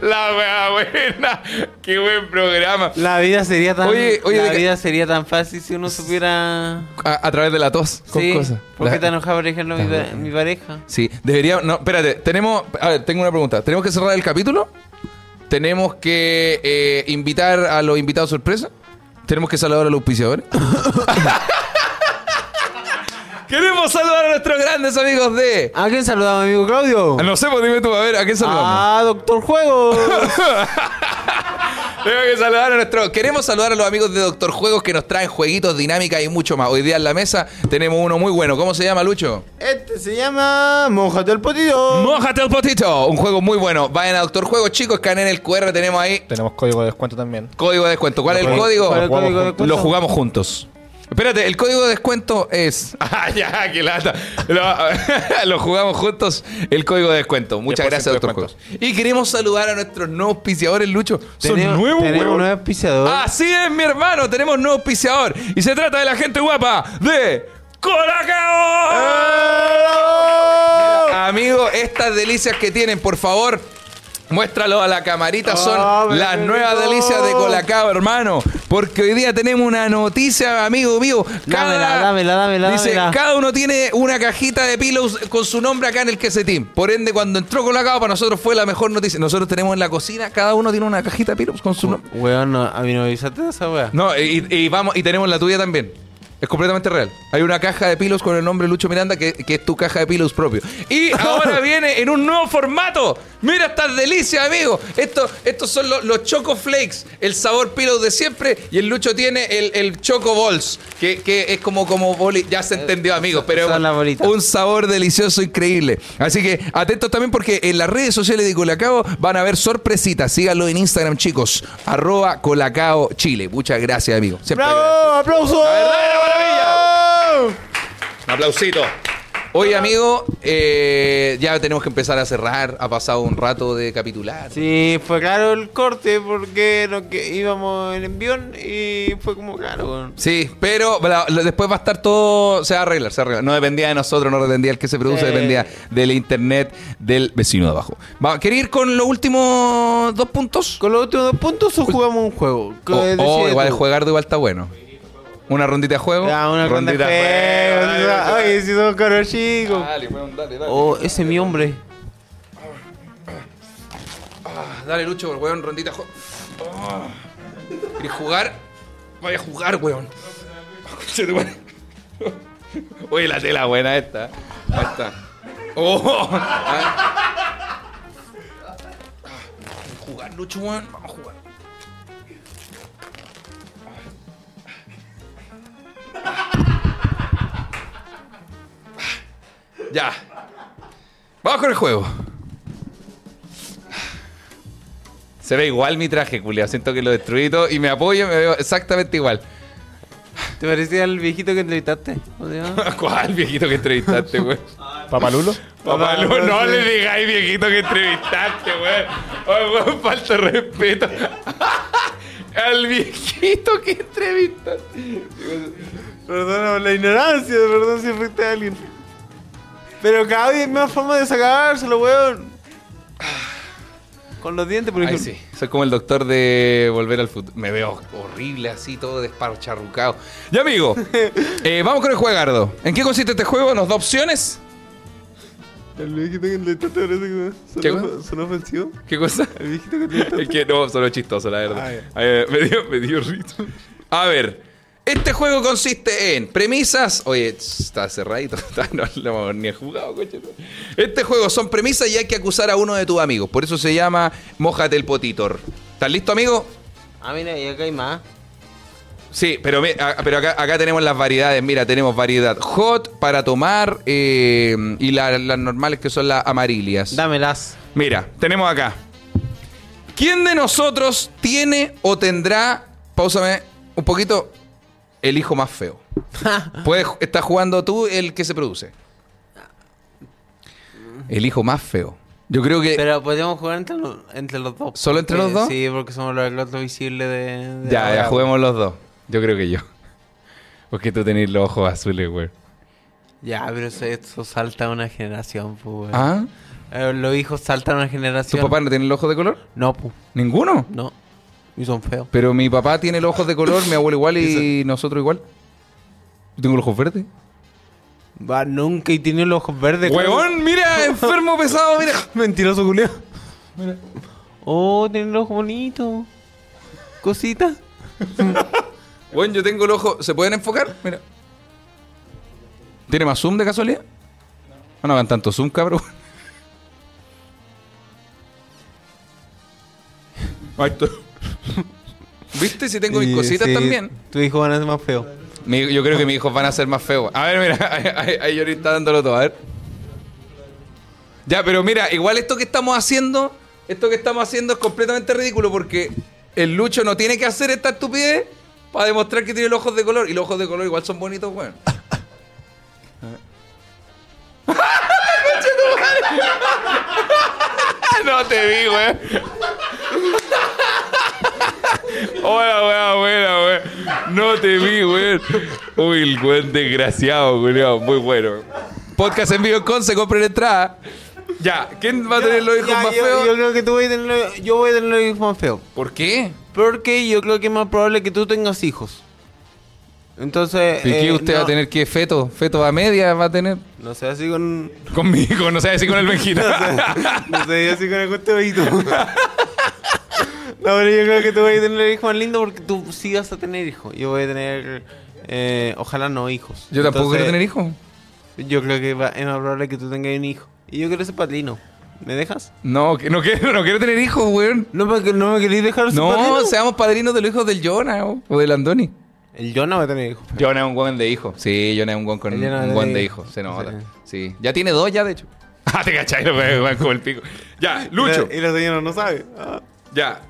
[SPEAKER 1] la wea buena. Qué buen programa.
[SPEAKER 2] La vida sería tan
[SPEAKER 1] Oye, oye,
[SPEAKER 2] la
[SPEAKER 1] de que-
[SPEAKER 2] vida sería tan fácil si uno supiera
[SPEAKER 1] A, a través de la tos. Con
[SPEAKER 2] sí,
[SPEAKER 1] cosas.
[SPEAKER 2] ¿Por qué
[SPEAKER 1] La-
[SPEAKER 2] te enojaba por ejemplo mi,
[SPEAKER 1] La-
[SPEAKER 2] mi pareja?
[SPEAKER 1] Sí, debería. No, espérate, tenemos. A ver, tengo una pregunta. ¿Tenemos que cerrar el capítulo? ¿Tenemos que eh, invitar a los invitados sorpresa? ¿Tenemos que saludar a los auspiciadores? Queremos saludar a nuestros grandes amigos de.
[SPEAKER 2] ¿A quién saludamos, amigo Claudio?
[SPEAKER 1] No sé, pues dime tú, a ver, ¿a quién saludamos?
[SPEAKER 2] Ah, Doctor Juego.
[SPEAKER 1] Tenemos que saludar a nuestros. Queremos saludar a los amigos de Doctor Juegos que nos traen jueguitos, dinámicas y mucho más. Hoy día en la mesa tenemos uno muy bueno. ¿Cómo se llama, Lucho?
[SPEAKER 2] este se llama Mojate el Potito.
[SPEAKER 1] Mójate el potito. Un juego muy bueno. Vayan a Doctor Juegos, chicos, escaneen el QR, tenemos ahí
[SPEAKER 3] Tenemos código de descuento también.
[SPEAKER 1] Código de descuento. ¿Cuál es el
[SPEAKER 3] Lo
[SPEAKER 1] código?
[SPEAKER 2] ¿Cuál es el
[SPEAKER 3] jugamos
[SPEAKER 2] código de
[SPEAKER 3] juntos.
[SPEAKER 1] Lo
[SPEAKER 2] descuento?
[SPEAKER 1] jugamos juntos. Espérate, el código de descuento es. ¡Ah, ya! ¡Qué lata! Lo, lo jugamos juntos, el código de descuento. Muchas
[SPEAKER 3] Después
[SPEAKER 1] gracias,
[SPEAKER 3] siempre
[SPEAKER 1] doctor Juegos. Y queremos saludar a nuestros nuevos auspiciadores, Lucho. Son
[SPEAKER 2] Tenemos-
[SPEAKER 1] nuevos,
[SPEAKER 2] Tenemos
[SPEAKER 1] huevón. Ah.
[SPEAKER 2] un nuevo auspiciador.
[SPEAKER 1] Así es, mi hermano. Tenemos nuevo auspiciador. Y se trata de la gente guapa de. ¡Colacao! Amigo, estas delicias que tienen, por favor. Muéstralo a la camarita, son
[SPEAKER 2] Ah, me
[SPEAKER 1] las
[SPEAKER 2] pegó.
[SPEAKER 1] nuevas delicias de Colacao, hermano. Porque hoy día tenemos una noticia, amigo mío.
[SPEAKER 2] Dámela, dámela, dámela,
[SPEAKER 1] Dice,
[SPEAKER 2] dámela.
[SPEAKER 1] cada uno tiene una cajita de pillows con su nombre acá en el quesetín. Por ende, cuando entró Colacao, para nosotros fue la mejor noticia. Nosotros tenemos en la cocina, cada uno tiene una cajita de pillows con su nombre.
[SPEAKER 2] Weón, no, a mí no me avisaste de esa wea.
[SPEAKER 1] No, y, y vamos, y tenemos la tuya también. Es completamente real. Hay una caja de pilos con el nombre Lucho Miranda, que, que es tu caja de pilos propio. Y ahora viene en un nuevo formato. Mira estas delicias, amigo. Esto, estos son los, los Choco Flakes, el sabor pilos de siempre. Y el Lucho tiene el, el Choco Balls, que, que es como, como boli. Ya se entendió, amigos, pero
[SPEAKER 2] son las bolitas.
[SPEAKER 1] un sabor delicioso, increíble. Así que atentos también porque en las redes sociales de Colacao van a ver sorpresitas. Síganlo en Instagram, chicos. Arroba Colacao Chile. Muchas gracias, amigo. Siempre agradecido.
[SPEAKER 2] ¡Bravo! ¡Aplauso!
[SPEAKER 1] Un aplausito. Oye, amigo, eh, ya tenemos que empezar a cerrar. Ha pasado un rato de capitular.
[SPEAKER 2] Sí, fue caro el corte porque no que íbamos en envión y fue como caro. weón.
[SPEAKER 1] Sí, pero la- la- después va a estar todo. Se va a arreglar, se va a arreglar. No dependía de nosotros, no dependía del que se produce,
[SPEAKER 2] Sí.
[SPEAKER 1] dependía del internet del vecino de abajo. Va, ¿Quería ir con los últimos dos puntos?
[SPEAKER 2] Con los últimos dos puntos o jugamos un juego. ¿Qué
[SPEAKER 1] O, o
[SPEAKER 2] decides
[SPEAKER 1] Oh, igual
[SPEAKER 2] tú?
[SPEAKER 1] jugar de igual está bueno. Una rondita de juego.
[SPEAKER 2] Ya, una ronda de juego. Ay, si somos caros chicos.
[SPEAKER 1] Dale, weón, dale, dale.
[SPEAKER 2] Oh, ese es mi hombre.
[SPEAKER 1] Ah, Dale, Lucho, weón, rondita de juego. Ah. ¿Querés jugar? Vaya a jugar, weón. Conche tu madre. Oye, la tela buena esta. Ahí está. Oh, ah. Vamos a jugar, Lucho, weón. Vamos a jugar. Ya. Vamos con el juego. Se ve igual mi traje, culiao. Siento que lo destruí todo y me apoyo y me veo exactamente igual.
[SPEAKER 2] ¿Te parecía el viejito que entrevistaste? ¿Cómo se llama?
[SPEAKER 1] ¿Cuál viejito que entrevistaste, güey?
[SPEAKER 3] ¿Papalulo?
[SPEAKER 1] Papá, no,
[SPEAKER 2] no
[SPEAKER 1] no
[SPEAKER 2] sé.
[SPEAKER 1] le digáis viejito que entrevistaste, güey. Ay, güey, falta de respeto. Al viejito que entrevistaste.
[SPEAKER 2] Perdona por la ignorancia, perdón si afecté a alguien. Pero cada vez hay más forma de sacárselo, weón. Con los dientes, por
[SPEAKER 1] Ay,
[SPEAKER 2] ejemplo.
[SPEAKER 1] sí. Soy como el doctor de Volver al Futuro. Me veo horrible así, todo desparcharrucado. Ya, amigo. eh, vamos con el juegardo. ¿En qué consiste este juego? Nos da opciones.
[SPEAKER 2] El viejito que le trata de parece
[SPEAKER 1] ¿Qué,
[SPEAKER 2] que
[SPEAKER 1] weón?
[SPEAKER 2] son ofensivos.
[SPEAKER 1] ¿Qué cosa?
[SPEAKER 2] El viejito que Ah, le
[SPEAKER 1] Es que no, solo es chistoso, la verdad. Eh, me dio, me dio risa. A ver, este juego consiste en premisas. Oye, está cerradito. Está- no lo hemos ni jugado, coche. Este juego son premisas y hay que acusar a uno de tus amigos. Por eso se llama Mójate el Potitor. ¿Estás listo, amigo?
[SPEAKER 2] Ah, mira, y acá hay más.
[SPEAKER 1] Sí, pero, me- a- pero acá, acá tenemos las variedades. Mira, tenemos variedad hot para tomar eh, y la- las normales que son las amarilias.
[SPEAKER 2] Dámelas.
[SPEAKER 1] Mira, tenemos acá. ¿Quién de nosotros tiene o tendrá, pausame un poquito, el hijo más feo? Puedes, estás jugando tú el que se produce. El hijo más feo. Yo creo que...
[SPEAKER 2] Pero podríamos jugar entre, lo- entre los dos.
[SPEAKER 1] ¿Solo entre
[SPEAKER 2] porque-
[SPEAKER 1] los dos?
[SPEAKER 2] Sí, porque somos los otro visible de. de
[SPEAKER 1] ya,
[SPEAKER 2] ahora.
[SPEAKER 1] ya, juguemos los dos. Yo creo que yo. Porque tú tenés los ojos azules, güey.
[SPEAKER 2] Ya, pero eso, eso salta una generación, pues, weón.
[SPEAKER 1] ¿Ah?
[SPEAKER 2] Eh, los hijos saltan una
[SPEAKER 1] ¿Tu
[SPEAKER 2] generación.
[SPEAKER 1] papá no tiene los ojos de color?
[SPEAKER 2] No, pues,
[SPEAKER 1] ¿Ninguno?
[SPEAKER 2] no. Y son feos.
[SPEAKER 1] Pero mi papá tiene los ojos de color, mi abuelo igual y nosotros igual. Yo tengo los ojos verdes.
[SPEAKER 2] Va, nunca y tiene los ojos verdes. claro.
[SPEAKER 1] Huevón, mira, enfermo pesado, mira.
[SPEAKER 2] Mentiroso, Julio. Oh, tiene los ojos bonitos. Cosita.
[SPEAKER 1] Bueno, yo tengo el ojo. ¿Se pueden enfocar? Mira. ¿Tiene más zoom de casualidad? No, no hagan tanto zoom, cabrón. Ahí está. ¿Viste? Si tengo mis
[SPEAKER 2] Y-
[SPEAKER 1] cositas
[SPEAKER 2] sí,
[SPEAKER 1] también.
[SPEAKER 2] Tu hijo van a ser más feo.
[SPEAKER 1] Mi- yo creo que mis hijos van a ser más feos. A ver, mira, ahí- ahí ahí Yori está dándolo todo, a ver. Ya, pero mira, igual esto que estamos haciendo, esto que estamos haciendo es completamente ridículo porque el Lucho no tiene que hacer esta estupidez para demostrar que tiene los ojos de color. Y los ojos de color igual son bonitos, weón. no te eh. vi, weón. Hola, weón, buena, weón. No te vi, weón. Uy, el weón desgraciado, weón. Muy bueno. Podcast en vivo en Conce, compren entrada. Ya, ¿quién va a tener los hijos
[SPEAKER 2] Ya,
[SPEAKER 1] más
[SPEAKER 2] yo,
[SPEAKER 1] feos?
[SPEAKER 2] Yo creo que tú voy a tener los, yo voy a tener los hijos más feos.
[SPEAKER 1] ¿Por qué?
[SPEAKER 2] Porque yo creo que es más probable que tú tengas hijos. Entonces.
[SPEAKER 1] ¿Y qué
[SPEAKER 2] eh,
[SPEAKER 1] usted va a
[SPEAKER 2] no-
[SPEAKER 1] tener que feto? ¿Feto a media va a tener?
[SPEAKER 2] No sé, así con.
[SPEAKER 1] Conmigo, no sé decir con el Benjita.
[SPEAKER 2] No sé, yo así con el cuento bajito. No, pero yo creo que tú vas a tener hijos más lindos porque tú sí vas a tener hijos. Yo voy a tener. eh, ojalá no hijos.
[SPEAKER 1] Yo tampoco quiero
[SPEAKER 2] Entonces,
[SPEAKER 1] tener hijos.
[SPEAKER 2] Yo creo que va- es más probable que tú tengas un hijo. Y yo quiero ser padrino. ¿Me dejas?
[SPEAKER 1] No, que- no quiero, no quiero tener hijos, weón.
[SPEAKER 2] No, porque no me queréis dejar ser padrino.
[SPEAKER 1] No, seamos padrinos de los hijos del Jonah o- o del Andoni.
[SPEAKER 2] El Jonah va a tener hijos.
[SPEAKER 1] Jonah es un buen de hijo. Sí, Jonah es un buen con
[SPEAKER 2] El Jonah
[SPEAKER 1] un
[SPEAKER 2] de-
[SPEAKER 1] buen de hijo. Se nota.
[SPEAKER 2] Sí.
[SPEAKER 1] Sí. Ya tiene dos ya, de hecho. Ah, te cachai, lo weón, como el pico. Ya, Lucho.
[SPEAKER 2] Y la, y la señora no sabe. Ah.
[SPEAKER 1] Ya.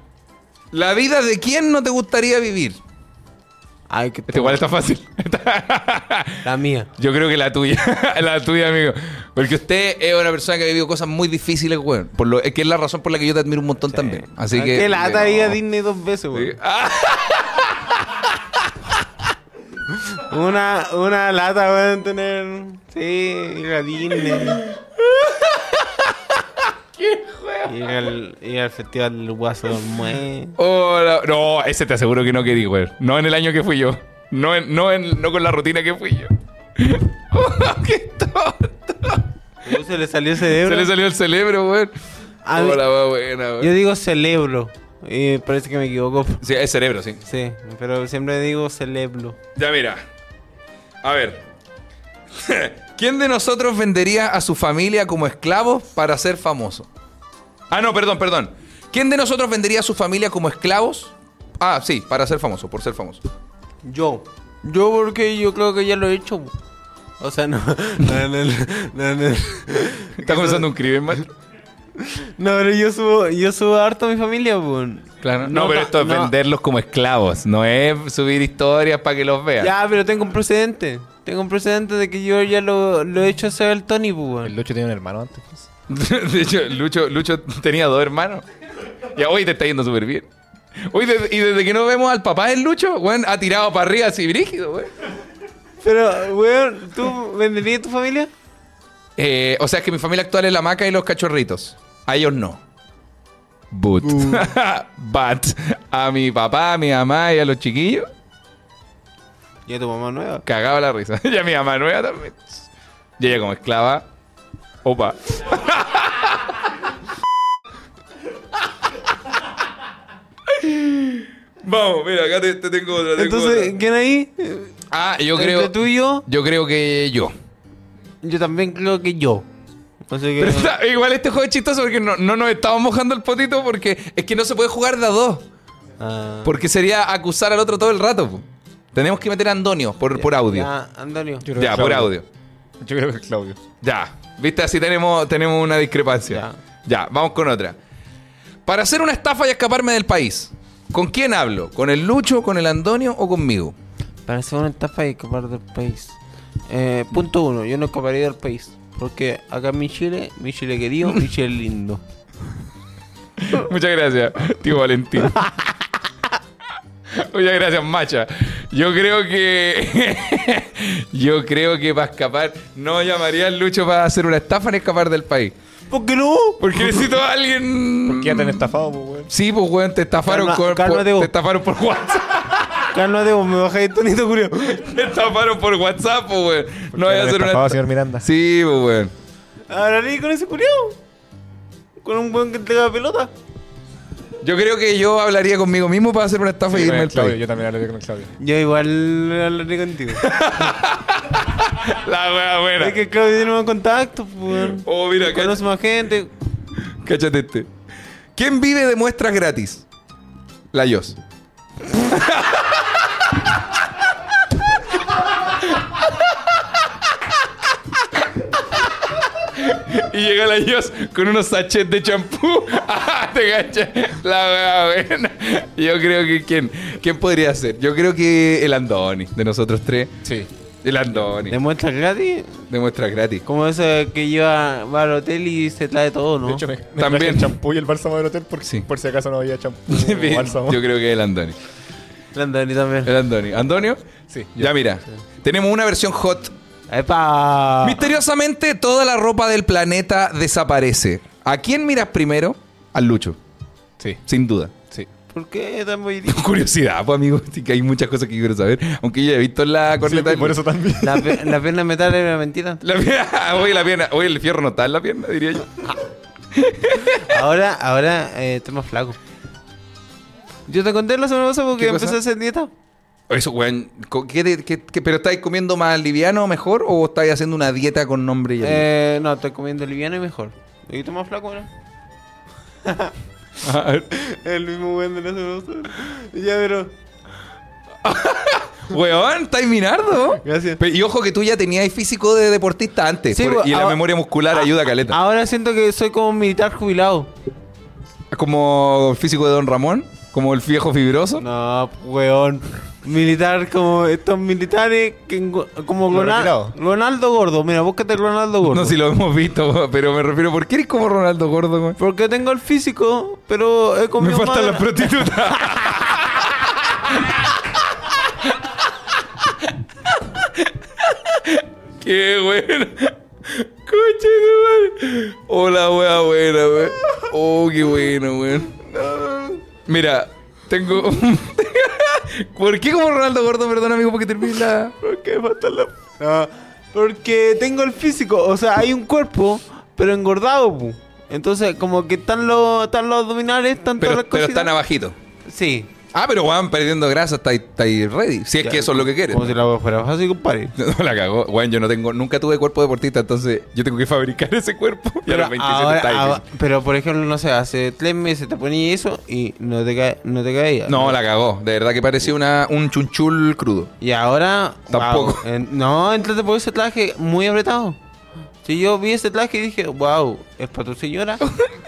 [SPEAKER 1] ¿La vida de quién no te gustaría vivir?
[SPEAKER 2] Ay, que
[SPEAKER 1] Este igual está fácil.
[SPEAKER 2] La mía.
[SPEAKER 1] Yo creo que la tuya, la tuya, amigo. Porque usted es una persona que ha vivido cosas muy difíciles, weón. Por lo, es que es la razón por la que yo te admiro un montón también. Así
[SPEAKER 2] Ah,
[SPEAKER 1] que.
[SPEAKER 2] Que la
[SPEAKER 1] no.
[SPEAKER 2] ataría a Disney dos veces, weón. Una, una lata van a tener. Sí, ir a Disney. Ir al, ir al festival del guaso del Mue.
[SPEAKER 1] Hola. No, ese te aseguro que no querí, güey. No en el año que fui yo. No, en- no, en- no con la rutina que fui yo. Oh, ¡Qué tonto!
[SPEAKER 2] Uh, Se le salió
[SPEAKER 1] Se
[SPEAKER 2] cerebro.
[SPEAKER 1] le salió el cerebro, güey.
[SPEAKER 2] A mí-
[SPEAKER 1] Hola, va buena, güey.
[SPEAKER 2] Yo digo cerebro. Y parece que me equivoco.
[SPEAKER 1] Sí, es cerebro, sí.
[SPEAKER 2] Sí, pero siempre digo cerebro.
[SPEAKER 1] Ya mira. A ver. ¿Quién de nosotros vendería a su familia como esclavos para ser famoso? Ah, no, perdón, perdón. ¿Quién de nosotros vendería a su familia como esclavos? Ah, sí, para ser famoso, por ser famoso.
[SPEAKER 2] Yo. Yo porque yo creo que ya lo he hecho. bu. O sea, no. No, no, no, no, no.
[SPEAKER 1] ¿Estás comenzando un crimen, maestro?
[SPEAKER 2] No, pero yo subo, yo subo harto a mi familia, bu.
[SPEAKER 1] Claro. No,
[SPEAKER 2] No,
[SPEAKER 1] pero
[SPEAKER 2] ta-
[SPEAKER 1] esto es
[SPEAKER 2] no.
[SPEAKER 1] venderlos como esclavos. No es subir historias para que los vean.
[SPEAKER 2] Ya, pero tengo un precedente. Tengo un precedente de que yo ya lo, lo he hecho hacer al Tony, pues,
[SPEAKER 3] El
[SPEAKER 2] weón.
[SPEAKER 3] Lucho tiene un hermano antes.
[SPEAKER 1] De hecho, Lucho, Lucho tenía dos hermanos. Y hoy te está yendo súper bien. Hoy y desde que no vemos al papá del Lucho, weón, ha tirado para arriba así brígido, weón.
[SPEAKER 2] Pero, weón, ¿tú venderías tu familia?
[SPEAKER 1] Eh, o sea, es que mi familia actual es la maca y los cachorritos. A ellos no. But. But. A mi papá, a mi mamá y a los chiquillos,
[SPEAKER 2] Ya tu mamá nueva.
[SPEAKER 1] cagaba la risa. Y a mi mamá nueva también. Y ella como esclava. Opa. Vamos, mira, acá te, te tengo otra. tengo
[SPEAKER 2] Entonces,
[SPEAKER 1] otra.
[SPEAKER 2] ¿quién ahí? Eh,
[SPEAKER 1] ah, yo
[SPEAKER 2] Entre
[SPEAKER 1] creo.
[SPEAKER 2] tú y yo,
[SPEAKER 1] Yo creo que yo.
[SPEAKER 2] yo también creo que yo. Así que...
[SPEAKER 1] Pero está- igual este juego es chistoso porque no, no nos estamos mojando el potito porque es que no se puede jugar de a dos.
[SPEAKER 2] Ah.
[SPEAKER 1] Porque sería acusar al otro todo el rato. po. Tenemos que meter a Antonio por, por audio.
[SPEAKER 2] Ya, Antonio.
[SPEAKER 1] Ya, por audio.
[SPEAKER 3] Yo creo que es Claudio.
[SPEAKER 1] Ya. Viste, así tenemos, tenemos una discrepancia. Ya. vamos con otra. Para hacer una estafa y escaparme del país, ¿con quién hablo? ¿Con el Lucho, con el Antonio o conmigo?
[SPEAKER 2] Para hacer una estafa y escapar del país. Eh, punto uno, yo no escaparía del país. Porque acá en mi Chile, mi Chile querido, mi Chile lindo.
[SPEAKER 1] Muchas gracias, tío Valentín. Muchas gracias, Macha. Yo creo que. Yo creo que para escapar. No llamaría al Lucho para hacer una estafa ni escapar del país.
[SPEAKER 2] ¿Por qué no?
[SPEAKER 1] Porque necesito a alguien.
[SPEAKER 3] ¿Por qué ya te han estafado, pues, weón?
[SPEAKER 1] Sí, pues, weón, te estafaron
[SPEAKER 2] Calma-
[SPEAKER 1] con-
[SPEAKER 2] cálmate
[SPEAKER 1] por,
[SPEAKER 2] vos.
[SPEAKER 1] te estafaron por WhatsApp.
[SPEAKER 2] Carlos Debo, me bajé de tonito curioso.
[SPEAKER 1] te estafaron por WhatsApp, pues, weón. No
[SPEAKER 3] Ya
[SPEAKER 1] voy
[SPEAKER 3] te
[SPEAKER 1] a hacer
[SPEAKER 3] han estafado,
[SPEAKER 1] una.
[SPEAKER 3] señor Miranda.
[SPEAKER 1] Sí, pues, weón.
[SPEAKER 2] ¿Hablaré con ese curioso? ¿Con un buen que entrega pelota?
[SPEAKER 1] Yo creo que yo hablaría conmigo mismo para hacer una estafa y
[SPEAKER 3] Yo,
[SPEAKER 1] irme
[SPEAKER 3] también
[SPEAKER 1] al
[SPEAKER 3] Claudio,
[SPEAKER 1] país.
[SPEAKER 3] yo también hablé con el Claudio.
[SPEAKER 2] Yo igual hablaré contigo.
[SPEAKER 1] La wea buena.
[SPEAKER 2] es que Claudio tiene más contacto, pues.
[SPEAKER 1] Oh, mira, cacha-
[SPEAKER 2] Conoce más gente.
[SPEAKER 1] cáchate este. ¿Quién vive de muestras gratis? La Yos. Y llega la Dios con unos sachets de champú. ¡Ah, te cacha! La wea buena. Yo creo que quién, quién podría ser. Yo creo que el Andoni, de nosotros tres.
[SPEAKER 3] Sí.
[SPEAKER 1] El Andoni. De,
[SPEAKER 2] ¿Demuestra gratis?
[SPEAKER 1] muestras gratis.
[SPEAKER 2] Como ese que lleva, va al hotel y se trae todo, ¿no?
[SPEAKER 3] De hecho, me, me
[SPEAKER 1] También.
[SPEAKER 3] traje el champú y el bálsamo del hotel porque
[SPEAKER 1] Sí.
[SPEAKER 3] por si acaso no había champú
[SPEAKER 1] Yo
[SPEAKER 3] o bálsamo.
[SPEAKER 1] creo que el Andoni.
[SPEAKER 2] El Antonio también.
[SPEAKER 1] El Andoni. ¿Antonio?
[SPEAKER 3] Sí.
[SPEAKER 1] Ya mira. Tenemos una versión hot.
[SPEAKER 3] Eh.
[SPEAKER 1] Ah.
[SPEAKER 2] ¡Epa!
[SPEAKER 1] Misteriosamente, toda la ropa del planeta desaparece. ¿A quién miras primero? Al Lucho.
[SPEAKER 3] Sí.
[SPEAKER 1] Sin duda.
[SPEAKER 3] Sí.
[SPEAKER 2] ¿Por qué tan bonito?
[SPEAKER 1] Curiosidad, pues, amigo. sí que hay muchas cosas que quiero saber. Aunque yo ya he visto la corneta.
[SPEAKER 3] Sí, por eso también.
[SPEAKER 2] La, pe- la pierna de metal era mentira.
[SPEAKER 1] La pierna. Oye, la pierna. Oye, el fierro no está en la pierna, diría yo.
[SPEAKER 2] Ahora, ahora eh, estoy más flaco. Yo te conté la semana pasada porque
[SPEAKER 1] ¿Qué cosa?
[SPEAKER 2] empecé a hacer dieta.
[SPEAKER 1] Eso, weón. co- ¿qué te- qué- qué- ¿Pero estáis comiendo más liviano mejor o estáis haciendo una dieta con nombre y apellido?
[SPEAKER 2] Eh, no, estoy comiendo liviano y mejor. ¿Y estoy más flaco, no?
[SPEAKER 1] Eh,
[SPEAKER 2] El mismo weón de la semana pasada. Ya, pero...
[SPEAKER 1] Weón, estáis minardo.
[SPEAKER 2] Gracias.
[SPEAKER 1] Pe- Y ojo que tú ya tenías físico de deportista antes.
[SPEAKER 2] Sí,
[SPEAKER 1] por-
[SPEAKER 2] pues,
[SPEAKER 1] y la
[SPEAKER 2] ahora-
[SPEAKER 1] memoria muscular ayuda a caleta.
[SPEAKER 2] Ahora siento que soy como un militar jubilado.
[SPEAKER 1] Como el físico de Don Ramón, como el viejo fibroso.
[SPEAKER 2] No, weón. Militar como estos militares que engo- como
[SPEAKER 3] Lo
[SPEAKER 2] Ronal-
[SPEAKER 3] retirado.
[SPEAKER 2] Ronaldo Gordo. Mira, búscate Ronaldo Gordo.
[SPEAKER 1] No, si lo hemos visto, pero me refiero, ¿por qué eres como Ronaldo Gordo, güey?
[SPEAKER 2] Porque tengo el físico, pero he
[SPEAKER 1] Me
[SPEAKER 2] comido
[SPEAKER 1] faltan
[SPEAKER 2] más.
[SPEAKER 1] las prostitutas. qué bueno. Coche, madre. Hola, wea, buena, wea. Oh, qué bueno, weón. Mira, tengo. ¿Por qué como Ronaldo Gordo? Perdón, amigo, porque terminé la.
[SPEAKER 2] Porque me faltan las- No, porque tengo el físico. O sea, hay un cuerpo, pero engordado, pu. Entonces, como que están los, están los abdominales, están todas
[SPEAKER 1] Pero,
[SPEAKER 2] las
[SPEAKER 1] pero
[SPEAKER 2] cositas.
[SPEAKER 1] están abajito.
[SPEAKER 2] Sí.
[SPEAKER 1] Ah, pero Juan perdiendo grasa, está ahí, está ahí ready. Si es que eso es lo que quieres.
[SPEAKER 2] Como si la hueá fuera fácil, compadre.
[SPEAKER 1] No, la cagó. Juan, yo no tengo, nunca tuve cuerpo deportista, entonces yo tengo que fabricar ese cuerpo. Y a los 27
[SPEAKER 2] ahora-
[SPEAKER 1] está ahí.
[SPEAKER 2] ahora- pero por ejemplo, no sé, hace tres meses te ponía eso y no te, ca- no te caía.
[SPEAKER 1] No, la cagó. De verdad que parecía una, un chunchul crudo.
[SPEAKER 2] Y ahora.
[SPEAKER 1] Tampoco.
[SPEAKER 2] wow, en- no, entonces por ese traje muy apretado. Si yo vi ese traje y dije, wow, es para tu señora.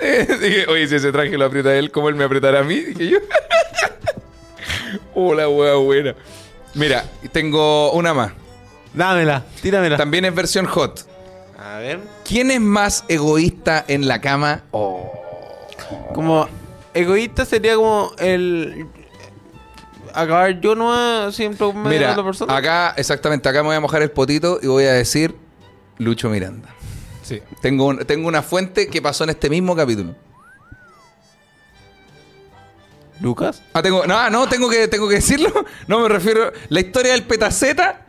[SPEAKER 1] Dije, oye, si ese traje lo aprieta él, ¿cómo él me apretará a mí? Dije yo. Hola, wea buena. Mira, tengo una más.
[SPEAKER 2] Dámela, tíramela.
[SPEAKER 1] También es versión hot.
[SPEAKER 2] A ver.
[SPEAKER 1] ¿Quién es más egoísta en la cama? Oh.
[SPEAKER 2] Como egoísta sería como el acabar yo no siempre me
[SPEAKER 1] Mira,
[SPEAKER 2] otra persona.
[SPEAKER 1] acá, exactamente, acá me voy a mojar el potito y voy a decir Lucho Miranda.
[SPEAKER 3] Sí.
[SPEAKER 1] Tengo, un- tengo una fuente que pasó en este mismo capítulo.
[SPEAKER 2] Lucas.
[SPEAKER 1] Ah, tengo. No, ah, no, tengo que, tengo que decirlo. No me refiero. La historia del petaceta.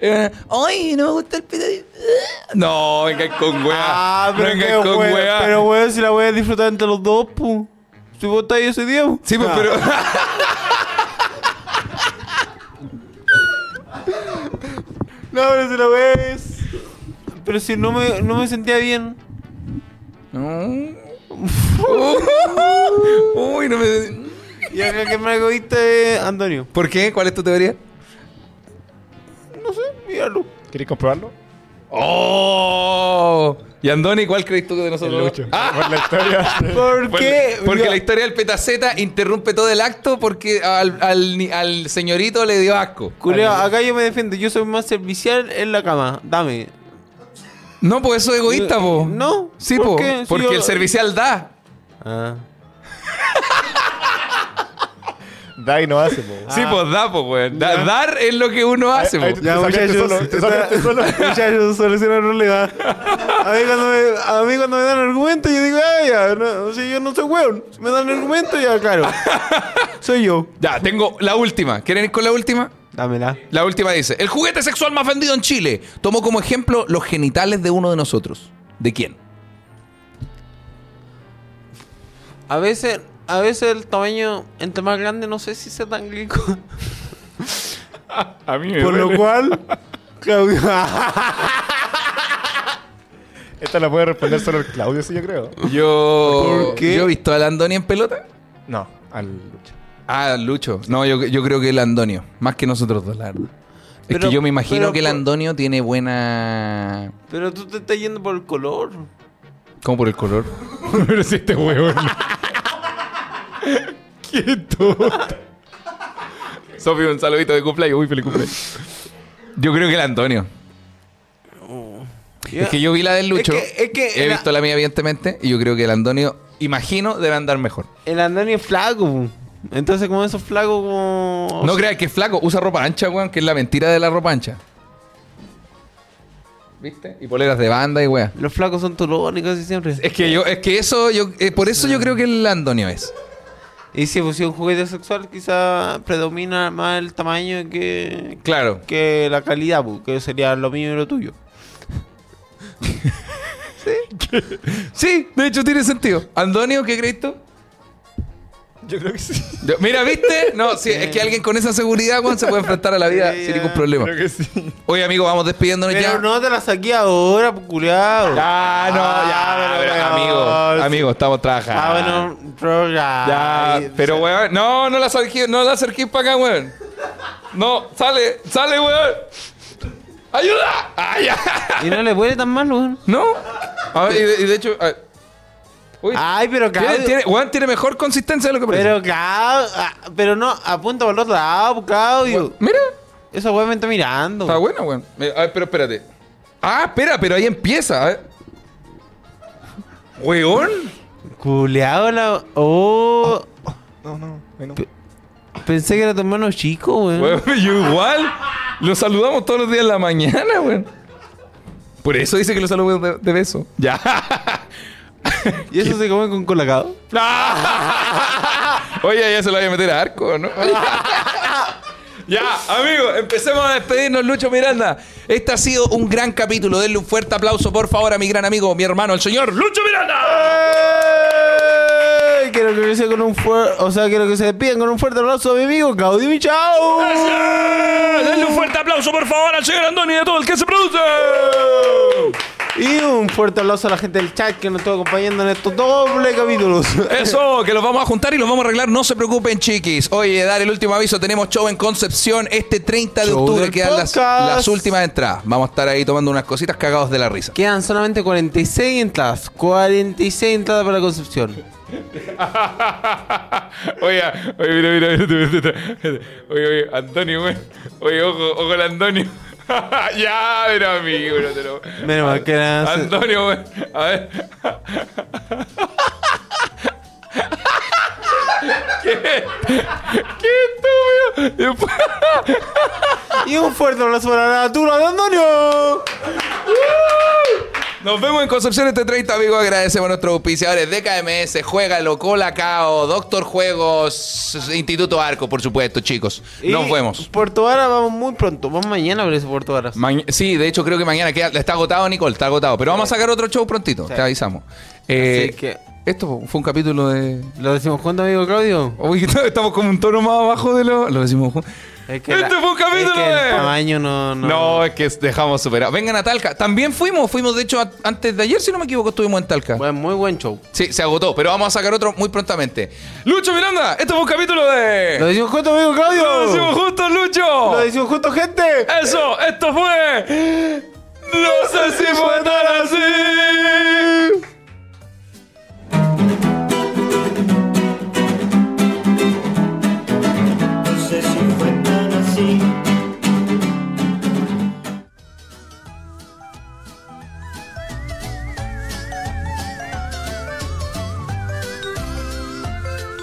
[SPEAKER 1] Eh, Ay, no me gusta el petaceta. No, venga con weá.
[SPEAKER 2] Ah,
[SPEAKER 1] no vengáis Ah, con
[SPEAKER 2] weón,
[SPEAKER 1] weá.
[SPEAKER 2] pero weón, si la voy a disfrutar entre los dos, pu. Si vos estás ahí ese día, pu.
[SPEAKER 1] Sí, pues,
[SPEAKER 2] Ah.
[SPEAKER 1] pero.
[SPEAKER 2] No, pero si la ves. Pero si no me, no me sentía bien.
[SPEAKER 1] Uy, no me.
[SPEAKER 2] Y acá que me egoísta es Antonio.
[SPEAKER 1] ¿Por qué? ¿Cuál es tu teoría?
[SPEAKER 2] No sé, míralo.
[SPEAKER 3] ¿Queréis comprobarlo?
[SPEAKER 1] ¡Oh! Y Andoni, ¿cuál crees tú que de nosotros?
[SPEAKER 3] Lucho.
[SPEAKER 1] Ah,
[SPEAKER 3] Por la historia.
[SPEAKER 2] ¿Por
[SPEAKER 1] Por-
[SPEAKER 2] qué?
[SPEAKER 1] Porque
[SPEAKER 2] Yo-
[SPEAKER 1] la historia del petaceta interrumpe todo el acto porque al, al ni- al señorito le dio asco.
[SPEAKER 2] Culeo, acá yo me defiendo. Yo soy más servicial en la cama. Dame.
[SPEAKER 1] No, pues eso es egoísta, po.
[SPEAKER 2] No,
[SPEAKER 1] Sí,
[SPEAKER 2] ¿por
[SPEAKER 1] po.
[SPEAKER 2] qué? Si
[SPEAKER 1] Porque
[SPEAKER 2] yo-
[SPEAKER 1] el servicial da.
[SPEAKER 2] Ah.
[SPEAKER 3] Da y no hace, po.
[SPEAKER 1] Sí, pues da, po, weón. Da- dar es lo que uno hace, po.
[SPEAKER 3] Ahí tú te
[SPEAKER 2] Ya,
[SPEAKER 3] sacaste
[SPEAKER 2] muchachos,
[SPEAKER 3] solo, te sacaste solo.
[SPEAKER 2] Muchachos, soluciona el problema. A mí cuando me, a mí cuando me dan argumentos, yo digo, ah, ya, no, si yo no soy weón. Si me dan argumentos, ya, claro. Soy yo.
[SPEAKER 1] Ya, tengo la última. ¿Quieren ir con la última?
[SPEAKER 2] Dámela.
[SPEAKER 1] La última dice: El juguete sexual más vendido en Chile tomó como ejemplo los genitales de uno de nosotros. ¿De quién?
[SPEAKER 2] A veces, a veces el tamaño entre más grande no sé si sea tan rico.
[SPEAKER 3] A mí me
[SPEAKER 2] Por lo
[SPEAKER 3] duele.
[SPEAKER 2] cual, Claudio.
[SPEAKER 3] Esta la puede responder solo el Claudio, sí, yo creo.
[SPEAKER 1] Yo.
[SPEAKER 2] ¿Por qué?
[SPEAKER 1] ¿Yo he visto al Andoni en pelota?
[SPEAKER 3] No, al Lucho.
[SPEAKER 1] Ah, Lucho. No, yo, yo creo que el Andonio. Más que nosotros dos, la verdad. Es
[SPEAKER 2] Pero-
[SPEAKER 1] que yo me imagino
[SPEAKER 2] pero
[SPEAKER 1] que el
[SPEAKER 2] por-
[SPEAKER 1] Andonio tiene buena.
[SPEAKER 2] Pero tú te estás yendo por el color.
[SPEAKER 1] ¿Cómo por el color?
[SPEAKER 3] Pero si este huevón. Quieto.
[SPEAKER 1] Sofi, un saludito de cumpleaños. Uy, feliz cumpleaños. Yo creo que el Antonio. Es que yo vi la del Lucho.
[SPEAKER 2] Es que- es que
[SPEAKER 1] he
[SPEAKER 2] la-
[SPEAKER 1] visto la mía, evidentemente. Y yo creo que el Antonio, imagino, debe andar mejor.
[SPEAKER 2] El andani es flaco. Entonces, como esos flacos, como.
[SPEAKER 1] no creas que es flaco. Usa ropa ancha, weón, que es la mentira de la ropa ancha. ¿Viste? Y poleras de banda y weón.
[SPEAKER 2] Los flacos son tulones casi siempre.
[SPEAKER 1] Es que yo, es que eso, yo, eh, por eso yo creo que el Antonio es.
[SPEAKER 2] Y si fuese un juguete sexual, quizá predomina más el tamaño que,
[SPEAKER 1] Claro.
[SPEAKER 2] que la calidad, pu, que sería lo mío y lo tuyo.
[SPEAKER 1] Sí, de hecho tiene sentido. Antonio, ¿qué crees tú?
[SPEAKER 3] Yo creo que sí.
[SPEAKER 1] Yo- Mira, ¿viste? No, sí, es que alguien con esa seguridad, weón, se puede enfrentar a la vida
[SPEAKER 2] Sí,
[SPEAKER 1] sin
[SPEAKER 2] ya.
[SPEAKER 1] ningún problema.
[SPEAKER 3] Creo que sí.
[SPEAKER 1] Oye, amigo, vamos despidiéndonos
[SPEAKER 2] Pero
[SPEAKER 1] ya.
[SPEAKER 2] no te la saqué ahora, pu, culiao.
[SPEAKER 1] Ah, no, ya,
[SPEAKER 2] Ah,
[SPEAKER 1] pero,
[SPEAKER 2] pero
[SPEAKER 1] amigo,
[SPEAKER 2] weón.
[SPEAKER 1] amigo, estamos trabajando.
[SPEAKER 2] Ah, bueno, Ah, pero ya.
[SPEAKER 1] Ya,
[SPEAKER 2] Ay,
[SPEAKER 1] pero weón, no, no la acerquís, no la acerquís para acá, weón. No, sale, sale, weón. ¡Ayuda! ¡Ah, ya!
[SPEAKER 2] Y no le huele tan mal, weón.
[SPEAKER 1] No. A ver, y de, y de hecho. a ver. Uy,
[SPEAKER 2] Ay, pero
[SPEAKER 1] tiene,
[SPEAKER 2] cabrón.
[SPEAKER 1] tiene- weón tiene mejor consistencia de lo que parece.
[SPEAKER 2] Pero cabrón. pero no, apunta para el otro lado, pu, Claudio.
[SPEAKER 1] Mira,
[SPEAKER 2] Esa weón me está mirando.
[SPEAKER 1] está
[SPEAKER 2] pu.
[SPEAKER 1] buena, weón. Mira, Eh, A ver, pero espérate. Ah, espera, pero ahí empieza, a ver. Weón.
[SPEAKER 2] Culeado la. Oh.
[SPEAKER 3] No, no, no.
[SPEAKER 2] Pensé que era tu hermano chico, weón.
[SPEAKER 1] Weón, yo igual. Lo saludamos todos los días en la mañana, weón. Por eso dice que lo saludo de, de beso. Ya.
[SPEAKER 2] ¿Y eso se come con colacao?
[SPEAKER 1] Oye, ya se lo voy a meter a arco, ¿no? ya, amigos, empecemos a despedirnos, Lucho Miranda. Este ha sido un gran capítulo. Denle un fuerte aplauso, por favor, a mi gran amigo, mi hermano, el señor Lucho Miranda. ¡Eh!
[SPEAKER 2] Ay, Quiero que se con un fuerte, o sea, quiero que se despidan con un fuerte abrazo a mi amigo Claudio Michao.
[SPEAKER 1] Denle un fuerte aplauso, por favor, al señor Andoni y a todo el que se produce.
[SPEAKER 2] Y un fuerte aplauso a la gente del chat que nos estuvo acompañando en estos doble capítulos.
[SPEAKER 1] Eso, que los vamos a juntar y los vamos a arreglar. No se preocupen, chiquis. Oye, dar el último aviso. Tenemos show en Concepción este 30 de
[SPEAKER 2] Show
[SPEAKER 1] octubre.
[SPEAKER 2] del
[SPEAKER 1] Quedan las,
[SPEAKER 2] podcast.
[SPEAKER 1] las últimas entradas. Vamos a estar ahí tomando unas cositas cagados de la risa.
[SPEAKER 2] Quedan solamente 46 entradas. 46 entradas para Concepción.
[SPEAKER 1] oye, oye, mira, mira, mira. Oye, oye, Antonio, güey. Oye, ojo, ojo el Antonio. ya, pero amigo, no te lo...
[SPEAKER 2] Menos mal que
[SPEAKER 1] Ah.
[SPEAKER 2] era-
[SPEAKER 1] Antonio, güey. A ver. ¿Qué? ¡Qué estúpido! Después-
[SPEAKER 2] Y un fuerte abrazo para la natura de Antonio.
[SPEAKER 1] Nos vemos en Concepción este 30, amigos. Agradecemos a nuestros auspiciadores de KMS, Juegalo, Colacao, Doctor Juegos, Instituto Arco, por supuesto, chicos. Nos
[SPEAKER 2] Y
[SPEAKER 1] vemos.
[SPEAKER 2] Puerto Vara vamos muy pronto. Vamos mañana a ver ese Puerto Vara.
[SPEAKER 1] Mañ- sí, de hecho creo que mañana queda, está agotado, Nicole, está agotado. Pero vamos a sacar otro show prontito,
[SPEAKER 2] Sí.
[SPEAKER 1] te avisamos. Eh,
[SPEAKER 2] Así que-
[SPEAKER 1] Esto fue un capítulo de...
[SPEAKER 2] ¿Lo decimos juntos, amigo Claudio?
[SPEAKER 1] Uy, estamos como un tono más abajo de lo... Lo decimos juntos.
[SPEAKER 2] Es
[SPEAKER 1] Este fue un capítulo
[SPEAKER 2] es que el
[SPEAKER 1] de-
[SPEAKER 2] tamaño no... no-
[SPEAKER 1] No. es que dejamos superado. Vengan a Talca. También fuimos, fuimos de hecho a- antes de ayer, si no me equivoco, estuvimos en Talca.
[SPEAKER 2] Bueno, muy buen show.
[SPEAKER 1] Sí, se agotó, pero vamos a sacar otro muy prontamente. Lucho Miranda, esto fue un capítulo
[SPEAKER 2] ¿Lo
[SPEAKER 1] de...
[SPEAKER 2] decimos juntos, amigo Claudio?
[SPEAKER 1] Eh. ¡Lo decimos juntos, Lucho!
[SPEAKER 2] ¿Lo decimos juntos, gente?
[SPEAKER 1] ¡Eso! ¡Esto fue... ¡No sé si fue tan así!